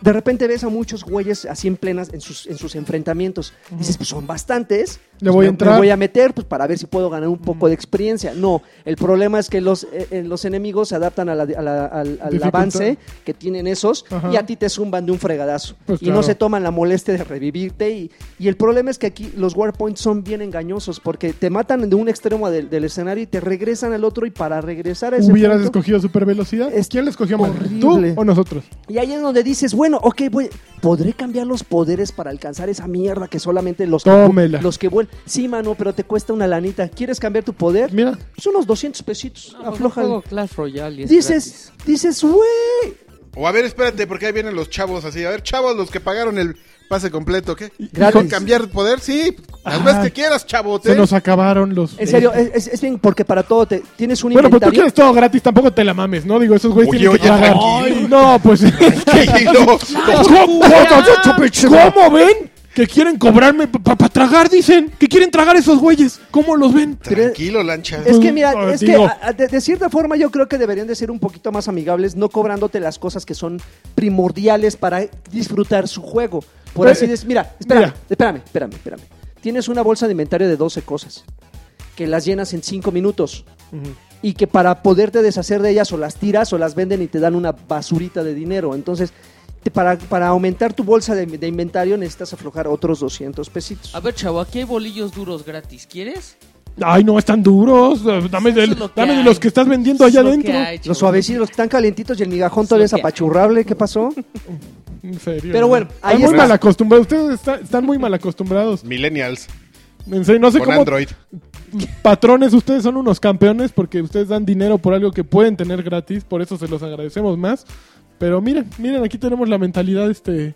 Speaker 5: De repente ves a muchos güeyes así en plenas, en sus, en sus enfrentamientos. Dices, pues son bastantes.
Speaker 2: Le
Speaker 5: Pues,
Speaker 2: voy a
Speaker 5: me-
Speaker 2: entrar.
Speaker 5: Me voy a meter pues, para ver si puedo ganar un poco de experiencia. No, el problema es que los, eh, eh, los enemigos se adaptan a la- a la- al, al
Speaker 2: Dificultad.
Speaker 5: avance que tienen esos
Speaker 2: Ajá.
Speaker 5: y a ti te zumban de un fregadazo.
Speaker 2: Pues,
Speaker 5: y
Speaker 2: claro.
Speaker 5: no se toman la molestia de revivirte. Y, y el problema es que aquí los War Points son bien engañosos porque te matan de un extremo del, del escenario y te regresan al otro. Y para regresar a ese
Speaker 2: ¿Hubieras
Speaker 5: punto-
Speaker 2: escogido super velocidad?
Speaker 5: Pues, Es
Speaker 2: ¿Quién la escogió más?
Speaker 5: horrible.
Speaker 2: ¿Tú o nosotros?
Speaker 5: Y ahí es donde dices, bueno, ok, voy, podré cambiar los poderes para alcanzar esa mierda que solamente los que,
Speaker 2: Tómela.
Speaker 5: los que vuelan. Sí, mano, pero te cuesta una lanita. ¿Quieres cambiar tu poder?
Speaker 2: Mira,
Speaker 5: Pues unos 200 pesitos.
Speaker 4: No, pues,
Speaker 5: afloja.
Speaker 4: un juego Clash Royale y es
Speaker 5: Dices, dices, güey.
Speaker 3: O a ver, espérate, porque ahí vienen los chavos así. A ver, chavos, los que pagaron el pase completo, ¿qué?
Speaker 5: Gratis.
Speaker 3: ¿Con cambiar poder? Sí, las
Speaker 2: Ah,
Speaker 3: veces que quieras, chavo.
Speaker 2: se
Speaker 3: ¿eh? *laughs*
Speaker 2: nos acabaron los... este,
Speaker 5: En serio, es, es- es bien, porque para todo te, tienes un
Speaker 2: Bueno, pues tú
Speaker 5: inventario.
Speaker 2: quieres todo gratis, tampoco te la mames, ¿no? Digo, esos güeyes
Speaker 3: Oye,
Speaker 2: tienen que
Speaker 3: oye,
Speaker 2: pagar.
Speaker 3: tranquilo.
Speaker 2: No,
Speaker 3: *laughs*
Speaker 2: pues...
Speaker 5: *laughs*
Speaker 3: Tranquilo.
Speaker 2: ¿Cómo, ¿Cómo ven? Que quieren cobrarme para tragar, dicen. Que quieren tragar esos güeyes. ¿Cómo los ven?
Speaker 3: Tranquilo, lancha.
Speaker 5: Es que mira,
Speaker 2: Ah,
Speaker 5: es
Speaker 2: digo.
Speaker 5: que a- a- de, de cierta forma yo creo que deberían de ser un poquito más amigables, no cobrándote las cosas que son primordiales para disfrutar su juego. Por
Speaker 2: Eh,
Speaker 5: así decir, mira, espérame,
Speaker 2: mira.
Speaker 5: espérame, espérame, espérame. Tienes una bolsa de inventario de 12 cosas. que las llenas en 5 minutos y que para poderte deshacer de ellas o las tiras o las venden y te dan una basurita de dinero. Entonces, te- para, para aumentar tu bolsa de, de inventario necesitas aflojar otros 200 pesitos.
Speaker 4: A ver, chavo, aquí hay bolillos duros gratis. ¿Quieres?
Speaker 2: Ay, no, están duros. Dame,
Speaker 4: Eso
Speaker 2: del-
Speaker 4: es lo que
Speaker 2: dame de
Speaker 4: hay.
Speaker 2: los que estás vendiendo
Speaker 4: Es
Speaker 2: allá
Speaker 4: lo que
Speaker 2: adentro.
Speaker 4: hay, chavo.
Speaker 5: Los suavecitos, los que están calientitos y el migajón todavía es
Speaker 4: Lo que hay.
Speaker 5: apachurrable. ¿Qué pasó?
Speaker 2: En serio.
Speaker 5: Pero
Speaker 2: ¿no?
Speaker 5: bueno, ahí
Speaker 2: están muy
Speaker 5: está.
Speaker 2: mal acostumbrados. Ustedes está- están muy mal acostumbrados.
Speaker 3: Millennials
Speaker 2: En serio, no sé
Speaker 3: con
Speaker 2: cómo.
Speaker 3: Android.
Speaker 2: Patrones, ustedes son unos campeones porque ustedes dan dinero por algo que pueden tener gratis. Por eso se los agradecemos más. Pero miren, miren, aquí tenemos la mentalidad
Speaker 3: *laughs*
Speaker 2: este de-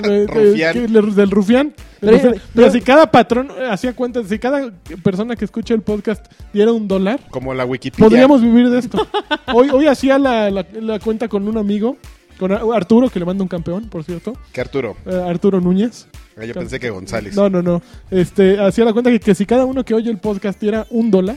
Speaker 2: de-
Speaker 3: Rufián.
Speaker 2: que- le- del rufián.
Speaker 5: Pero-
Speaker 2: O sea,
Speaker 5: pero-
Speaker 2: mira, si cada patrón eh, hacía cuentas, si cada persona que escucha el podcast diera un dólar,
Speaker 3: Como la Wikipedia.
Speaker 2: Podríamos vivir de esto. Hoy, hoy hacía la, la- la cuenta con un amigo, con Ar- Arturo, que le manda un campeón, por cierto.
Speaker 3: Que Arturo.
Speaker 2: eh, Arturo Núñez.
Speaker 3: Ah, yo pensé que González.
Speaker 2: No, no, no. Este, hacía la cuenta que, que si cada uno que oye el podcast diera un dólar,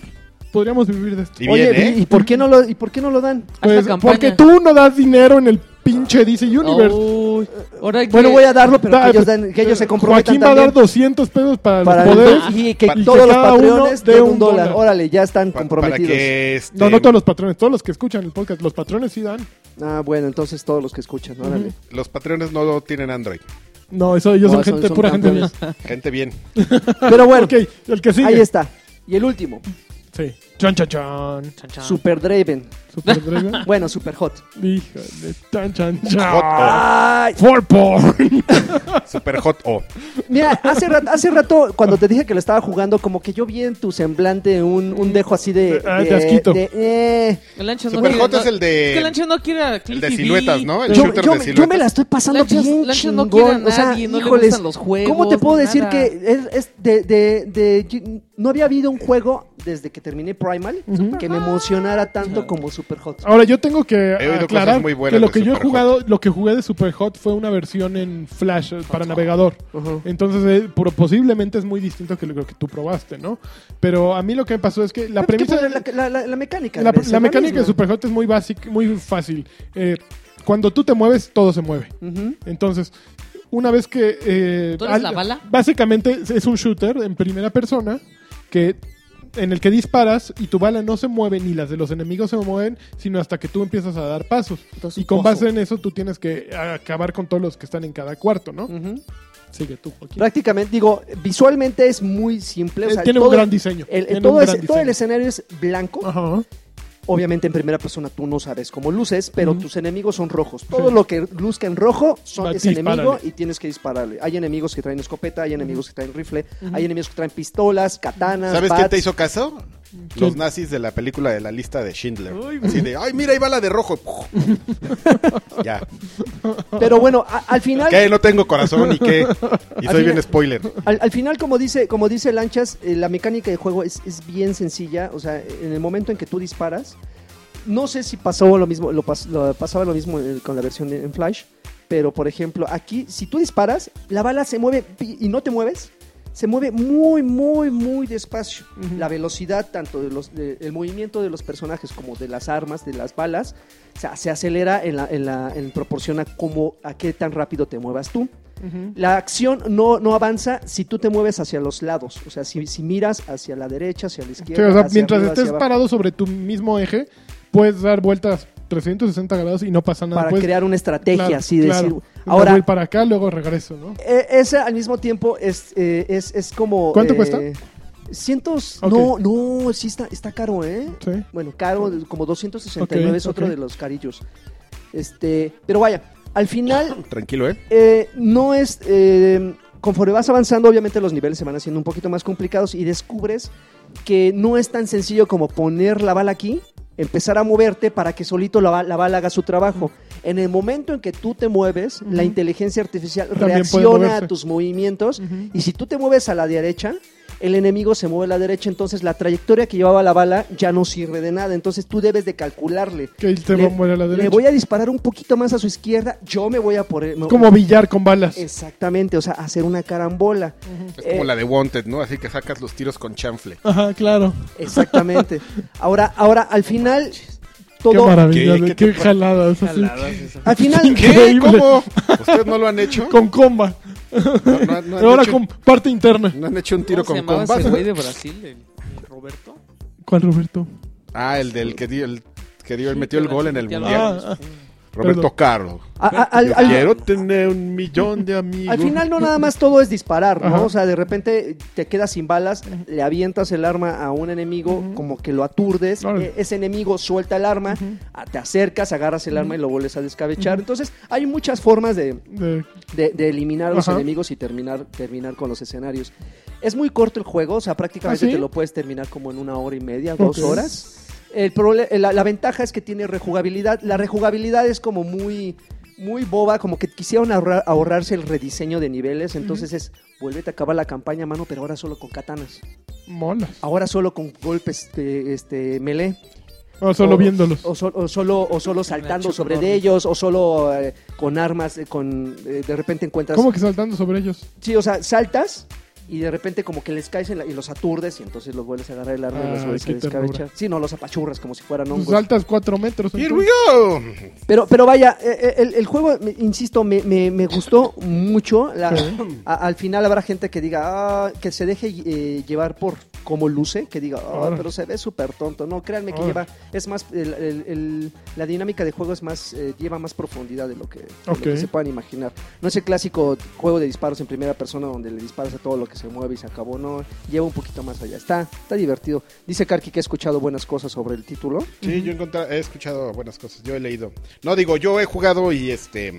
Speaker 2: podríamos vivir de esto.
Speaker 3: Y
Speaker 5: Oye,
Speaker 3: bien, ¿eh?
Speaker 5: ¿y, y por qué no lo, ¿y por qué no lo dan?
Speaker 4: Haz la
Speaker 2: Pues,
Speaker 4: campaña.
Speaker 2: porque tú no das dinero en el pinche DC
Speaker 5: Oh.
Speaker 2: Universe.
Speaker 4: Uy, ahora hay
Speaker 5: Bueno,
Speaker 4: que-
Speaker 5: voy a darlo, pero
Speaker 2: Da-
Speaker 5: que ellos, dan- que ellos se comprometan
Speaker 2: Joaquín va a dar
Speaker 5: también
Speaker 2: 200 pesos para,
Speaker 5: para
Speaker 2: los poderes.
Speaker 5: y que
Speaker 2: y que
Speaker 5: todos los
Speaker 2: cada uno
Speaker 5: patrones
Speaker 2: dé
Speaker 5: den un
Speaker 2: un
Speaker 5: dólar.
Speaker 2: dólar.
Speaker 5: Órale, ya están
Speaker 3: Pa- para
Speaker 5: comprometidos.
Speaker 3: que este,
Speaker 2: No, no todos los patrones, todos los que escuchan el podcast. Los patrones sí dan.
Speaker 5: Ah, bueno, entonces todos los que escuchan, órale.
Speaker 3: los patrones no tienen Android.
Speaker 2: No, eso ellos
Speaker 5: No,
Speaker 2: son
Speaker 5: son-
Speaker 2: gente,
Speaker 5: son
Speaker 2: pura
Speaker 5: campeones.
Speaker 2: gente. bien.
Speaker 3: Gente
Speaker 5: *laughs*
Speaker 3: bien.
Speaker 5: Pero
Speaker 2: *laughs*
Speaker 5: bueno,
Speaker 2: Ok, el que sigue.
Speaker 5: ahí está. Y el último,
Speaker 2: Sí. Chan, chan,
Speaker 5: *laughs*
Speaker 2: chan.
Speaker 4: Chan, chan.
Speaker 5: Super Draven.
Speaker 2: Super Dragon.
Speaker 5: Bueno, Super Hot.
Speaker 2: Híjole. Chan, chan,
Speaker 3: Hot
Speaker 2: chan.
Speaker 3: O.
Speaker 5: Ay,
Speaker 2: For porn.
Speaker 3: Super hot O.
Speaker 5: mira, hace rato, hace rato cuando te dije que lo estaba jugando, como que yo vi en tu semblante un, un dejo así de...
Speaker 2: Ah, de asquito.
Speaker 5: de, eh.
Speaker 4: El Lancho no
Speaker 3: Super
Speaker 4: quiere-
Speaker 3: Hot
Speaker 4: no-
Speaker 3: es el de-
Speaker 4: Es que el Lancho no quiere a
Speaker 3: El
Speaker 4: Click
Speaker 3: de
Speaker 4: TV.
Speaker 3: siluetas, ¿no? El
Speaker 5: Yo,
Speaker 3: shooter
Speaker 5: yo-
Speaker 3: de
Speaker 5: yo
Speaker 3: siluetas.
Speaker 5: me la estoy pasando
Speaker 4: Lanchas-
Speaker 5: bien
Speaker 4: Lanchas no
Speaker 5: chingón.
Speaker 4: quiere a
Speaker 5: o sea,
Speaker 4: nadie, no le
Speaker 5: híjoles,
Speaker 4: gustan los
Speaker 5: ¿Cómo te
Speaker 4: juegos,
Speaker 5: puedo
Speaker 4: ni
Speaker 5: decir
Speaker 4: nada?
Speaker 5: que es, es de, de- de- no había habido un juego desde que terminé Primal que me emocionara tanto como Super Hot?
Speaker 2: Ahora yo tengo que
Speaker 3: He oído
Speaker 2: aclarar
Speaker 3: cosas muy buenas
Speaker 2: que lo
Speaker 3: de
Speaker 2: que yo he
Speaker 3: Superhot.
Speaker 2: jugado, lo que jugué de Super Hot fue una versión en Flash eh, para navegador.
Speaker 5: Ujú.
Speaker 2: Entonces, eh, pro- posiblemente es muy distinto que lo que tú probaste, ¿no? Pero a mí lo que me pasó es que la
Speaker 5: Pero es que,
Speaker 2: premisa
Speaker 5: pues, la, la- la- la mecánica.
Speaker 2: La,
Speaker 5: debe ser
Speaker 2: la mecánica de
Speaker 5: misma.
Speaker 2: Superhot es muy básica, muy fácil. Eh, cuando tú te mueves, todo se mueve. Entonces, una vez que... eh,
Speaker 4: ¿Tú eres la bala?
Speaker 2: Básicamente es un shooter en primera persona que en el que disparas y tu bala no se mueve ni las de los enemigos se mueven, sino hasta que tú empiezas a dar pasos.
Speaker 4: Entonces,
Speaker 2: y con
Speaker 4: pozo.
Speaker 2: base en eso tú tienes que acabar con todos los que están en cada cuarto,
Speaker 4: Mm.
Speaker 2: ¿no?
Speaker 5: Ujú.
Speaker 2: Sigue tú, Joaquín.
Speaker 5: Prácticamente, digo, visualmente es muy simple. o
Speaker 2: Eh,
Speaker 5: sea,
Speaker 2: tiene un
Speaker 5: todo-
Speaker 2: gran diseño.
Speaker 5: el- el-
Speaker 2: Tiene
Speaker 5: todo,
Speaker 2: un
Speaker 5: es-
Speaker 2: gran
Speaker 5: todo el
Speaker 2: diseño.
Speaker 5: escenario es blanco.
Speaker 2: Ajá.
Speaker 5: Obviamente en primera persona tú no sabes cómo luces, pero tus enemigos son rojos. Todo lo que luzca en rojo son,
Speaker 2: Va,
Speaker 5: es
Speaker 2: dispárale.
Speaker 5: enemigo y tienes que dispararle. Hay enemigos que traen escopeta, hay enemigos que traen rifle, hay enemigos que traen pistolas, katanas,
Speaker 3: ¿Sabes
Speaker 5: bats.
Speaker 3: quién te hizo caso? Los nazis de la película de la lista de Schindler. Así de, ay, mira, ahí va la de rojo.
Speaker 5: *laughs*
Speaker 3: ya.
Speaker 5: Pero bueno, a- al final...
Speaker 3: ¿Qué? No tengo corazón y qué. Y soy
Speaker 5: Así
Speaker 3: bien
Speaker 5: es. *laughs*
Speaker 3: spoiler.
Speaker 5: Al, al final, como dice, como dice Lanchas, eh, la mecánica de juego es, es bien sencilla. O sea, en el momento en que tú disparas, no sé si pasó lo mismo, lo, pas- lo- pasaba lo mismo eh, con la versión en Flash, pero por ejemplo, aquí, si tú disparas, la bala se mueve pi- y no te mueves. Se mueve muy, muy, muy despacio. La velocidad, tanto del movimiento de los personajes como de las armas, de las balas, o sea, se acelera en, la, en, la- en proporción a, cómo, a qué tan rápido te muevas tú. La acción no, no avanza si tú te mueves hacia los lados. O sea, si, si miras hacia la derecha, hacia la
Speaker 2: Sí,
Speaker 5: izquierda.
Speaker 2: o sea,
Speaker 5: hacia
Speaker 2: mientras
Speaker 5: arriba,
Speaker 2: estés
Speaker 5: hacia abajo,
Speaker 2: parado sobre tu mismo eje, puedes dar vueltas 360 grados y no pasa nada.
Speaker 5: Para
Speaker 2: Puedes-
Speaker 5: crear una estrategia,
Speaker 2: pues, Claro,
Speaker 5: así
Speaker 2: claro.
Speaker 5: decir.
Speaker 2: Me
Speaker 5: Ahora,
Speaker 2: voy para acá, luego regreso, ¿no?
Speaker 5: eh, esa al mismo tiempo es, eh, es, es como.
Speaker 2: ¿Cuánto
Speaker 5: eh,
Speaker 2: cuesta?
Speaker 5: Cientos.
Speaker 2: Ok.
Speaker 5: No, no, sí está, está caro, ¿eh?
Speaker 2: Sí.
Speaker 5: Bueno, caro, como 269 es
Speaker 2: Ok,
Speaker 5: otro
Speaker 2: ok.
Speaker 5: de los carillos. Este, pero vaya, al final
Speaker 3: Tranquilo, ¿eh?
Speaker 5: Eh, no es. eh, conforme vas avanzando, obviamente los niveles se van haciendo un poquito más complicados y descubres que no es tan sencillo como poner la bala aquí, empezar a moverte para que solito la, ba- la bala haga su trabajo. En el momento en que tú te mueves, la inteligencia artificial
Speaker 2: También puede
Speaker 5: reacciona a
Speaker 2: moverse.
Speaker 5: tus movimientos y si tú te mueves a la derecha, el enemigo se mueve a la derecha, entonces la trayectoria que llevaba la bala ya no sirve de nada, entonces tú debes de calcularle.
Speaker 2: Que él te va a mover a la
Speaker 5: le
Speaker 2: derecha.
Speaker 5: voy a disparar un poquito más a su izquierda, yo me voy a poner... me-
Speaker 2: Es como billar con balas.
Speaker 5: Exactamente, o sea, hacer una carambola.
Speaker 3: Es
Speaker 5: Eh,
Speaker 3: como la de Wanted, ¿no? Así que sacas los tiros con chanfle.
Speaker 2: Ajá, claro.
Speaker 3: *laughs*
Speaker 5: Exactamente. Ahora, ahora, al final,
Speaker 2: Qué
Speaker 5: todo.
Speaker 2: maravilla,
Speaker 3: ¿Qué-
Speaker 2: de-
Speaker 3: qué
Speaker 2: qué,
Speaker 3: te-
Speaker 2: jaladas. así.
Speaker 5: Al final,
Speaker 3: ¿Qué?
Speaker 2: Increíble.
Speaker 3: ¿Cómo? ¿Ustedes no lo han hecho?
Speaker 2: Con comba.
Speaker 3: No, no han- no han
Speaker 2: Ahora
Speaker 3: hecho-
Speaker 2: con parte interna.
Speaker 3: ¿No han hecho un tiro
Speaker 4: ¿Cómo se
Speaker 3: con
Speaker 4: llamaba
Speaker 3: combas?
Speaker 4: ese güey de Brasil? El- el Roberto.
Speaker 2: ¿Cuál Roberto?
Speaker 3: Ah, el del que dio el que dio, el
Speaker 4: Sí,
Speaker 3: metió el
Speaker 4: que
Speaker 3: gol
Speaker 4: la-
Speaker 3: en el
Speaker 4: que la-
Speaker 3: mundial.
Speaker 2: Ah, ah.
Speaker 3: Roberto
Speaker 2: perdón.
Speaker 3: Carlos.
Speaker 5: A- a- al-
Speaker 3: Yo
Speaker 5: al-
Speaker 3: quiero tener un millón de amigos.
Speaker 5: Al final no nada más todo es disparar, ¿no?
Speaker 2: Ajá.
Speaker 5: O sea, de repente te quedas sin balas, le avientas el arma a un enemigo, como que lo aturdes,
Speaker 2: Órale.
Speaker 5: e- ese enemigo suelta el arma, a- te acercas, agarras el arma y lo vuelves a descabechar. Entonces, hay muchas formas de,
Speaker 2: De-
Speaker 5: de, de eliminar a los
Speaker 2: Ajá.
Speaker 5: enemigos y terminar, terminar con los escenarios. Es muy corto el juego, o sea, prácticamente
Speaker 2: ¿Ah, sí?
Speaker 5: te lo puedes terminar como en una hora y media, dos
Speaker 2: Ok.
Speaker 5: horas. El prole- eh, la, la ventaja es que tiene rejugabilidad. La rejugabilidad es como muy, muy boba, como que quisieron ahorrar- ahorrarse el rediseño de niveles. Entonces es, vuélvete a acabar la campaña, mano, pero ahora solo con katanas.
Speaker 2: Mola.
Speaker 5: Ahora solo con golpes eh, este, melee.
Speaker 2: No, Ah, solo
Speaker 5: O-
Speaker 2: viéndolos.
Speaker 5: O, sol- o solo, o solo saltando
Speaker 4: choco
Speaker 5: sobre
Speaker 4: enorme.
Speaker 5: de ellos, o solo eh, con armas, eh, con eh, de repente encuentras...
Speaker 2: ¿Cómo que saltando sobre ellos?
Speaker 5: Sí, o sea, saltas y de repente como que les caes en la- y los aturdes y entonces los vuelves a agarrar el arma y los
Speaker 2: Ay,
Speaker 5: vuelves a
Speaker 2: qué ternura.
Speaker 5: descabechar. Sí, no, los apachurras como si fueran
Speaker 2: Pues
Speaker 5: hongos.
Speaker 2: saltas cuatro metros.
Speaker 3: Here we
Speaker 2: entonces.
Speaker 3: go.
Speaker 5: Pero, pero vaya, eh, eh, el, el juego, me- insisto, me, me- me gustó mucho. La- a- al final habrá gente que diga, "Ah", que se deje eh, llevar por cómo luce, que diga, "Ah,
Speaker 2: Ahora.
Speaker 5: pero se ve súper tonto. No, créanme
Speaker 3: Ah.
Speaker 5: que
Speaker 2: Ahora.
Speaker 5: lleva, es más, el- el- el- la dinámica de juego es más, eh, lleva más profundidad de lo, que, de lo
Speaker 2: Ok.
Speaker 5: que se puedan imaginar. No es el clásico juego de disparos en primera persona donde le disparas a todo lo que se mueve y se acabó. No, lleva un poquito más allá. Está, está divertido. Dice Karki que ha escuchado buenas cosas sobre el título.
Speaker 3: Sí, yo he encontrado- he escuchado buenas cosas, yo he leído. No digo, yo he jugado y este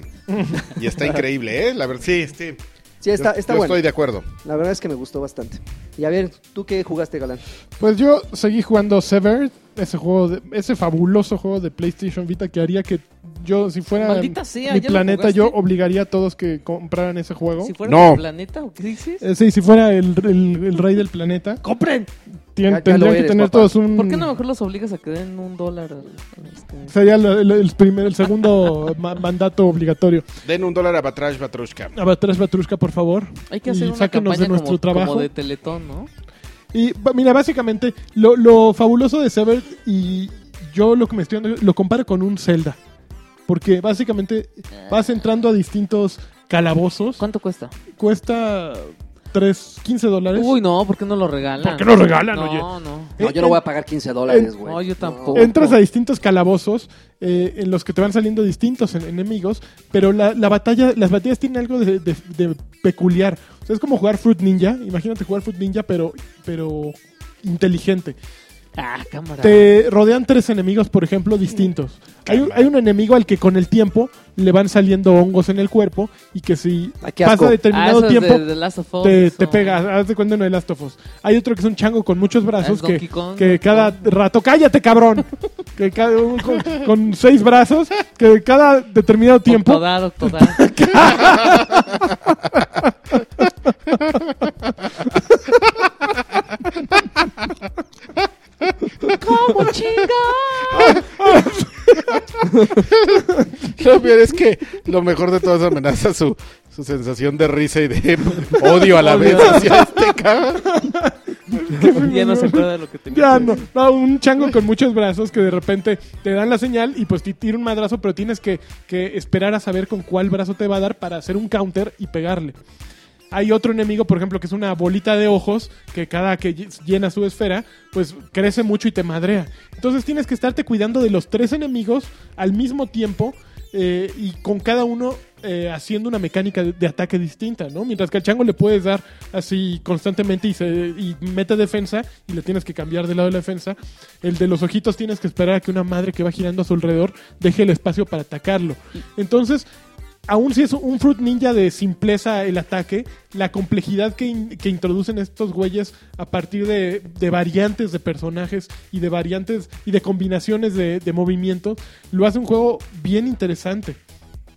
Speaker 3: y está *laughs* increíble, eh, la verdad. Sí, sí.
Speaker 5: Sí, está,
Speaker 3: Yo-
Speaker 5: está
Speaker 3: yo
Speaker 5: bueno.
Speaker 3: estoy de acuerdo.
Speaker 5: La verdad es que me gustó bastante. Y a ver, ¿tú qué jugaste, Galán?
Speaker 2: Pues yo seguí jugando Severed, ese juego, de- ese fabuloso juego de PlayStation Vita que haría que yo, si fuera
Speaker 4: Maldita sea,
Speaker 2: mi
Speaker 4: ¿ya lo
Speaker 2: planeta,
Speaker 4: jugaste?
Speaker 2: yo obligaría a todos que compraran ese juego.
Speaker 4: Si fuera
Speaker 3: No.
Speaker 4: del planeta o qué dices.
Speaker 2: Eh, sí, si fuera el, el- el rey del planeta,
Speaker 4: ¡Compren!
Speaker 2: tien-
Speaker 5: Ya- ya
Speaker 2: tendrían
Speaker 5: lo
Speaker 2: que
Speaker 5: eres,
Speaker 2: tener
Speaker 5: papá.
Speaker 2: todos un...
Speaker 4: ¿Por qué no mejor los obligas a que den un dólar? al- este?
Speaker 2: Sería el, el- el primer, el segundo *laughs* ma- mandato obligatorio.
Speaker 3: Den un dólar a Batrash Batrushka.
Speaker 2: Abatrás Batrushka, por favor.
Speaker 4: Hay que
Speaker 2: y
Speaker 4: hacer una
Speaker 2: sáquenos
Speaker 4: campaña
Speaker 2: de nuestro
Speaker 4: como,
Speaker 2: trabajo.
Speaker 4: como de Teletón, ¿no?
Speaker 2: Y ba- mira, básicamente, lo, lo fabuloso de Severed, y yo lo que me estoy dando, lo comparo con un Zelda. Porque básicamente vas entrando a distintos calabozos.
Speaker 4: ¿Cuánto cuesta?
Speaker 2: Cuesta 3, 15 dólares.
Speaker 4: Uy, no, ¿por qué no lo regalan?
Speaker 2: ¿Por qué no regalan,
Speaker 4: No,
Speaker 2: oye?
Speaker 4: no.
Speaker 5: No,
Speaker 2: Eh,
Speaker 5: yo no voy a pagar 15 dólares, güey.
Speaker 4: No, yo tampoco.
Speaker 2: Entras a distintos calabozos eh, en los que te van saliendo distintos en- enemigos, pero la, la batalla, las batallas tienen algo de, de- de peculiar. O sea, es como jugar Fruit Ninja. Imagínate jugar Fruit Ninja, pero, pero inteligente.
Speaker 4: Ah, cámara.
Speaker 2: Te rodean tres enemigos, por ejemplo, distintos. Hay, un- hay un enemigo al que con el tiempo le van saliendo hongos en el cuerpo y que si
Speaker 5: Ay, qué
Speaker 2: pasa
Speaker 5: asco.
Speaker 4: Ah, eso
Speaker 2: determinado
Speaker 4: es
Speaker 2: tiempo
Speaker 4: de- de Last of Us,
Speaker 2: te,
Speaker 4: eso.
Speaker 2: te pega, haz de cuenta en el Last of Us. Hay otro que es un chango con muchos brazos
Speaker 4: Ah,
Speaker 2: que,
Speaker 4: Donkey Kong,
Speaker 2: que
Speaker 4: Donkey
Speaker 2: cada rato, cállate
Speaker 4: *laughs*
Speaker 2: cabrón, que cada, un- con, con seis brazos, que cada determinado tiempo
Speaker 4: Octodad, octodad. *laughs* ¿Cómo
Speaker 2: *laughs*
Speaker 4: chinga?
Speaker 3: *laughs* Lo peor es que lo mejor de todas amenaza su, su sensación de risa y de *laughs* odio a la vez *laughs* hacia este cabrón.
Speaker 4: Ya no se acuerda de lo que tenía.
Speaker 2: Ya
Speaker 4: que
Speaker 2: no, no, un chango con muchos brazos que de repente te dan la señal y pues te tira un madrazo, pero tienes que, que esperar a saber con cuál brazo te va a dar para hacer un counter y pegarle. Hay otro enemigo, por ejemplo, que es una bolita de ojos que cada que ll- llena su esfera, pues crece mucho y te madrea. Entonces tienes que estarte cuidando de los tres enemigos al mismo tiempo eh, y con cada uno eh, haciendo una mecánica de, de ataque distinta, ¿no? Mientras que al chango le puedes dar así constantemente y, se, y mete defensa y le tienes que cambiar de lado de la defensa. El de los ojitos tienes que esperar a que una madre que va girando a su alrededor deje el espacio para atacarlo. Entonces, aún si es un Fruit Ninja de simpleza el ataque, la complejidad que, in- que introducen estos güeyes a partir de, de variantes de personajes y de variantes y de combinaciones de, de movimientos, lo hace un juego bien interesante.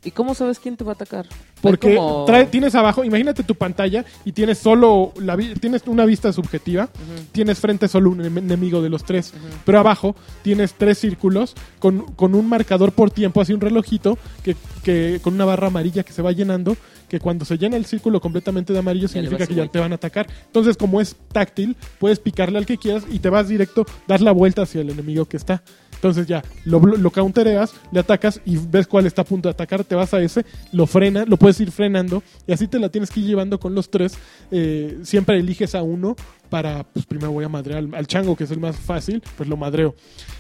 Speaker 4: ¿Y cómo sabes quién te va a atacar?
Speaker 2: Porque
Speaker 4: Hay como-
Speaker 2: trae- tienes abajo, imagínate tu pantalla y tienes solo la vi- tienes una vista subjetiva, tienes frente solo un enem- enemigo de los tres, pero abajo tienes tres círculos con, con un marcador por tiempo, así un relojito que, que con una barra amarilla que se va llenando, que cuando se llena el círculo completamente de amarillo
Speaker 4: Ya le
Speaker 2: significa
Speaker 4: vas
Speaker 2: que ya
Speaker 4: igual.
Speaker 2: te van a atacar. Entonces, como es táctil, puedes picarle al que quieras y te vas directo, das la vuelta hacia el enemigo que está. Entonces ya, lo, blo- lo countereas, le atacas y ves cuál está a punto de atacar, te vas a ese, lo frena, lo puedes ir frenando y así te la tienes que ir llevando con los tres. Eh, siempre eliges a uno para, pues primero voy a madrear al, al chango, que es el más fácil, pues lo madreo.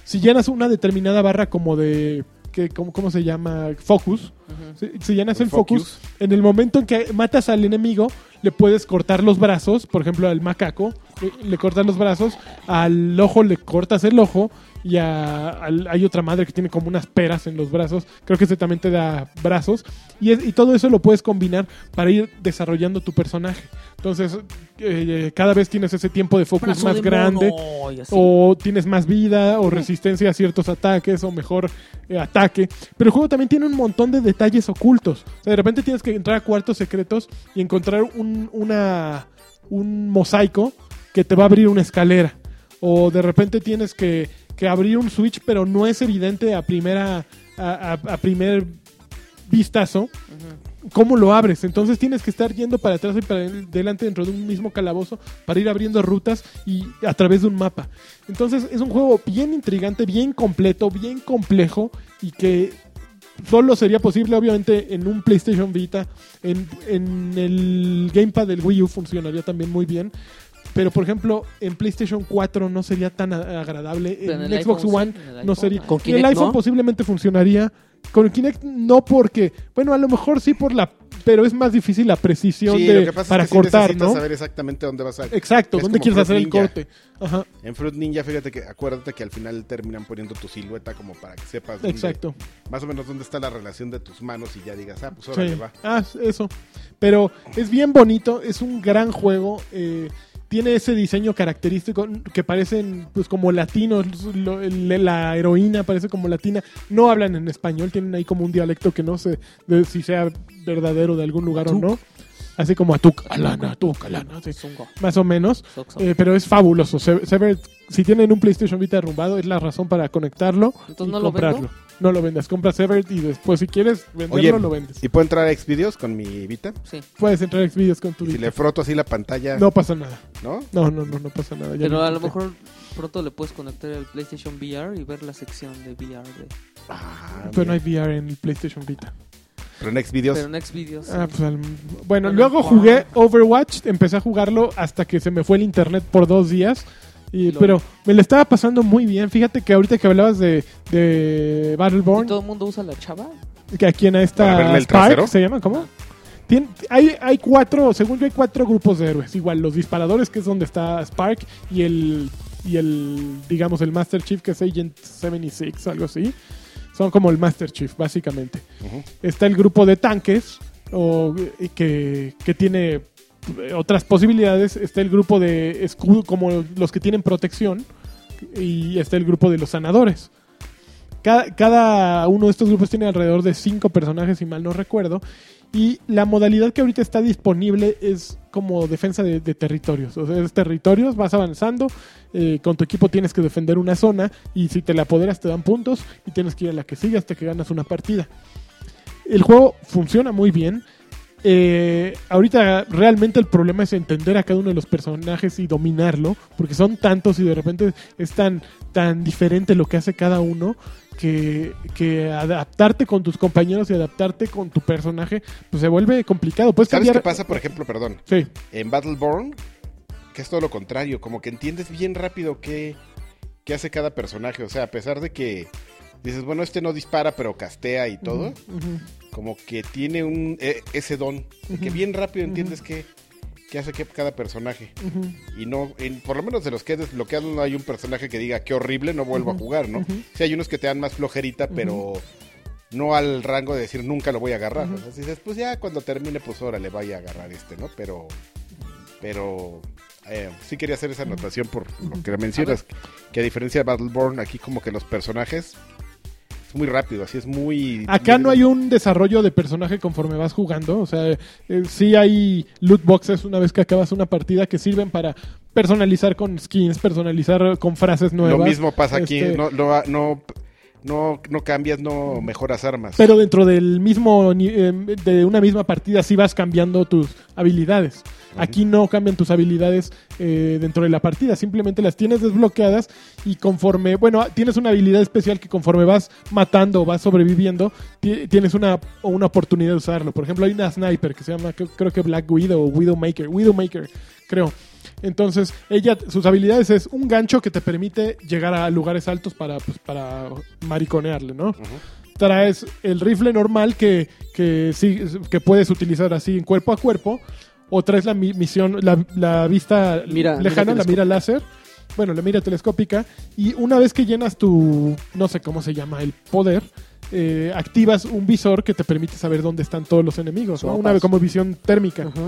Speaker 2: Si llenas una determinada barra como de... Que, ¿cómo, cómo se llama? Focus. Si, si llenas el,
Speaker 3: El
Speaker 2: focus,
Speaker 3: focus.
Speaker 2: en el momento en que matas al enemigo, le puedes cortar los brazos, por ejemplo, al macaco, le, le cortas los brazos, al ojo le cortas el ojo, y a- al- hay otra madre que tiene como unas peras en los brazos, creo que ese también te da brazos, y, es- y todo eso lo puedes combinar para ir desarrollando tu personaje. Entonces, eh, cada vez tienes ese tiempo de focus
Speaker 4: Brazo
Speaker 2: más
Speaker 4: de
Speaker 2: grande.
Speaker 4: mono, y así.
Speaker 2: O tienes más vida, o resistencia a ciertos ataques, o mejor eh, ataque. Pero el juego también tiene un montón de detalles ocultos. O sea, de repente tienes que entrar a cuartos secretos y encontrar un, una, un mosaico que te va a abrir una escalera. O de repente tienes que, que abrir un switch, pero no es evidente a primera. a- a- a primer vistazo cómo lo abres. Entonces tienes que estar yendo para atrás y para el- delante dentro de un mismo calabozo para ir abriendo rutas y a través de un mapa. Entonces es un juego bien intrigante, bien completo, bien complejo y que solo sería posible obviamente en un PlayStation Vita, en, en el gamepad del Wii U funcionaría también muy bien. Pero por ejemplo, en PlayStation 4 no sería tan a- agradable,
Speaker 4: Pero
Speaker 2: en,
Speaker 4: en el
Speaker 2: Xbox
Speaker 4: iPhone
Speaker 2: One
Speaker 4: sí, en el
Speaker 2: no
Speaker 4: iPhone,
Speaker 2: sería.
Speaker 4: ah.
Speaker 5: Con
Speaker 2: Y el
Speaker 5: Kinect,
Speaker 2: iPhone
Speaker 5: ¿no?
Speaker 2: posiblemente funcionaría. Con el Kinect no porque, bueno, a lo mejor sí por la, pero es más difícil la precisión
Speaker 3: Sí,
Speaker 2: de-
Speaker 3: lo que pasa
Speaker 2: para
Speaker 3: es que sí
Speaker 2: cortar,
Speaker 3: necesitas
Speaker 2: ¿no?
Speaker 3: saber exactamente dónde vas a...
Speaker 2: Exacto,
Speaker 3: es
Speaker 2: ¿dónde
Speaker 3: como
Speaker 2: quieres
Speaker 3: Fruit
Speaker 2: hacer el
Speaker 3: Ninja.
Speaker 2: corte? Ajá,
Speaker 3: En Fruit Ninja, fíjate que acuérdate que al final terminan poniendo tu silueta como para que sepas dónde-
Speaker 2: exacto.
Speaker 3: más o menos dónde está la relación de tus manos y ya digas, ah, pues
Speaker 2: Sí.
Speaker 3: ahora le va.
Speaker 2: Ah, eso. Pero es bien bonito, es un gran juego. eh, tiene ese diseño característico que parecen pues como latinos. lo- el- la heroína parece como latina. No hablan en español, tienen ahí como un dialecto que no sé de si sea verdadero de algún lugar o no. Así como a tu alana, tu alana, sí.
Speaker 4: Zungo.
Speaker 2: más o menos.
Speaker 4: Soxo.
Speaker 2: Eh, pero es fabuloso. Se- Severed, si tienen un PlayStation Vita derrumbado, es la razón para conectarlo
Speaker 4: Entonces,
Speaker 2: y
Speaker 4: ¿no lo
Speaker 2: comprarlo.
Speaker 4: vendo?
Speaker 2: no lo vendas, compras Severed y después si quieres venderlo
Speaker 3: Oye,
Speaker 2: lo vendes.
Speaker 3: ¿y puedo entrar a Xvideos con mi Vita?
Speaker 4: Sí.
Speaker 2: Puedes entrar a Xvideos con tu
Speaker 3: Y si
Speaker 2: vida.
Speaker 3: le froto así la pantalla, ¿no?
Speaker 2: No pasa nada. No, no, no, no pasa nada. ya
Speaker 4: Pero a lo
Speaker 2: intenté.
Speaker 4: mejor pronto le puedes conectar el PlayStation VR y ver la sección de VR. de-
Speaker 3: Ah,
Speaker 2: Pero no hay
Speaker 3: mira.
Speaker 2: VR en el PlayStation Vita.
Speaker 3: Pero en Xvideos,
Speaker 4: Pero en Xvideos.
Speaker 2: Ah, pues, al- Bueno,
Speaker 4: Bueno,
Speaker 2: luego
Speaker 4: wow.
Speaker 2: jugué Overwatch, empecé a jugarlo hasta que se me fue el internet por dos días. Y,
Speaker 4: Lol.
Speaker 2: pero me lo estaba pasando muy bien. Fíjate que ahorita que hablabas de, de
Speaker 4: ¿Y
Speaker 2: Battleborn,
Speaker 4: todo el mundo usa la chava?
Speaker 2: que aquí en
Speaker 3: ¿Para
Speaker 2: esta
Speaker 3: verle el
Speaker 2: Spark,
Speaker 3: trasero?
Speaker 2: ¿se llama? ¿Cómo? Tien- hay, hay cuatro, según yo hay cuatro grupos de héroes. Igual los disparadores, que es donde está Spark, y el, y el digamos, el Master Chief, que es Agent 76, algo así. Son como el Master Chief, básicamente.
Speaker 3: Ujú.
Speaker 2: Está el grupo de tanques, o, y que, que tiene eh, otras posibilidades. Está el grupo de escudo, como los que tienen protección. Y está el grupo de los sanadores. Cada, cada uno de estos grupos tiene alrededor de cinco personajes, si mal no recuerdo. Y la modalidad que ahorita está disponible es como defensa de, de territorios. O sea, es territorios, vas avanzando, eh, con tu equipo tienes que defender una zona y si te la apoderas te dan puntos y tienes que ir a la que sigue hasta que ganas una partida. El juego funciona muy bien. Eh, ahorita realmente el problema es entender a cada uno de los personajes y dominarlo, porque son tantos y de repente es tan, tan diferente lo que hace cada uno que, que adaptarte con tus compañeros y adaptarte con tu personaje pues se vuelve complicado. Puedes
Speaker 3: ¿sabes qué
Speaker 2: cambiar-
Speaker 3: pasa, por ejemplo, perdón?
Speaker 2: Sí,
Speaker 3: en Battleborn, que es todo lo contrario, como que entiendes bien rápido qué, qué hace cada personaje. O sea, a pesar de que dices, bueno, este no dispara, pero castea y todo,
Speaker 2: ujú.
Speaker 3: como que tiene un e- ese don, de que
Speaker 2: Ujú.
Speaker 3: bien rápido entiendes qué, qué hace qué- cada personaje.
Speaker 2: Ujú.
Speaker 3: Y no, en- por lo menos de los que desbloqueas, no hay un personaje que diga, qué horrible, no vuelvo a jugar, ¿no?
Speaker 2: ujú.
Speaker 3: Sí, hay unos que te dan más flojerita, pero. No al rango de decir nunca lo voy a agarrar. O sea, si dices, pues ya cuando termine, pues ahora le vaya a agarrar este, ¿no? Pero. Pero. eh, sí quería hacer esa anotación por lo que mencionas. que a diferencia de Battleborn, aquí como que los personajes. Es muy rápido, así es muy.
Speaker 2: Acá no hay un desarrollo de personaje conforme vas jugando. O sea, eh, sí hay loot boxes una vez que acabas una partida que sirven para personalizar con skins, personalizar con frases nuevas.
Speaker 3: Lo mismo pasa aquí.
Speaker 2: Este,
Speaker 3: No, no, no, No, no cambias, no mejoras armas.
Speaker 2: Pero dentro del mismo, ni- eh, de una misma partida sí vas cambiando tus habilidades. Aquí no cambian tus habilidades eh, dentro de la partida, simplemente las tienes desbloqueadas y conforme, bueno, tienes una habilidad especial que conforme vas matando o vas sobreviviendo, ti- tienes una, o una oportunidad de usarlo. Por ejemplo, hay una sniper que se llama, creo, creo que Black Widow o Widowmaker, Widowmaker, creo. Entonces, ella, sus habilidades es un gancho que te permite llegar a lugares altos para, pues, para mariconearle, ¿no? traes el rifle normal que, que, sí- que puedes utilizar así en cuerpo a cuerpo, o traes la mi- misión, la, la vista
Speaker 5: Mira,
Speaker 2: lejana,
Speaker 5: mira
Speaker 2: la mira láser, bueno, la mira telescópica, y una vez que llenas tu, no sé cómo se llama, el poder, eh, activas un visor que te permite saber dónde están todos los enemigos, ¿no?
Speaker 5: Sopas.
Speaker 2: una como visión térmica.
Speaker 5: Ajá.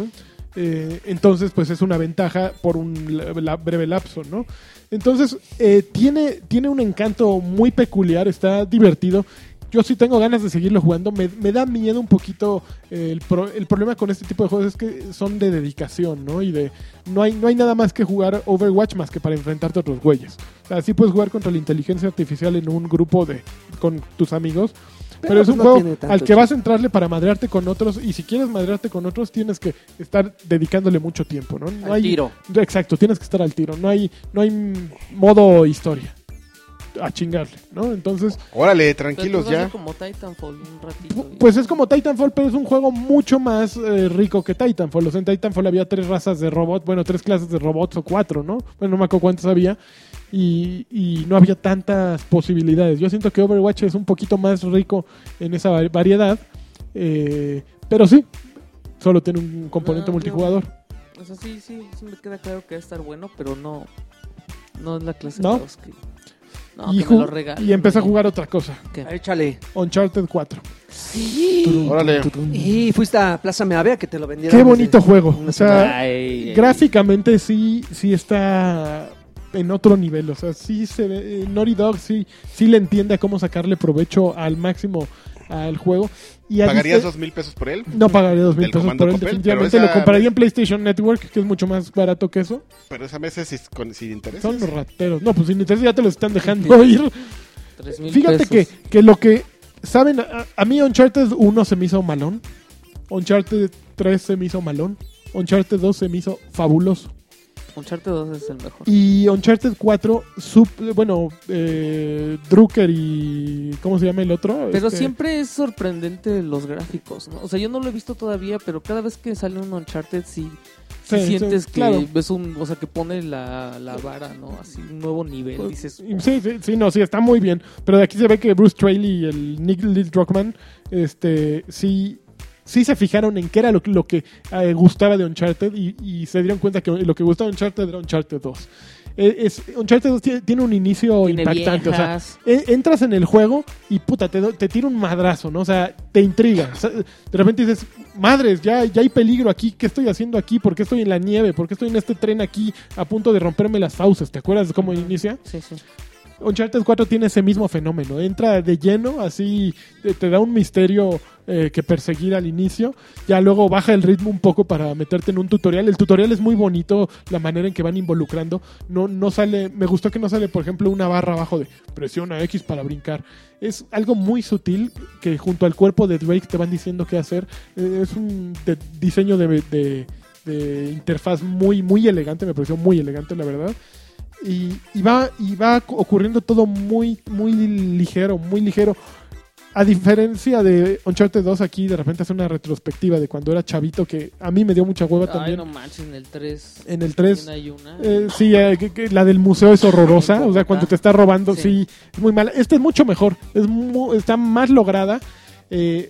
Speaker 2: Eh, entonces, pues es una ventaja por un la- la- breve lapso, ¿no? Entonces, eh, tiene, tiene un encanto muy peculiar, está divertido. Yo sí tengo ganas de seguirlo jugando. Me, me da miedo un poquito. eh, el, pro- el problema con este tipo de juegos es que son de dedicación, ¿no? Y de. No hay, no hay nada más que jugar Overwatch más que para enfrentarte a otros güeyes. O sea, sí puedes jugar contra la inteligencia artificial en un grupo de con tus amigos. Pero,
Speaker 5: Pero
Speaker 2: es un
Speaker 5: no
Speaker 2: juego
Speaker 5: tiene tanto
Speaker 2: al que vas a entrarle para madrearte con otros. Y si quieres madrearte con otros, tienes que estar dedicándole mucho tiempo, ¿no? no
Speaker 4: Al
Speaker 2: hay,
Speaker 4: tiro.
Speaker 2: Exacto, tienes que estar al tiro. No hay, no hay mm, modo historia. A chingarle, ¿no? Entonces,
Speaker 3: Órale, tranquilos
Speaker 4: Pero tú vas a
Speaker 3: ya.
Speaker 4: como Titanfall un ratito. y-
Speaker 2: pues es como Titanfall, pero es un juego mucho más eh, rico que Titanfall. O sea, en Titanfall había tres razas de robot, bueno, tres clases de robots o cuatro, ¿no? Bueno, no me acuerdo cuántas había. Y, y no había tantas posibilidades. Yo siento que Overwatch es un poquito más rico en esa va- variedad. eh, pero sí, solo tiene un componente
Speaker 4: No, no.
Speaker 2: multijugador.
Speaker 4: O sea, sí, sí, sí me queda claro que va a estar bueno, pero no. No es la clase
Speaker 2: ¿No?
Speaker 4: de juegos que. No,
Speaker 2: y,
Speaker 4: Ah, que me
Speaker 2: ju-
Speaker 4: lo regalen.
Speaker 2: y empecé a jugar otra cosa.
Speaker 5: Échale.
Speaker 2: Uncharted 4.
Speaker 5: Sí.
Speaker 3: Órale.
Speaker 5: Y fuiste a Plaza Meave a que te lo vendieran.
Speaker 2: Qué bonito
Speaker 5: desde-
Speaker 2: juego.
Speaker 5: una
Speaker 2: O sea,
Speaker 4: Ay, ay.
Speaker 2: gráficamente sí, sí está en otro nivel. O sea, sí se ve. eh, Naughty Dog sí, sí le entiende a cómo sacarle provecho al máximo al juego. Y a
Speaker 3: ¿Pagarías
Speaker 2: diste-
Speaker 3: dos mil pesos por él?
Speaker 2: No pagaría dos mil
Speaker 3: del
Speaker 2: pesos
Speaker 3: Comando
Speaker 2: por él.
Speaker 3: Copel,
Speaker 2: definitivamente
Speaker 3: pero
Speaker 2: lo
Speaker 3: esa-
Speaker 2: compraría en PlayStation Network, que es mucho más barato que eso.
Speaker 3: Pero esa mesa sin, con, sin interés.
Speaker 2: Son los rateros. No, pues sin interés ya te lo están
Speaker 4: *laughs*
Speaker 2: dejando ir.
Speaker 4: Tres mil
Speaker 2: Fíjate
Speaker 4: pesos.
Speaker 2: que, que lo que. ¿Saben? A, a mí Uncharted 1 se me hizo malón. Uncharted 3 se me hizo malón. Uncharted 2 se me hizo fabuloso.
Speaker 4: Uncharted 2 es el mejor.
Speaker 2: Y Uncharted 4, sup- bueno, eh, Drucker y. ¿Cómo se llama el otro?
Speaker 4: Pero
Speaker 2: Este,
Speaker 4: siempre es sorprendente los gráficos, ¿no? O sea, yo no lo he visto todavía, pero cada vez que sale un Uncharted sí,
Speaker 2: Sí,
Speaker 4: sí
Speaker 2: sí,
Speaker 4: sientes que
Speaker 2: claro.
Speaker 4: ves un, o sea, que pone la, la vara, ¿no? Así un nuevo nivel,
Speaker 2: pues,
Speaker 4: dices.
Speaker 2: y- sí, sí, sí, no, sí, está muy bien. Pero de aquí se ve que Bruce Trailey y el Nick Lee Druckmann, este, sí. Sí se fijaron en qué era lo, que- lo que eh, gustaba de Uncharted y, y se dieron cuenta que lo que gustaba de Uncharted era Uncharted 2. Eh, es, Uncharted 2 tiene, tiene un inicio
Speaker 4: Tiene
Speaker 2: impactante. O sea,
Speaker 4: viejas.
Speaker 2: E- entras en el juego y puta, te, do- te tira un madrazo, ¿no? O sea, te intriga. O sea, de repente dices, madres, ya, ya hay peligro aquí, ¿qué estoy haciendo aquí? ¿Por qué estoy en la nieve? ¿Por qué estoy en este tren aquí a punto de romperme las fauces? ¿Te acuerdas de cómo inicia?
Speaker 4: Sí, sí.
Speaker 2: Uncharted 4 tiene ese mismo fenómeno. Entra de lleno, así te, te da un misterio eh, que perseguir al inicio. Ya luego baja el ritmo un poco para meterte en un tutorial. El tutorial es muy bonito, la manera en que van involucrando. No, no sale, me gustó que no sale, por ejemplo, una barra abajo de presiona X para brincar. Es algo muy sutil que junto al cuerpo de Drake te van diciendo qué hacer. Eh, es un de- diseño de, de- de interfaz muy, muy elegante, me pareció muy elegante, la verdad y, y va y va ocurriendo todo muy muy ligero, muy ligero. A diferencia de Uncharted 2 aquí de repente hace una retrospectiva de cuando era chavito que a mí me dio mucha hueva
Speaker 4: Ay,
Speaker 2: también
Speaker 4: no manches, en el 3.
Speaker 2: en el 3.
Speaker 4: Hay una.
Speaker 2: Eh, sí, eh, que- que la del museo es horrorosa.
Speaker 4: En
Speaker 2: O sea, cuando
Speaker 4: Bogotá.
Speaker 2: te está robando,
Speaker 4: Sí.
Speaker 2: sí. es muy mala. Esta es mucho mejor. Es mu- está más lograda. Eh,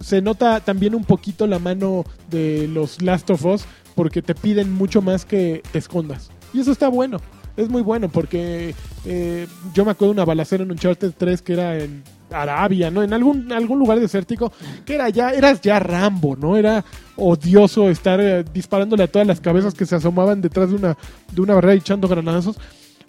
Speaker 2: se nota también un poquito la mano de los Last of Us porque te piden mucho más que te escondas. Y eso está bueno. Es muy bueno porque eh, yo me acuerdo de una balacera en Uncharted 3 que era en Arabia, ¿no? En algún, algún lugar desértico que era ya, eras ya Rambo, ¿no? Era odioso estar eh, disparándole a todas las cabezas que se asomaban detrás de una, de una barrera y echando granadazos.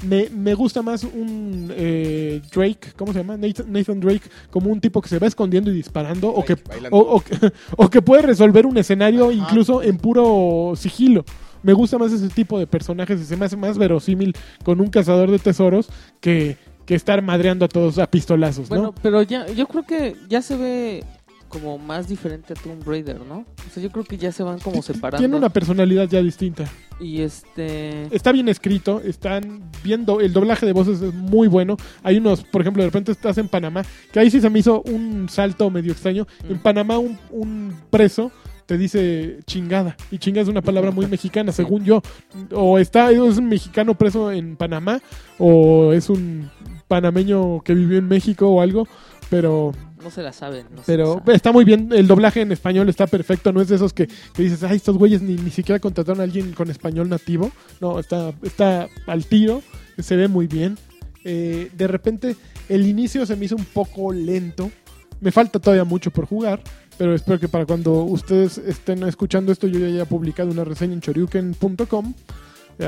Speaker 2: Me, me gusta más un eh, Drake, ¿cómo se llama? Nathan, Nathan Drake, como un tipo que se va escondiendo y disparando o que,
Speaker 3: bailando.
Speaker 2: o, o que- *laughs* o que puede resolver un escenario incluso en puro sigilo. Me gusta más ese tipo de personajes y se me hace más verosímil con un cazador de tesoros que, que estar madreando a todos a pistolazos,
Speaker 4: Bueno,
Speaker 2: ¿no?
Speaker 4: pero ya, yo creo que ya se ve como más diferente a Tomb Raider, ¿no? O sea, yo creo que ya se van como separando.
Speaker 2: Tiene una Eh, personalidad ya distinta.
Speaker 4: Y este...
Speaker 2: Está bien escrito, están viendo, el doblaje de voces es muy bueno. Hay unos, por ejemplo, de repente estás en Panamá, que ahí sí se me hizo un salto medio extraño. En
Speaker 4: Mm.
Speaker 2: Panamá un, un preso te dice chingada, y chingada es una palabra muy mexicana, según yo. O está, es un mexicano preso en Panamá, o es un panameño que vivió en México o algo, pero
Speaker 4: No se la saben. No se la
Speaker 2: Pero
Speaker 4: saben.
Speaker 2: está muy bien, el doblaje en español está perfecto, no es de esos que, que dices, ay, estos güeyes ni, ni siquiera contrataron a alguien con español nativo. No, está, está al tiro, se ve muy bien. Eh, de repente, el inicio se me hizo un poco lento. Me falta todavía mucho por jugar, pero espero que para cuando ustedes estén escuchando esto, yo ya haya publicado una reseña en choryuken.com.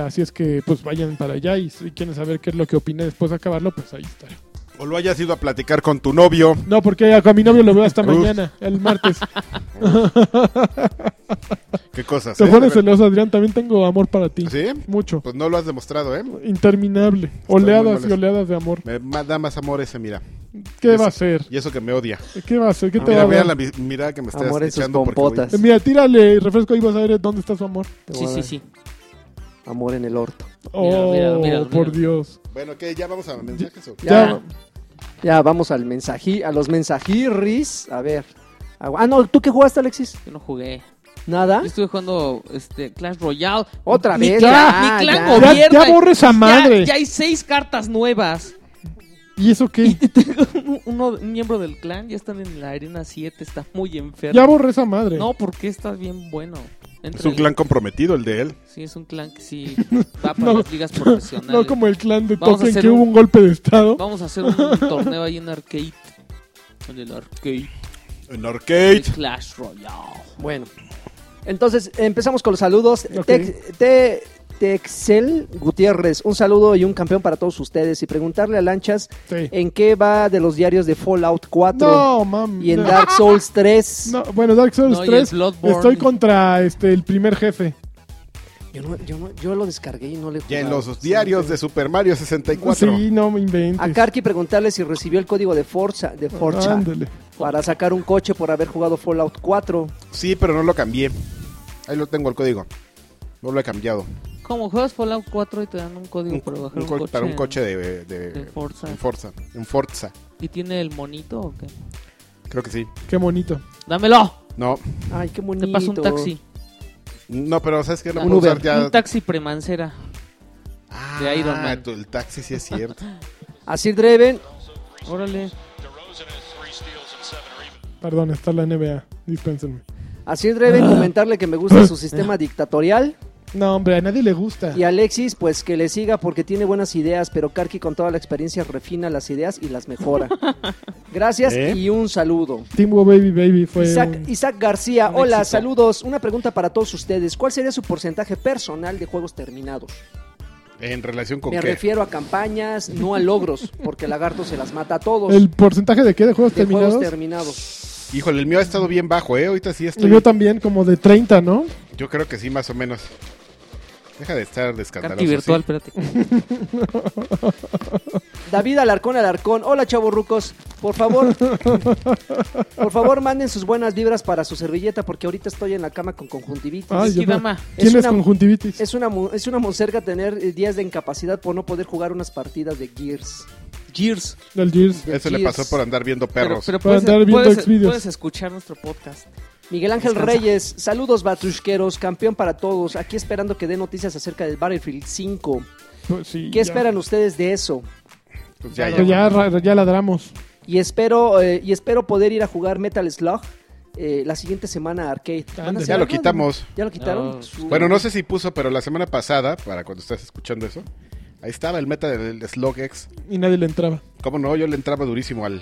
Speaker 2: Así es que pues vayan para allá y si quieren saber qué es lo que opiné después de acabarlo, pues ahí estaré.
Speaker 3: O lo hayas ido a platicar con tu novio.
Speaker 2: No, porque a mi novio lo veo hasta
Speaker 3: Uf.
Speaker 2: mañana, el martes.
Speaker 3: ¿Qué cosas?
Speaker 2: Te
Speaker 3: eh?
Speaker 2: pones celoso, Adrián. También tengo amor para ti.
Speaker 3: ¿Sí?
Speaker 2: Mucho.
Speaker 3: Pues no lo has demostrado, ¿eh?
Speaker 2: Interminable.
Speaker 3: muy
Speaker 2: Oleadas y
Speaker 3: molesto.
Speaker 2: oleadas de amor.
Speaker 3: Me ma- da más amor ese, mira.
Speaker 2: ¿Qué
Speaker 3: Es-
Speaker 2: va a ser?
Speaker 3: Y eso que me odia.
Speaker 2: ¿Qué va a ser? ¿Qué te va
Speaker 3: Ah, Mira,
Speaker 2: a dar?
Speaker 3: vean la mi- mirada
Speaker 2: Ah,
Speaker 3: que me estás
Speaker 5: Amor en sus
Speaker 3: echando. porque voy-
Speaker 5: pompotas.
Speaker 2: Eh, Mira, tírale refresco y vas a ver dónde está su amor.
Speaker 5: Te voy
Speaker 4: Sí,
Speaker 5: a
Speaker 4: sí,
Speaker 5: dar
Speaker 4: sí.
Speaker 5: Amor en el orto.
Speaker 2: Oh,
Speaker 4: mira, mira,
Speaker 2: por
Speaker 4: mira.
Speaker 2: Dios.
Speaker 3: Bueno, ¿qué? ¿Ya vamos a mensajes o qué?
Speaker 5: Ya, ya vamos al mensají, a los mensajirris. A ver. Agu- Ah, no, ¿tú qué jugaste, Alexis?
Speaker 4: Yo no jugué.
Speaker 5: Nada.
Speaker 4: Yo estuve jugando este, Clash Royale.
Speaker 5: Ah. Otra
Speaker 4: Mi
Speaker 5: vez,
Speaker 4: clan,
Speaker 5: ya,
Speaker 4: mi clan
Speaker 5: ya.
Speaker 2: Ya,
Speaker 4: gobierna.
Speaker 2: ya borra esa madre.
Speaker 4: Oh, Ya, ya hay seis cartas nuevas.
Speaker 2: ¿Y eso
Speaker 4: *laughs*
Speaker 2: qué?
Speaker 4: Un- Uno, un miembro del clan ya están en la arena 7. Está muy enfermo.
Speaker 2: Ya borra esa madre.
Speaker 4: No, porque está bien bueno. Entre
Speaker 3: Es un
Speaker 4: el-
Speaker 3: clan comprometido el de él.
Speaker 4: Sí, es un clan que sí va para
Speaker 2: No,
Speaker 4: las ligas profesionales.
Speaker 2: No como el clan de
Speaker 4: Vamos a
Speaker 2: Token
Speaker 4: hacer
Speaker 2: que
Speaker 4: un-
Speaker 2: hubo un golpe de estado.
Speaker 4: Vamos a hacer un *laughs* torneo ahí en arcade. En el arcade.
Speaker 3: En
Speaker 4: de
Speaker 3: arcade.
Speaker 4: Clash Royale.
Speaker 5: Bueno. Entonces, empezamos con los saludos.
Speaker 2: Ok.
Speaker 5: Tex- Te- Texel Gutiérrez, un saludo y un campeón para todos ustedes. Y preguntarle a Lanchas
Speaker 2: Sí.
Speaker 5: en qué va de los diarios de Fallout 4
Speaker 2: No, mami.
Speaker 5: y en Dark Souls 3.
Speaker 2: No, bueno, Dark Souls
Speaker 4: No, y el
Speaker 2: 3.
Speaker 4: Bloodborne.
Speaker 2: Estoy contra este el primer jefe.
Speaker 5: Yo, no- yo no- yo lo descargué y no le
Speaker 3: Ya en
Speaker 5: jugaba.
Speaker 3: los diarios de Super Mario 64.
Speaker 2: Sí, no me
Speaker 5: A
Speaker 2: inventes.
Speaker 5: Karki preguntarle si recibió el código de Forza, de Forza
Speaker 2: Ándale.
Speaker 5: para sacar un coche por haber jugado Fallout 4.
Speaker 3: Sí, pero no lo cambié. Ahí lo tengo el código. No lo he cambiado.
Speaker 4: Como juegas Fallout 4 y te dan un código
Speaker 3: Un-
Speaker 4: para bajar
Speaker 3: un
Speaker 4: un,
Speaker 3: co-
Speaker 4: coche,
Speaker 3: para un coche de, de-
Speaker 4: de Forza.
Speaker 3: En Forza. En Forza.
Speaker 4: ¿Y tiene el monito o qué?
Speaker 3: Creo que sí.
Speaker 2: Qué bonito.
Speaker 4: ¡Dámelo!
Speaker 3: No,
Speaker 5: Ay, qué bonito.
Speaker 4: Te paso un taxi.
Speaker 3: no, pero ¿sabes qué? Lo
Speaker 5: Un
Speaker 3: puedo usar
Speaker 5: Uber.
Speaker 3: ya.
Speaker 4: Un taxi premancera.
Speaker 3: Ah,
Speaker 4: de Iron Man.
Speaker 3: tu- El taxi sí es
Speaker 4: *laughs*
Speaker 3: cierto.
Speaker 5: Así Dreven,
Speaker 4: Órale.
Speaker 2: Perdón, está la NBA. Dispénsenme.
Speaker 5: así
Speaker 2: Ah.
Speaker 5: Dreven comentarle que me gusta
Speaker 2: *coughs*
Speaker 5: su sistema dictatorial
Speaker 2: No, hombre, a nadie le gusta.
Speaker 5: y Alexis pues que le siga porque tiene buenas ideas, pero Karki con toda la experiencia refina las ideas y
Speaker 2: *laughs*
Speaker 5: las mejora. Gracias
Speaker 3: ¿Eh?
Speaker 5: y un saludo.
Speaker 2: Timbo Baby Baby fue.
Speaker 5: Isaac,
Speaker 2: un-
Speaker 5: Isaac García,
Speaker 4: Un
Speaker 5: hola,
Speaker 4: éxito.
Speaker 5: saludos. Una pregunta para todos ustedes. ¿Cuál sería su porcentaje personal de juegos terminados?
Speaker 3: ¿En relación con
Speaker 5: Me
Speaker 3: qué?
Speaker 5: refiero a campañas, no a logros, porque Lagarto se las mata a todos.
Speaker 2: ¿El porcentaje de qué? ¿De juegos
Speaker 5: de
Speaker 2: terminados?
Speaker 5: juegos terminados.
Speaker 3: Híjole, el mío ha estado bien bajo, ¿eh? Ahorita sí
Speaker 2: Y
Speaker 3: estoy.
Speaker 2: Yo también, como de 30, ¿no?
Speaker 3: Yo creo que sí, más o menos. Deja de estar de escandaloso,
Speaker 4: Carti virtual,
Speaker 3: sí.
Speaker 4: espérate.
Speaker 5: David Alarcón Alarcón, hola chavos rucos, por
Speaker 2: *laughs*
Speaker 5: favor, por favor manden sus buenas vibras para su servilleta porque ahorita estoy en la cama con conjuntivitis.
Speaker 2: Ay, yo-
Speaker 4: Kidama.
Speaker 2: ¿Quién
Speaker 5: Es
Speaker 2: es,
Speaker 5: una-
Speaker 2: conjuntivitis?
Speaker 5: Es una mu- es una monserga tener eh, días de incapacidad por no poder jugar unas partidas de Gears.
Speaker 4: Gears.
Speaker 2: Del Gears.
Speaker 5: de
Speaker 3: Eso le
Speaker 5: Gears.
Speaker 3: pasó por andar viendo perros.
Speaker 4: Pero, pero
Speaker 2: Para
Speaker 4: puedes,
Speaker 2: andar viendo
Speaker 4: puedes-
Speaker 2: Xvideos.
Speaker 4: puedes escuchar nuestro podcast.
Speaker 5: Miguel Ángel
Speaker 4: Descansa.
Speaker 5: Reyes, saludos batrusqueros, campeón para todos. Aquí esperando que dé noticias acerca del Battlefield 5.
Speaker 2: Pues sí,
Speaker 5: ¿Qué
Speaker 2: ya.
Speaker 5: esperan ustedes de eso?
Speaker 3: Pues ya,
Speaker 2: Que ya, ra- ya ladramos.
Speaker 5: Y espero, eh, y espero poder ir a jugar Metal Slug eh, la siguiente semana a Arcade. ¿Van a
Speaker 2: Ándale.
Speaker 5: hacer
Speaker 3: Ya lo
Speaker 5: algo?
Speaker 3: quitamos.
Speaker 5: ¿Ya lo quitaron?
Speaker 4: No.
Speaker 5: Su-
Speaker 3: Bueno, no sé si puso, pero la semana pasada, para cuando estás escuchando eso, ahí estaba el meta del Slog X.
Speaker 2: Y nadie le entraba.
Speaker 3: ¿Cómo no? Yo le entraba durísimo al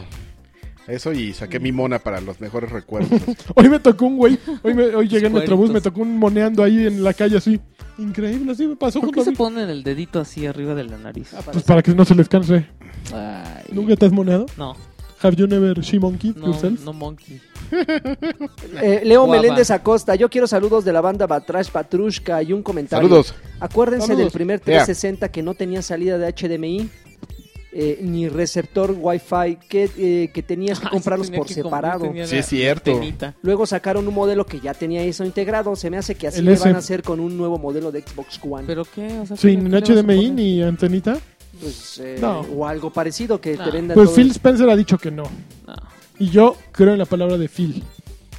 Speaker 3: a eso y saqué
Speaker 4: Mm.
Speaker 3: mi mona para los mejores
Speaker 4: *laughs*
Speaker 3: recuerdos.
Speaker 2: Hoy me tocó un güey. Hoy, me- hoy llegué en
Speaker 4: Los
Speaker 2: Metrobús, me
Speaker 4: cueritos.
Speaker 2: tocó un moneando ahí en la calle así. Increíble, así me pasó
Speaker 4: ¿Por
Speaker 2: junto
Speaker 4: qué
Speaker 2: a
Speaker 4: se
Speaker 2: mí.
Speaker 4: ponen el dedito así arriba de la nariz?
Speaker 5: Ah,
Speaker 2: Pues para que no se les canse.
Speaker 4: Ay.
Speaker 2: ¿Nunca te has moneado?
Speaker 4: No,
Speaker 2: ¿Have you never she monkey
Speaker 4: no,
Speaker 2: yourself?
Speaker 4: no monkey.
Speaker 3: pues,
Speaker 5: Eh, Leo
Speaker 4: Guava.
Speaker 5: Meléndez Acosta, yo quiero saludos de la banda Batrash Patrushka y un comentario.
Speaker 3: Saludos.
Speaker 5: Acuérdense
Speaker 2: Saludos.
Speaker 5: del primer
Speaker 3: Ea.
Speaker 5: 360 que no tenía salida de HDMI. eh, ni receptor Wi-Fi que, eh, que tenías
Speaker 4: *laughs*
Speaker 5: que
Speaker 4: Ay,
Speaker 5: comprarlos
Speaker 4: sí tenía
Speaker 5: por
Speaker 4: que comprar,
Speaker 5: separado.
Speaker 4: tenía
Speaker 3: Sí,
Speaker 4: la
Speaker 3: es cierto.
Speaker 4: antenita.
Speaker 5: Luego sacaron un modelo que ya tenía eso integrado. Se me hace que así
Speaker 2: El
Speaker 5: le
Speaker 2: S.
Speaker 5: van a hacer con un nuevo modelo de Xbox One.
Speaker 4: ¿Pero qué? O sea, ¿qué- qué
Speaker 2: Sin
Speaker 4: le vas a
Speaker 2: HDMI
Speaker 4: poner?
Speaker 2: ni antenita.
Speaker 5: Pues, eh,
Speaker 2: No.
Speaker 5: O algo parecido que te
Speaker 4: No.
Speaker 5: vendan
Speaker 2: Pues
Speaker 5: todo
Speaker 2: Phil Spencer ha dicho que no.
Speaker 4: No.
Speaker 2: Y yo creo en la palabra de Phil.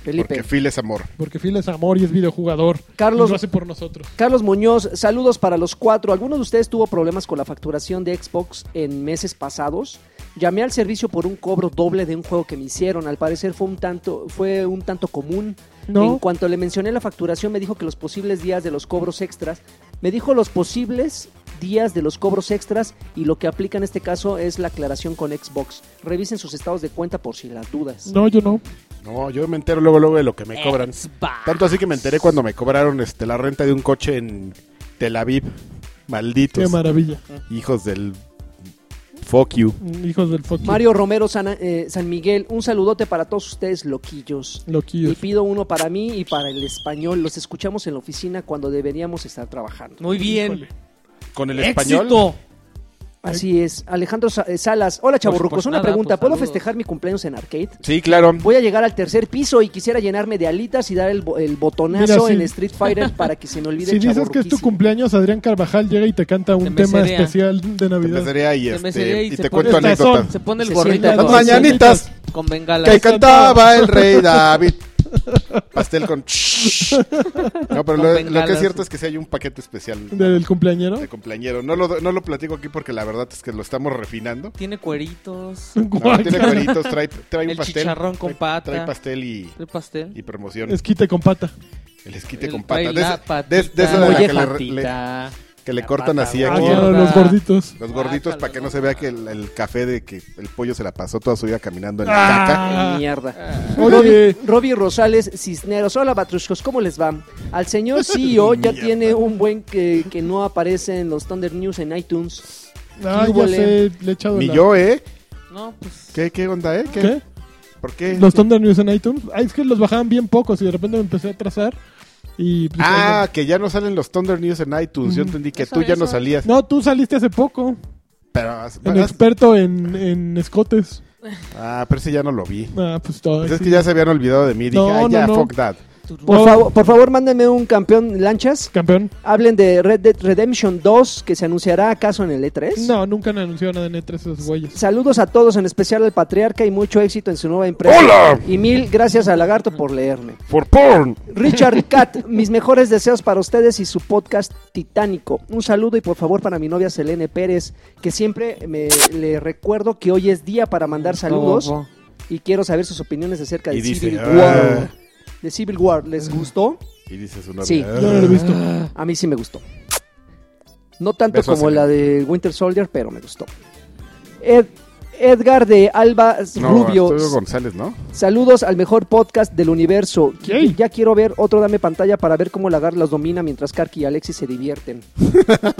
Speaker 5: Felipe.
Speaker 3: Porque Phil es amor.
Speaker 2: Porque Phil es amor y es videojugador.
Speaker 5: Carlos-
Speaker 2: Y lo hace por nosotros.
Speaker 5: Carlos Muñoz, saludos para los cuatro. ¿Alguno de ustedes tuvo problemas con la facturación de Xbox en meses pasados? Llamé al servicio por un cobro doble de un juego que me hicieron. Al parecer fue un tanto, fue un tanto común.
Speaker 2: No.
Speaker 5: En cuanto le mencioné la facturación, me dijo que los posibles días de los cobros extras. Me dijo los posibles días de los cobros extras y lo que aplica en este caso es la aclaración con Xbox. Revisen sus estados de cuenta por si las dudas.
Speaker 2: No, yo no.
Speaker 1: No, yo me entero luego, luego de lo que me cobran.
Speaker 4: Xbox.
Speaker 1: Tanto así que me enteré cuando me cobraron este, la renta de un coche en Tel Aviv.
Speaker 2: Qué
Speaker 1: Malditos
Speaker 2: maravilla. Mm,
Speaker 1: hijos del fuck you.
Speaker 2: Hijos del fucking
Speaker 5: Mario Romero San, eh, San Miguel, un saludote para todos ustedes, loquillos. Y
Speaker 2: loquillos.
Speaker 5: pido uno para mí y para el español. Los escuchamos en la oficina cuando deberíamos estar trabajando.
Speaker 4: Muy bien.
Speaker 2: Híjole.
Speaker 1: Con el
Speaker 4: Éxito.
Speaker 1: español.
Speaker 5: Así es. Alejandro Sa- eh, Salas. Hola, chavorrucos.
Speaker 4: pues
Speaker 5: Una
Speaker 4: nada,
Speaker 5: pregunta.
Speaker 4: pues
Speaker 5: ¿Puedo
Speaker 4: saludos.
Speaker 5: festejar mi cumpleaños en arcade?
Speaker 1: Sí, claro.
Speaker 5: Voy a llegar al tercer piso y quisiera llenarme de alitas y dar el, bo- el botonazo
Speaker 2: Mira, si-
Speaker 5: en Street
Speaker 2: *laughs*
Speaker 5: Fighter para que se me olvide
Speaker 2: Si
Speaker 5: el
Speaker 2: dices que es tu
Speaker 5: chavorruquísimo.
Speaker 2: cumpleaños, Adrián Carvajal llega y te canta un
Speaker 4: Te
Speaker 2: tema
Speaker 4: meserea.
Speaker 2: especial de
Speaker 3: Te
Speaker 2: Navidad.
Speaker 3: mesería y,
Speaker 4: Se
Speaker 3: este,
Speaker 4: mesería y
Speaker 3: y
Speaker 4: se
Speaker 3: te
Speaker 4: pone
Speaker 3: cuento
Speaker 2: estas
Speaker 3: anécdotas.
Speaker 2: son-
Speaker 4: Se pone el
Speaker 5: Se
Speaker 4: gorrito
Speaker 5: sienta
Speaker 4: con-
Speaker 5: dos.
Speaker 1: Las mañanitas
Speaker 4: con bengalas.
Speaker 1: que cantaba el rey
Speaker 4: *laughs*
Speaker 1: David. Pastel con... No, pero
Speaker 4: Con
Speaker 3: Lo, lo que es
Speaker 4: bengalas.
Speaker 3: cierto es que sí hay un paquete especial
Speaker 2: Del cumpleañero.
Speaker 3: de cumpleañero. No lo, no lo platico aquí porque la verdad es que lo estamos refinando.
Speaker 2: *laughs*
Speaker 4: Tiene cueritos.
Speaker 3: No,
Speaker 2: Guácala.
Speaker 3: tiene cueritos, trae, trae un
Speaker 4: El
Speaker 3: pastel.
Speaker 4: chicharrón con
Speaker 3: trae,
Speaker 4: pata.
Speaker 3: Trae pastel y,
Speaker 4: El pastel.
Speaker 3: y promoción.
Speaker 2: Esquite con pata.
Speaker 3: el esquite
Speaker 4: El-
Speaker 3: con
Speaker 4: trae
Speaker 3: pata. De,
Speaker 4: la
Speaker 3: esa- de- de esa de
Speaker 5: patita.
Speaker 3: la
Speaker 5: Oye,
Speaker 3: que le- le,
Speaker 4: patita.
Speaker 3: que le
Speaker 4: La
Speaker 3: cortan
Speaker 4: pata
Speaker 3: así
Speaker 2: Ah,
Speaker 3: aquí.
Speaker 4: gorda.
Speaker 2: los gorditos.
Speaker 3: Los gorditos
Speaker 4: Guácala,
Speaker 3: para que no
Speaker 4: no.
Speaker 3: se vea que el, el café de que el pollo se la pasó toda su vida caminando en la caca.
Speaker 2: Ah,
Speaker 5: Eh, Mierda.
Speaker 2: oye,
Speaker 5: Robbie Rosales Cisneros. Hola, Batruscos, ¿cómo les va?
Speaker 2: *laughs*
Speaker 5: Al señor CEO ya
Speaker 3: Mierda.
Speaker 5: tiene un buen que, que no aparece en los Thunder News en iTunes.
Speaker 2: ah, ya
Speaker 5: húbole?
Speaker 2: sé, le he echado
Speaker 3: Ni
Speaker 2: la-
Speaker 3: yo, ¿eh?
Speaker 4: No, pues.
Speaker 3: ¿Qué, qué onda, eh? ¿Qué?
Speaker 2: ¿Qué?
Speaker 3: ¿Por qué?
Speaker 2: Los Thunder News en iTunes. Ah, es que los bajaban bien pocos y de repente me empecé a trazar. Y pues,
Speaker 3: Ah, que ya no salen los Thunder News en iTunes. Yo
Speaker 2: Mm.
Speaker 3: entendí que
Speaker 4: Eso,
Speaker 3: tú ya no
Speaker 4: eso.
Speaker 3: salías.
Speaker 2: No, tú saliste hace poco.
Speaker 3: Pero,
Speaker 2: En experto en, en escotes.
Speaker 3: ah, pero ese ya no lo vi.
Speaker 2: Ah, pues todo.
Speaker 3: Pues es que ya se habían olvidado de mí. Dije,
Speaker 2: No,
Speaker 3: ah,
Speaker 2: no,
Speaker 3: ya,
Speaker 2: no.
Speaker 3: fuck that.
Speaker 5: Por,
Speaker 2: No.
Speaker 5: favor, por favor, mándenme un campeón lanchas.
Speaker 2: Campeón.
Speaker 5: Hablen de Red Dead Redemption 2, que se anunciará acaso en el E3.
Speaker 2: No, nunca han anunciado nada en E3 esos güeyes.
Speaker 5: Saludos a todos, en especial al patriarca y mucho éxito en su nueva empresa.
Speaker 1: ¡Hola!
Speaker 5: Y mil gracias a Lagarto por leerme.
Speaker 1: For porn.
Speaker 5: Richard Cat, mis mejores deseos para ustedes y su podcast titánico. Un saludo y por favor para mi novia Selene Pérez, que siempre me le recuerdo que hoy es día para
Speaker 4: Oh,
Speaker 5: mandar saludos
Speaker 4: Todo.
Speaker 5: y quiero saber sus opiniones acerca de
Speaker 3: Y dice,
Speaker 5: Civil
Speaker 3: "Ah".
Speaker 5: War. De Civil War, ¿les gustó?
Speaker 3: Y dice su novia.
Speaker 5: Sí.
Speaker 2: Yo no lo he visto.
Speaker 5: A mí sí me gustó. No tanto
Speaker 3: Besos,
Speaker 5: como
Speaker 3: Selena.
Speaker 5: la de Winter Soldier, pero me gustó. Ed- Edgar de Alba
Speaker 3: No,
Speaker 5: Rubio.
Speaker 3: Arturo González, ¿no?
Speaker 5: Saludos al mejor podcast del universo.
Speaker 2: Yay.
Speaker 5: Ya quiero ver otro dame pantalla para ver cómo Lagar las domina mientras Karki y Alexis se divierten. Ah,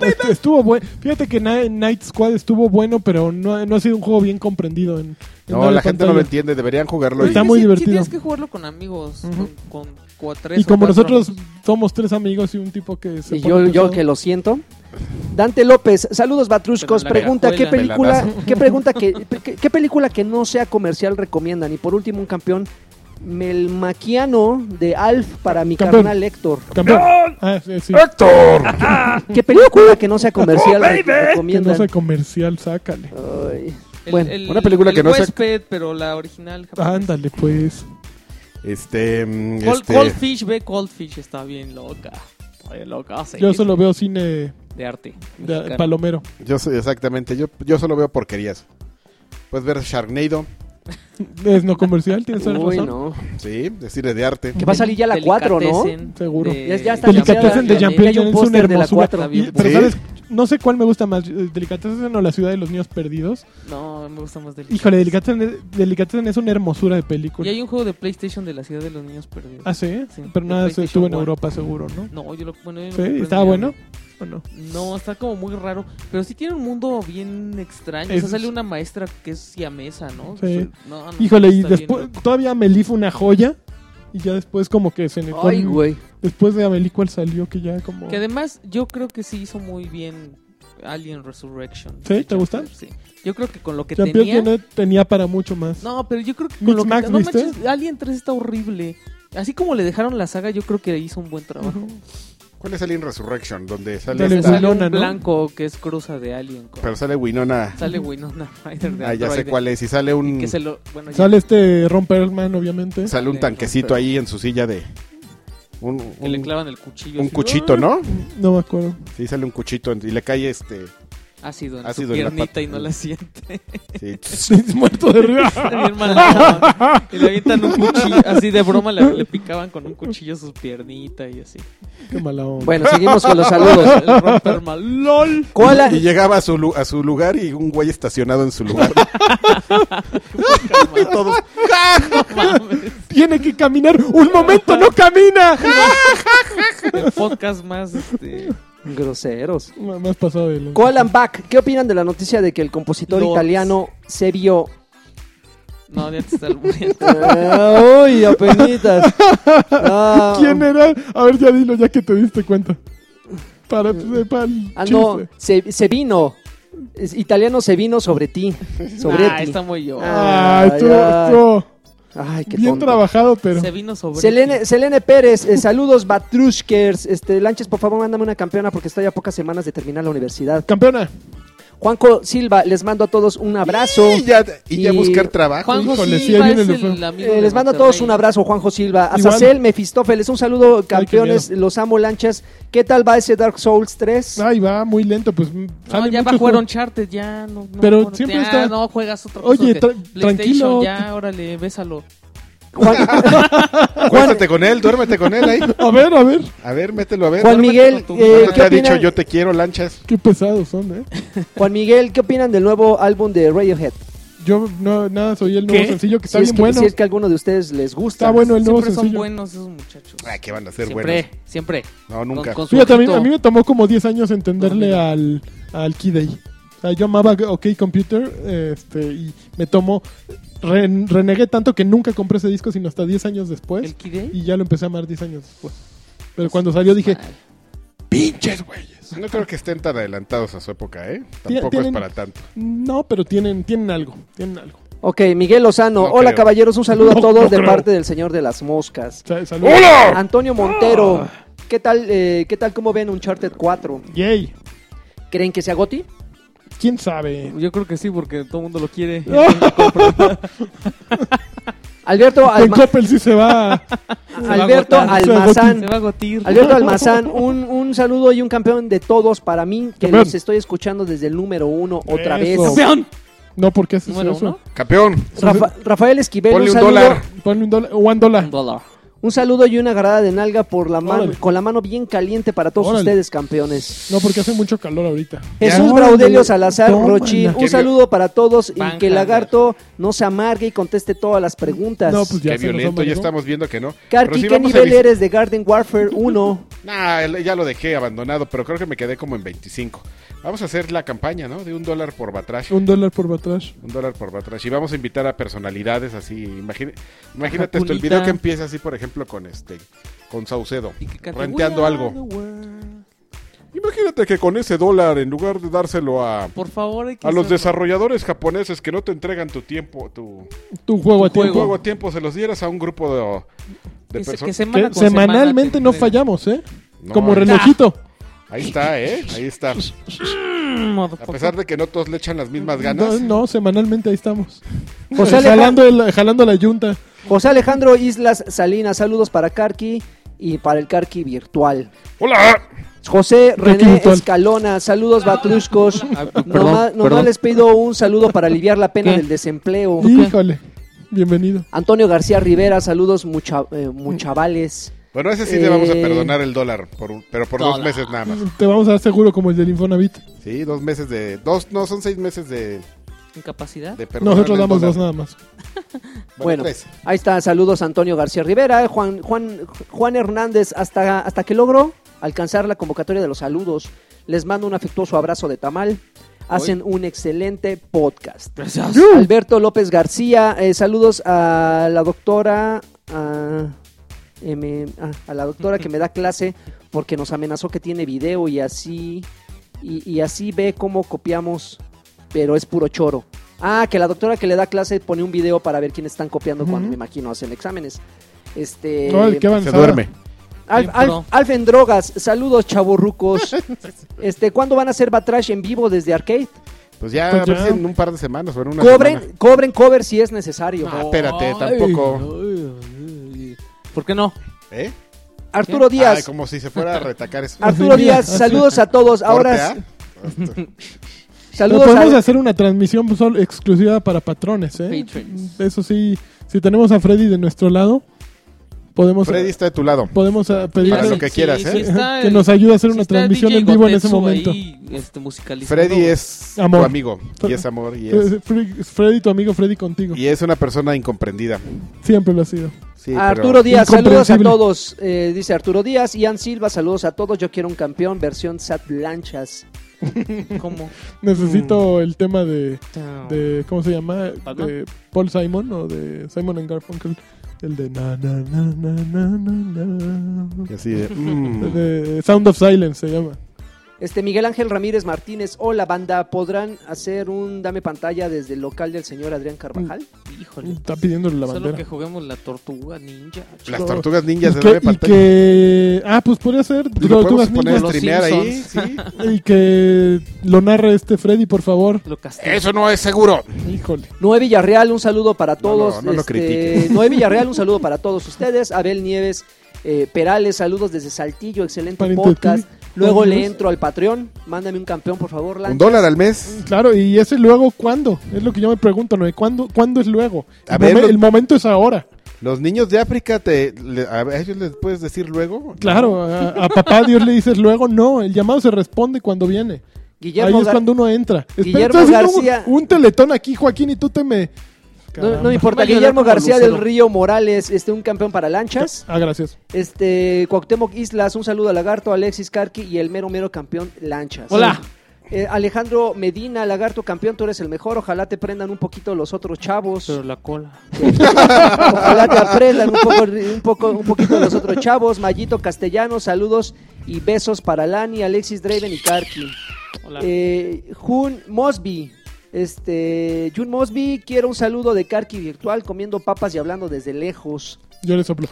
Speaker 2: Est- estuvo bueno. Fíjate que Na- Night Squad estuvo bueno, pero no, no ha sido un juego bien comprendido. En, en
Speaker 3: No,
Speaker 2: doble
Speaker 3: la gente no lo
Speaker 2: pantalla.
Speaker 3: entiende. Deberían jugarlo.
Speaker 2: Está
Speaker 3: y-
Speaker 2: muy
Speaker 4: Sí, sí,
Speaker 2: divertido.
Speaker 4: tienes que jugarlo con amigos.
Speaker 2: Ujú.
Speaker 4: Con, con cu- tres
Speaker 2: Y
Speaker 4: o
Speaker 2: como
Speaker 4: cuatro
Speaker 2: nosotros somos tres amigos y un tipo que se
Speaker 5: Y
Speaker 2: pone
Speaker 5: yo, yo
Speaker 2: pesado.
Speaker 5: que lo siento. Dante López, saludos Batruscos.
Speaker 4: Pero la
Speaker 5: Pregunta qué
Speaker 4: cajuela.
Speaker 5: película, *laughs* qué pregunta que, qué, qué película que no sea comercial recomiendan. Y por último un campeón melmaquiano de Alf para mi
Speaker 2: Campeón.
Speaker 5: carnal Héctor.
Speaker 2: Campeón. Ah, sí, sí.
Speaker 1: Héctor.
Speaker 5: ¿Qué película que no sea comercial
Speaker 1: Oh, baby.
Speaker 5: re-
Speaker 2: Que no
Speaker 5: recomiendan?
Speaker 2: sea comercial, sácale.
Speaker 5: Ay,
Speaker 4: El-
Speaker 5: bueno,
Speaker 4: el-
Speaker 3: una película
Speaker 4: el
Speaker 3: que no sea-
Speaker 4: huésped, pero la original.
Speaker 5: Ah.
Speaker 4: japonesa.
Speaker 2: Ándale, pues.
Speaker 3: Este. mm,
Speaker 4: Cold,
Speaker 3: este-
Speaker 4: Cold Fish, ve Cold Fish, está bien loca. Está bien loca. sí.
Speaker 2: Yo solo veo cine
Speaker 4: De arte.
Speaker 2: de-
Speaker 4: mexicano.
Speaker 2: palomero.
Speaker 3: Yo soy exactamente. Yo, yo solo veo porquerías. Puedes ver Sharknado,
Speaker 2: Es no comercial, tienes toda la
Speaker 5: uy,
Speaker 2: razón.
Speaker 5: no.
Speaker 3: sí, decirle de arte.
Speaker 5: Que va a salir ya la 4, ¿no?
Speaker 4: Delicatessen
Speaker 2: Seguro.
Speaker 4: de-
Speaker 5: Ya, ya está
Speaker 2: Delicatessen de
Speaker 5: anunciada,
Speaker 4: Jean
Speaker 2: Jean
Speaker 5: ya hay
Speaker 2: Pierre
Speaker 5: un
Speaker 2: Jean es una
Speaker 5: póster de la
Speaker 2: hermosura.
Speaker 5: cuatro.
Speaker 2: Y- pero
Speaker 3: Sí.
Speaker 2: sabes, no sé cuál me gusta más, eh, Delicatessen o la ciudad de los niños perdidos.
Speaker 4: No, me gusta más Delicatessen.
Speaker 2: Híjole, Delicatessen, es- Delicatessen es una hermosura de
Speaker 4: Y
Speaker 2: película.
Speaker 4: hay un juego de PlayStation de la ciudad de los niños perdidos.
Speaker 2: Ah, sí,
Speaker 4: Sí,
Speaker 2: pero
Speaker 4: de
Speaker 2: nada, se
Speaker 4: PlayStation
Speaker 2: estuvo en
Speaker 4: One.
Speaker 2: Europa seguro, ¿no?
Speaker 4: No, yo lo. Bueno, yo lo
Speaker 2: Sí,
Speaker 4: compré en
Speaker 2: estaba
Speaker 4: mi
Speaker 2: bueno.
Speaker 4: amigo.
Speaker 2: ¿O no?
Speaker 4: No, está como muy raro. Pero sí tiene un mundo bien extraño. O
Speaker 2: Es-
Speaker 4: sea, sale una maestra que es siamesa, ¿no? Pues,
Speaker 2: Sí.
Speaker 4: No, no,
Speaker 2: Híjole, y
Speaker 4: está bien
Speaker 2: después
Speaker 4: loco.
Speaker 2: todavía Amelie fue una joya. Y ya después como que se negó.
Speaker 5: Ay, güey.
Speaker 2: Después de Amelie cuál salió que ya como...
Speaker 4: Que además yo creo que sí hizo muy bien Alien Resurrection.
Speaker 2: ¿Sí? ¿Te gusta?
Speaker 4: Sí. Yo creo que con lo que
Speaker 2: Champions
Speaker 4: tenía...
Speaker 2: tiene- tenía para mucho más.
Speaker 4: No, pero yo creo que con
Speaker 2: Mix
Speaker 4: lo que...
Speaker 2: Max,
Speaker 4: no
Speaker 2: ¿viste?
Speaker 4: manches, Alien 3 está horrible. Así como le dejaron la saga, yo creo que hizo un buen trabajo.
Speaker 3: ¿Cuál es Alien Resurrection? Donde sale.
Speaker 2: Dale,
Speaker 4: Sale
Speaker 3: esta-
Speaker 2: Winona,
Speaker 4: un
Speaker 2: ¿no?
Speaker 4: blanco que es cruza de Alien. con-
Speaker 3: pero sale Winona.
Speaker 4: Sale Winona Ryder de
Speaker 3: Ah, ya sé
Speaker 4: androide.
Speaker 3: cuál es. Y sale un.
Speaker 4: Que se lo... Bueno, ya-
Speaker 2: Sale este Ron Perlman, obviamente.
Speaker 3: Sale un
Speaker 4: Sale
Speaker 3: tanquecito
Speaker 4: romper.
Speaker 3: ahí en su silla de. Un,
Speaker 4: que le
Speaker 3: un-
Speaker 4: clavan el cuchillo.
Speaker 3: un
Speaker 4: así,
Speaker 3: cuchito, ¿no?
Speaker 2: No me acuerdo. *laughs*
Speaker 3: Sí, sale un cuchito en- y le cae este.
Speaker 4: Ácido en
Speaker 3: Ácido
Speaker 4: su
Speaker 3: en la
Speaker 4: piernita
Speaker 3: pata.
Speaker 4: y no la
Speaker 2: *laughs*
Speaker 4: siente.
Speaker 3: sí,
Speaker 2: Muerto de risa. *laughs*
Speaker 4: Está bien mala onda. Y le avientan un cuchillo. Así de broma le, le picaban con un cuchillo sus piernitas y así.
Speaker 2: Qué mala onda.
Speaker 5: Bueno, seguimos
Speaker 2: *laughs*
Speaker 5: con los saludos.
Speaker 4: El romper mal. ¡LOL!
Speaker 5: ¿Cuál
Speaker 3: Y
Speaker 5: ha-
Speaker 3: llegaba a su, lu- a su lugar y un güey estacionado en su
Speaker 5: *laughs*
Speaker 3: lugar. Y todos,
Speaker 4: Mames.
Speaker 2: Tiene que caminar. ¡Un momento, no camina!
Speaker 4: *laughs* El podcast más. Este,
Speaker 5: Groseros.
Speaker 2: M- más pasado de lanza.
Speaker 5: Koalan Bach, ¿qué opinan de la noticia de que el compositor
Speaker 4: Lords.
Speaker 5: italiano
Speaker 2: *laughs*
Speaker 5: Serio...
Speaker 4: no, ya te está albureando.
Speaker 5: Ah, ¡Uy, apenitas! Ah,
Speaker 2: ¿Quién era? A ver, ya dilo, ya que te diste cuenta. Para, para el
Speaker 5: Ah, no,
Speaker 2: chiste.
Speaker 5: se, se vino. Es- italiano se vino sobre ti. Sobre
Speaker 4: ah,
Speaker 5: ti.
Speaker 4: está muy yo.
Speaker 5: Ah,
Speaker 2: Ay, estuvo,
Speaker 5: ya.
Speaker 2: estuvo
Speaker 5: Ay, qué
Speaker 2: bien
Speaker 5: tonto.
Speaker 2: trabajado, pero.
Speaker 4: Se vino sobre.
Speaker 5: Selene,
Speaker 4: ti.
Speaker 5: Selene Pérez, eh, saludos Batrushkers. Este, Lanches, por favor, mándame una campeona porque estoy a pocas semanas de terminar la universidad.
Speaker 2: Campeona.
Speaker 5: Juanco Silva, les mando a todos un abrazo.
Speaker 3: y ya, y ya
Speaker 5: Y-
Speaker 3: buscar trabajo.
Speaker 4: Juan
Speaker 2: Híjole,
Speaker 4: José
Speaker 2: sí, ahí
Speaker 4: Silva
Speaker 2: viene
Speaker 4: es
Speaker 2: lo
Speaker 4: el
Speaker 2: feo.
Speaker 4: amigo
Speaker 5: Eh,
Speaker 4: de
Speaker 5: les mando a todos
Speaker 4: Monterrey.
Speaker 5: un abrazo, Juanjo Silva.
Speaker 2: Igual.
Speaker 5: Azazel, Mefistófeles, un saludo, campeones,
Speaker 2: miedo.
Speaker 5: los amo, Lanchas. ¿Qué tal va ese Dark Souls 3?
Speaker 2: Ay, va muy lento, pues. mm,
Speaker 4: No,
Speaker 2: salen
Speaker 4: ya
Speaker 2: muchos
Speaker 4: bajaron
Speaker 2: juegos.
Speaker 4: Charter, ya no. no
Speaker 2: Pero
Speaker 4: no,
Speaker 2: siempre
Speaker 4: ya,
Speaker 2: está-
Speaker 4: No juegas otra cosa.
Speaker 2: Oye,
Speaker 4: que
Speaker 2: tra-
Speaker 4: PlayStation,
Speaker 2: tranquilo.
Speaker 4: Ya, órale, bésalo.
Speaker 5: Juan,
Speaker 3: Acuéstate con él, duérmete con él ahí.
Speaker 2: A ver, a ver.
Speaker 3: A ver, mételo a ver.
Speaker 4: *laughs*
Speaker 5: Juan Miguel,
Speaker 4: con tu-
Speaker 5: eh,
Speaker 3: ¿No
Speaker 5: ¿qué
Speaker 3: te ha dicho
Speaker 5: opinan?
Speaker 3: yo te quiero, lanchas?
Speaker 2: Qué pesados son, ¿eh?
Speaker 5: Juan Miguel, ¿qué opinan del nuevo álbum de Radiohead?
Speaker 2: Yo no, nada, soy el nuevo
Speaker 4: ¿Qué?
Speaker 2: sencillo que
Speaker 5: Si
Speaker 2: está
Speaker 5: es
Speaker 2: bien
Speaker 5: que,
Speaker 2: bueno.
Speaker 5: si es que a alguno de ustedes les gusta.
Speaker 2: Está bueno el nuevo
Speaker 4: Siempre son
Speaker 2: sencillo.
Speaker 4: buenos esos muchachos.
Speaker 3: Ah, que van a ser
Speaker 4: Siempre,
Speaker 3: buenos.
Speaker 4: siempre.
Speaker 3: No, nunca.
Speaker 4: Con- con su
Speaker 2: Fíjate, a mí,
Speaker 4: ojito.
Speaker 2: a mí me tomó como 10 años entenderle
Speaker 4: Ojito.
Speaker 2: al, al Key Day. O sea, yo amaba OK Computer este, y me tomó. ren- renegué tanto que nunca compré ese disco, sino hasta 10 años después.
Speaker 4: ¿El Pues Kid
Speaker 2: Y ya lo empecé a amar 10 años después. Pero cuando salió dije,
Speaker 3: Pinches güeyes. No creo que estén tan adelantados a su época, ¿eh? Tampoco
Speaker 2: tienen-
Speaker 3: es para tanto.
Speaker 2: no, pero tienen, tienen algo. Tienen algo.
Speaker 5: Ok, Miguel Lozano.
Speaker 3: No
Speaker 5: Hola,
Speaker 3: creo.
Speaker 5: caballeros, un saludo a
Speaker 2: No,
Speaker 5: todos
Speaker 2: no
Speaker 5: de
Speaker 2: creo.
Speaker 5: parte del Señor de las Moscas.
Speaker 2: Sa- saludos.
Speaker 1: ¡Hola!
Speaker 5: Antonio Montero, ¿qué tal, eh, ¿qué tal cómo ven Uncharted 4?
Speaker 2: Yay.
Speaker 5: ¿Creen que
Speaker 2: *laughs*
Speaker 5: sea Goti?
Speaker 2: ¿Quién sabe?
Speaker 4: Yo creo que sí, porque todo el mundo lo quiere.
Speaker 5: Alberto,
Speaker 2: Con
Speaker 5: Alma-
Speaker 2: Coppel sí se
Speaker 4: *laughs*
Speaker 2: va.
Speaker 5: Alberto
Speaker 4: Se va a
Speaker 2: agotar.
Speaker 5: Almazán.
Speaker 4: Se va a gotir.
Speaker 5: Alberto Almazán, un, un saludo y un campeón de todos para mí, que
Speaker 2: Campeón.
Speaker 5: los estoy escuchando desde el número uno otra vez.
Speaker 2: Eso.
Speaker 4: ¡Campeón!
Speaker 2: No, porque es
Speaker 4: Número
Speaker 2: eso.
Speaker 4: uno.
Speaker 3: Campeón,
Speaker 5: Rafa- Rafael Esquivel,
Speaker 3: Ponle
Speaker 5: un
Speaker 3: un
Speaker 5: saludo,
Speaker 3: dólar.
Speaker 2: Ponle un dólar. One dólar.
Speaker 4: Un dólar.
Speaker 5: un saludo y una agarrada de nalga por la mano,
Speaker 2: Órale.
Speaker 5: con la mano bien caliente para todos
Speaker 2: Órale.
Speaker 5: ustedes, campeones.
Speaker 2: No, porque hace mucho calor ahorita.
Speaker 5: Jesús
Speaker 2: Ya.
Speaker 5: Braudelio Salazar
Speaker 2: Tómala.
Speaker 5: Rochín, un
Speaker 3: Qué
Speaker 5: saludo para todos y
Speaker 4: Banca,
Speaker 5: que el lagarto no se amargue y conteste todas las preguntas.
Speaker 2: No, pues ya
Speaker 3: qué
Speaker 2: se nos
Speaker 3: violento, ya
Speaker 2: amargó.
Speaker 3: estamos viendo que no. Pero
Speaker 5: Karki,
Speaker 3: sí
Speaker 5: ¿qué
Speaker 3: vamos a
Speaker 5: nivel
Speaker 3: vis-
Speaker 5: eres de Garden Warfare 1?
Speaker 3: Nah, el- ya lo dejé abandonado, pero creo que me quedé como en 25. Vamos a hacer la campaña, ¿no? De un dólar por batrash.
Speaker 2: Un dólar por Batrash.
Speaker 3: Un dólar por batrash. Y vamos a invitar a personalidades así. imagina- imagínate esto, el
Speaker 4: Cunita.
Speaker 3: video que empieza así, por ejemplo, con este, con Saucedo,
Speaker 4: Y que cante,
Speaker 3: renteando
Speaker 4: "We are the
Speaker 3: algo.
Speaker 4: world".
Speaker 3: Imagínate que con ese dólar, en lugar de dárselo a,
Speaker 4: Por favor, hay que
Speaker 3: a los
Speaker 4: hacerlo.
Speaker 3: desarrolladores japoneses que no te entregan tu tiempo, tu
Speaker 2: Tu juego a
Speaker 4: Tu juego.
Speaker 2: tiempo.
Speaker 3: juego a tiempo, se los dieras a un grupo de, de
Speaker 4: Que se- que
Speaker 3: personas.
Speaker 2: Que
Speaker 4: semana con semana
Speaker 2: semanalmente
Speaker 4: te
Speaker 2: no
Speaker 4: entregan.
Speaker 2: fallamos, ¿eh?
Speaker 3: No,
Speaker 2: Como
Speaker 3: ahí-
Speaker 2: relojito.
Speaker 3: Ahí está, ¿eh? Ahí
Speaker 4: *laughs*
Speaker 3: está. A pesar de que no todos le echan las mismas
Speaker 2: No,
Speaker 3: ganas.
Speaker 2: no, semanalmente ahí estamos.
Speaker 5: José
Speaker 2: jalando, el- jalando la yunta.
Speaker 5: José Alejandro Islas Salinas, saludos para Karki y para el Karki virtual.
Speaker 1: ¡Hola!
Speaker 5: José
Speaker 2: Karki
Speaker 5: René
Speaker 2: virtual.
Speaker 5: Escalona, saludos Batruscos.
Speaker 4: *laughs* Ah, perdón,
Speaker 5: Nomás, nomás
Speaker 4: perdón.
Speaker 5: les pido un saludo para aliviar la pena
Speaker 4: ¿Qué?
Speaker 5: del desempleo.
Speaker 2: Híjole. Bienvenido.
Speaker 5: Antonio García Rivera, saludos mucha, eh, muchavales.
Speaker 3: Bueno, ese sí te vamos a
Speaker 5: Eh,
Speaker 3: perdonar el dólar, por un- pero por dos
Speaker 4: dólar.
Speaker 3: meses nada más.
Speaker 2: Te vamos a dar seguro como el del Infonavit.
Speaker 3: Sí, dos meses de... dos No, son seis meses de,
Speaker 4: Incapacidad.
Speaker 3: de perdonar
Speaker 2: Nosotros
Speaker 3: el
Speaker 2: damos
Speaker 3: dólar.
Speaker 2: dos nada más.
Speaker 5: Bueno,
Speaker 3: tres.
Speaker 5: ahí está, saludos Antonio García Rivera, eh, Juan, Juan, Juan Hernández, hasta, hasta que logro alcanzar la convocatoria de los saludos. Les mando un afectuoso abrazo de Tamal. Hacen un excelente podcast.
Speaker 4: Gracias.
Speaker 5: Alberto López García, eh, saludos a la doctora, a, eh, em, ah, a la doctora que me da clase porque nos amenazó que tiene video y así y, y así ve cómo copiamos, pero es puro choro. Ah, que la doctora que le da clase pone un video para ver quién están copiando cuando,
Speaker 2: Ujú.
Speaker 5: me imagino, hacen exámenes. Este,
Speaker 2: Ay, qué
Speaker 3: Se
Speaker 2: avanzada.
Speaker 3: duerme.
Speaker 5: Alf,
Speaker 4: Bien, pro.
Speaker 5: Alf- Alf en drogas,
Speaker 7: *laughs*
Speaker 5: saludos chavorrucos. este, ¿cuándo van a hacer Batrash en vivo desde arcade?
Speaker 7: Pues ya,
Speaker 2: Pues
Speaker 7: a
Speaker 2: ya.
Speaker 7: ver si en un par de semanas o en una
Speaker 5: Cobren,
Speaker 7: semana.
Speaker 5: cobren cover si es necesario.
Speaker 7: Ah, espérate,
Speaker 4: Ay,
Speaker 7: tampoco.
Speaker 4: ay, ay. ¿Por qué no?
Speaker 3: ¿Eh?
Speaker 5: Arturo
Speaker 3: Ay,
Speaker 5: Díaz,
Speaker 3: como si se fuera a retacar eso. ¿ah?
Speaker 2: *laughs*
Speaker 5: Arturo Díaz, saludos a todos. Ah, Ahora,
Speaker 3: Corte,
Speaker 2: Pero
Speaker 5: saludos
Speaker 2: podemos
Speaker 5: a-
Speaker 2: hacer una transmisión solo- exclusiva para patrones, ¿eh?
Speaker 4: Patrons.
Speaker 2: Eso sí, si tenemos a Freddy de nuestro lado,
Speaker 3: ¿ah?
Speaker 2: podemos,
Speaker 3: Freddy está de tu lado.
Speaker 2: podemos ah,
Speaker 3: Para
Speaker 2: pedirle
Speaker 3: lo que quieras, ¿eh?
Speaker 4: está
Speaker 2: que
Speaker 4: el-
Speaker 2: nos ayude a hacer
Speaker 4: si
Speaker 2: una
Speaker 4: está
Speaker 2: transmisión
Speaker 4: DJ
Speaker 2: en vivo en ese
Speaker 4: Gotetsu
Speaker 2: momento.
Speaker 4: ahí, este, musicalizando.
Speaker 3: Freddy es
Speaker 2: Amor.
Speaker 3: tu amigo. Y es amor. Y es,
Speaker 2: Eh, Fre- Freddy, tu amigo Freddy contigo.
Speaker 3: y es una persona incomprendida.
Speaker 2: Siempre lo ha sido.
Speaker 3: Sí,
Speaker 5: a
Speaker 3: pero-
Speaker 5: Arturo Díaz, saludos a
Speaker 2: Incomprensible.
Speaker 5: todos. eh, dice Arturo Díaz, Ian Silva, saludos a todos. Yo quiero un campeón, versión Sat Lanchas.
Speaker 4: ¿Cómo? Mm.
Speaker 2: Necesito el tema de, de- ¿Cómo se llama?
Speaker 4: ¿Batman?
Speaker 2: De Paul Simon o de Simon and Garfunkel. El de. Na, na, na, na, na, na, na.
Speaker 3: Y así de, mm.
Speaker 2: De Sound of Silence se llama.
Speaker 5: Este Miguel Ángel Ramírez Martínez, hola banda, ¿podrán hacer un dame pantalla desde el local del señor Adrián Carvajal?
Speaker 2: Mm.
Speaker 4: Híjole.
Speaker 2: Está pidiéndole la
Speaker 4: Solo que
Speaker 2: bandera.
Speaker 4: juguemos la tortuga ninja.
Speaker 3: Las tortugas ninjas
Speaker 2: Y
Speaker 3: de
Speaker 2: que-
Speaker 3: nueve
Speaker 2: y
Speaker 3: pantallas.
Speaker 2: que. Ah, pues podría ser.
Speaker 3: Lo podemos
Speaker 2: Tortugas
Speaker 3: poner este
Speaker 2: Ninja.
Speaker 3: a streamear
Speaker 4: Los
Speaker 3: ahí.
Speaker 4: Simpsons.
Speaker 3: Sí.
Speaker 2: Y que lo narre este Freddy, por favor.
Speaker 4: Lo castigo.
Speaker 7: Eso no es seguro.
Speaker 2: Híjole.
Speaker 5: Noé Villarreal, un saludo para todos.
Speaker 3: no, no lo
Speaker 5: Este,
Speaker 3: critiques. *laughs*
Speaker 5: Noé Villarreal, un saludo para todos ustedes. Abel Nieves eh, Perales, saludos desde Saltillo, excelente
Speaker 2: Pariente
Speaker 5: podcast.
Speaker 2: tuyo.
Speaker 5: Luego
Speaker 2: Oh,
Speaker 5: le
Speaker 2: Dios.
Speaker 5: entro al Patreon. Mándame un campeón, por favor,
Speaker 3: Un
Speaker 5: Lanchas.
Speaker 3: dólar al mes.
Speaker 2: Claro, y ese luego, ¿cuándo? Es lo que yo me pregunto, ¿no? ¿Cuándo, ¿cuándo es luego?
Speaker 3: A
Speaker 2: el,
Speaker 3: ver,
Speaker 2: momen-
Speaker 3: lo-
Speaker 2: el momento es ahora.
Speaker 3: Los niños de África, te, le- a a ellos les puedes decir luego.
Speaker 2: Claro, a, a papá Dios le dices luego, no, el llamado se responde cuando viene.
Speaker 5: Guillermo
Speaker 2: Ahí es
Speaker 5: Gar-
Speaker 2: cuando uno entra. Espera,
Speaker 5: Guillermo
Speaker 2: estás haciendo un-
Speaker 5: García.
Speaker 2: Un, teletón aquí, Joaquín, y tú te me...
Speaker 5: No- No,
Speaker 2: Caramba.
Speaker 5: me importa,
Speaker 4: Voy a llorar
Speaker 5: Guillermo
Speaker 4: como
Speaker 5: García
Speaker 4: Lucero.
Speaker 5: del Río Morales, este un campeón para lanchas.
Speaker 2: Ah, gracias.
Speaker 5: Este Cuauhtémoc Islas, un saludo a Lagarto, Alexis Carqui y el mero mero campeón lanchas.
Speaker 4: Hola.
Speaker 5: Eh, Alejandro Medina, Lagarto campeón, tú eres el mejor. Ojalá te prendan un poquito los otros chavos. *laughs*
Speaker 4: Pero la cola.
Speaker 5: Ojalá te aprendan un poco, un poco, un poquito los otros chavos. Mayito Castellano, saludos y besos para Lani, Alexis Draven y Karki.
Speaker 4: Hola.
Speaker 5: Eh, Jun Mosby. Este, Jun Mosby, quiero un saludo de Karki Virtual comiendo papas y hablando desde lejos.
Speaker 2: Yo le soplo.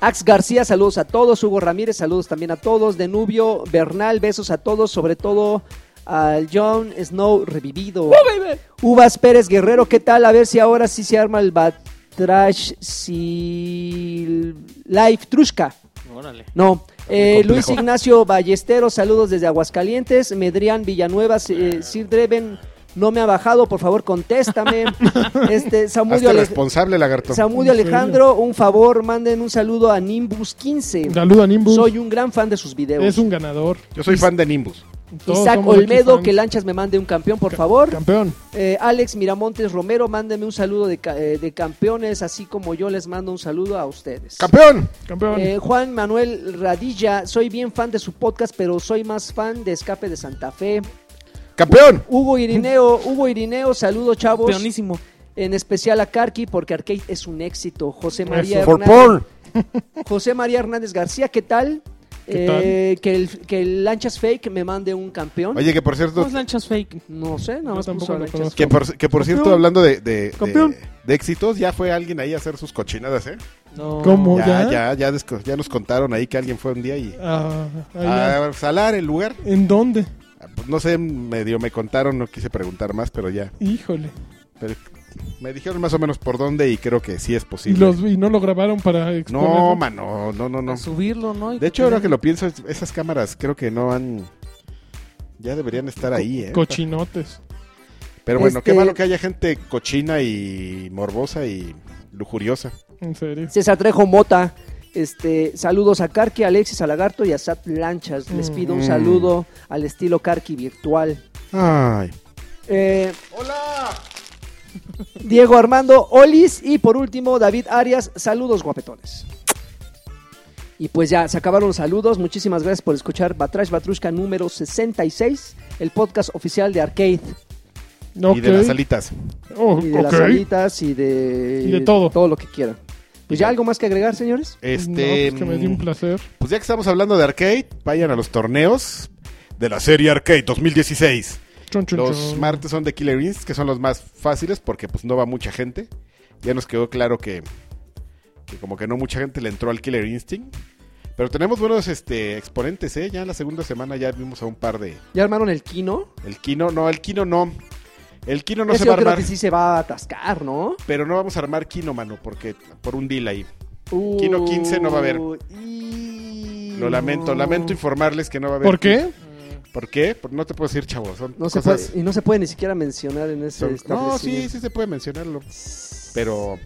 Speaker 5: Ax García, saludos a todos. Hugo Ramírez, saludos también a todos. Denubio Bernal, besos a todos, sobre todo al John Snow revivido. Uvas Pérez Guerrero, ¿qué tal? A ver si ahora sí se arma el Batrash si... Live Trushka.
Speaker 4: Órale.
Speaker 5: No. Eh,
Speaker 3: complejo.
Speaker 5: Luis Ignacio Ballesteros, saludos desde Aguascalientes. Medrián Villanueva, eh, Sir Dreven, no me ha bajado, por
Speaker 2: *laughs*
Speaker 5: favor, contéstame. este, Samudio,
Speaker 3: Hazte
Speaker 5: Ale-
Speaker 3: responsable, lagarto.
Speaker 5: Samudio
Speaker 2: ¿En serio?
Speaker 5: Alejandro, un favor, manden un saludo a Nimbus15.
Speaker 2: Saluda Nimbus.
Speaker 5: Soy un gran fan de sus videos.
Speaker 2: Es un ganador.
Speaker 3: Yo soy fan de Nimbus.
Speaker 2: Todos
Speaker 5: Isaac
Speaker 2: somos aquí
Speaker 5: Olmedo,
Speaker 2: fans.
Speaker 5: que Lanchas me mande un campeón, por favor.
Speaker 2: Campeón.
Speaker 5: Eh, Alex Miramontes Romero, mándeme un saludo de, ca- eh, de campeones, así como yo les mando un saludo a ustedes.
Speaker 3: ¡Campeón!
Speaker 2: Campeón.
Speaker 5: Eh, Juan Manuel Radilla, soy bien fan de su podcast, pero soy más fan de Escape de Santa Fe.
Speaker 3: ¡Campeón!
Speaker 5: Hugo
Speaker 2: *laughs*
Speaker 5: Irineo, Hugo Irineo, saludo chavos.
Speaker 4: Peonísimo.
Speaker 5: En especial a Karki, porque Arcade es un éxito. José María
Speaker 2: Eso.
Speaker 3: For
Speaker 5: Hernández,
Speaker 3: porn.
Speaker 5: José María Hernández García, ¿qué tal?
Speaker 2: ¿Qué tal?
Speaker 5: Eh, que, el, que el Lanchas Fake me mande un campeón.
Speaker 3: Oye, que por cierto,
Speaker 4: ¿Cómo es lanchas fake?
Speaker 5: no sé, nada
Speaker 2: Yo
Speaker 5: más
Speaker 2: tampoco
Speaker 5: puso
Speaker 2: lo
Speaker 5: Lanchas
Speaker 2: conozco.
Speaker 3: que por, que por cierto,
Speaker 2: Campeón.
Speaker 3: hablando de, de,
Speaker 2: Campeón.
Speaker 3: de, de éxitos, ya fue alguien ahí a hacer sus cochinadas, ¿eh?
Speaker 4: No.
Speaker 2: ¿Cómo?
Speaker 3: Ya,
Speaker 2: ¿Oh, ¿Ya?
Speaker 3: ya, ya, desco- ya nos contaron ahí que alguien fue un día y...
Speaker 2: Ah, ahí va.
Speaker 3: A salar el lugar.
Speaker 2: ¿En dónde?
Speaker 3: Ah, pues No sé, medio me contaron, no quise preguntar más, pero ya.
Speaker 2: Híjole.
Speaker 3: Pero me dijeron más o menos por dónde y creo que sí es
Speaker 2: Y,
Speaker 3: posible.
Speaker 2: los, y no lo grabaron para exponerlo.
Speaker 3: No, mano, no, no, no.
Speaker 4: A subirlo, ¿no? Y
Speaker 3: De hecho, ahora que
Speaker 4: tener-
Speaker 3: lo pienso, es- esas cámaras creo que no han... Ya deberían estar ahí, ¿eh?
Speaker 2: Cochinotes.
Speaker 3: Pero bueno,
Speaker 5: Este-
Speaker 3: qué malo que haya gente cochina y morbosa y lujuriosa.
Speaker 2: En serio.
Speaker 5: César Trejo Mota. Este, saludos a Karki, a Alexis, a Lagarto y a Sat Lanchas. Les pido un
Speaker 3: Mm.
Speaker 5: saludo al estilo Karki virtual.
Speaker 3: Ay.
Speaker 5: Eh, Diego Armando Olis y por último David Arias. Saludos, guapetones. Y pues ya, se acabaron los saludos. Muchísimas gracias por escuchar Batrash Batrushka número 66, el podcast oficial de Arcade.
Speaker 2: Ok.
Speaker 3: Y de las alitas.
Speaker 2: Oh,
Speaker 5: Y de las
Speaker 2: ok.
Speaker 5: salitas y de,
Speaker 2: Y de todo.
Speaker 5: todo lo que quieran. Pues ya algo más que agregar, señores.
Speaker 2: No,
Speaker 3: Este,
Speaker 2: pues que me dio un placer.
Speaker 3: pues ya que estamos hablando de arcade, vayan a los torneos de la serie Arcade 2016.
Speaker 2: Chon, chon,
Speaker 3: Los
Speaker 2: chon.
Speaker 3: martes son de Killer Instinct, que son los más fáciles porque pues no va mucha gente. Ya nos quedó claro que, que como que no mucha gente le entró al Killer Instinct. Pero tenemos buenos este, exponentes, ¿eh? Ya en la segunda semana ya vimos a un par de...
Speaker 5: Ya armaron el Kino.
Speaker 3: El Kino, no, el Kino no. El Kino no
Speaker 5: Ese
Speaker 3: se va a
Speaker 5: yo creo
Speaker 3: armar,
Speaker 5: que sí se va a atascar, ¿no?
Speaker 3: pero no vamos a armar Kino, mano, porque por un deal ahí. Kino 15 no va a haber.
Speaker 5: Y-
Speaker 3: Lo lamento, lamento informarles que no va a haber...
Speaker 2: ¿Por qué?
Speaker 3: ¿Por qué? Por- no te puedo decir, chavos, son
Speaker 5: No se
Speaker 3: cosas...
Speaker 5: puede- y no se puede ni siquiera mencionar en ese
Speaker 3: son- no, sí,
Speaker 5: establecimiento.
Speaker 3: sí se puede mencionarlo. Pero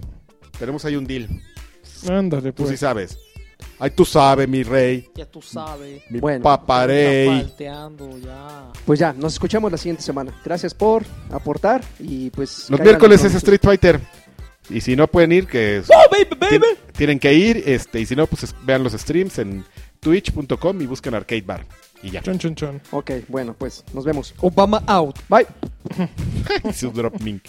Speaker 3: tenemos ahí un deal.
Speaker 2: Ándale,
Speaker 3: Tú
Speaker 2: pues.
Speaker 3: sí sabes. Ay, tú sabes, mi rey,
Speaker 4: Ya tú sabes.
Speaker 3: mi
Speaker 5: Bueno.
Speaker 4: Está
Speaker 3: paparey.
Speaker 4: falteando ya.
Speaker 5: Pues ya, nos escuchamos la siguiente semana. Gracias por aportar y pues...
Speaker 3: Los
Speaker 5: caigan
Speaker 3: miércoles es
Speaker 5: entonces.
Speaker 3: Street Fighter. Y si no pueden ir, que es-
Speaker 4: Oh, baby,
Speaker 3: tien- tienen que ir. Este, y si no, pues es- vean los streams en twitch.com y busquen Arcade Bar. Y ya. *laughs*
Speaker 2: Chon, chon, chon.
Speaker 5: Ok, bueno, pues nos vemos.
Speaker 4: Obama out.
Speaker 5: Bye.
Speaker 3: Su drop mink.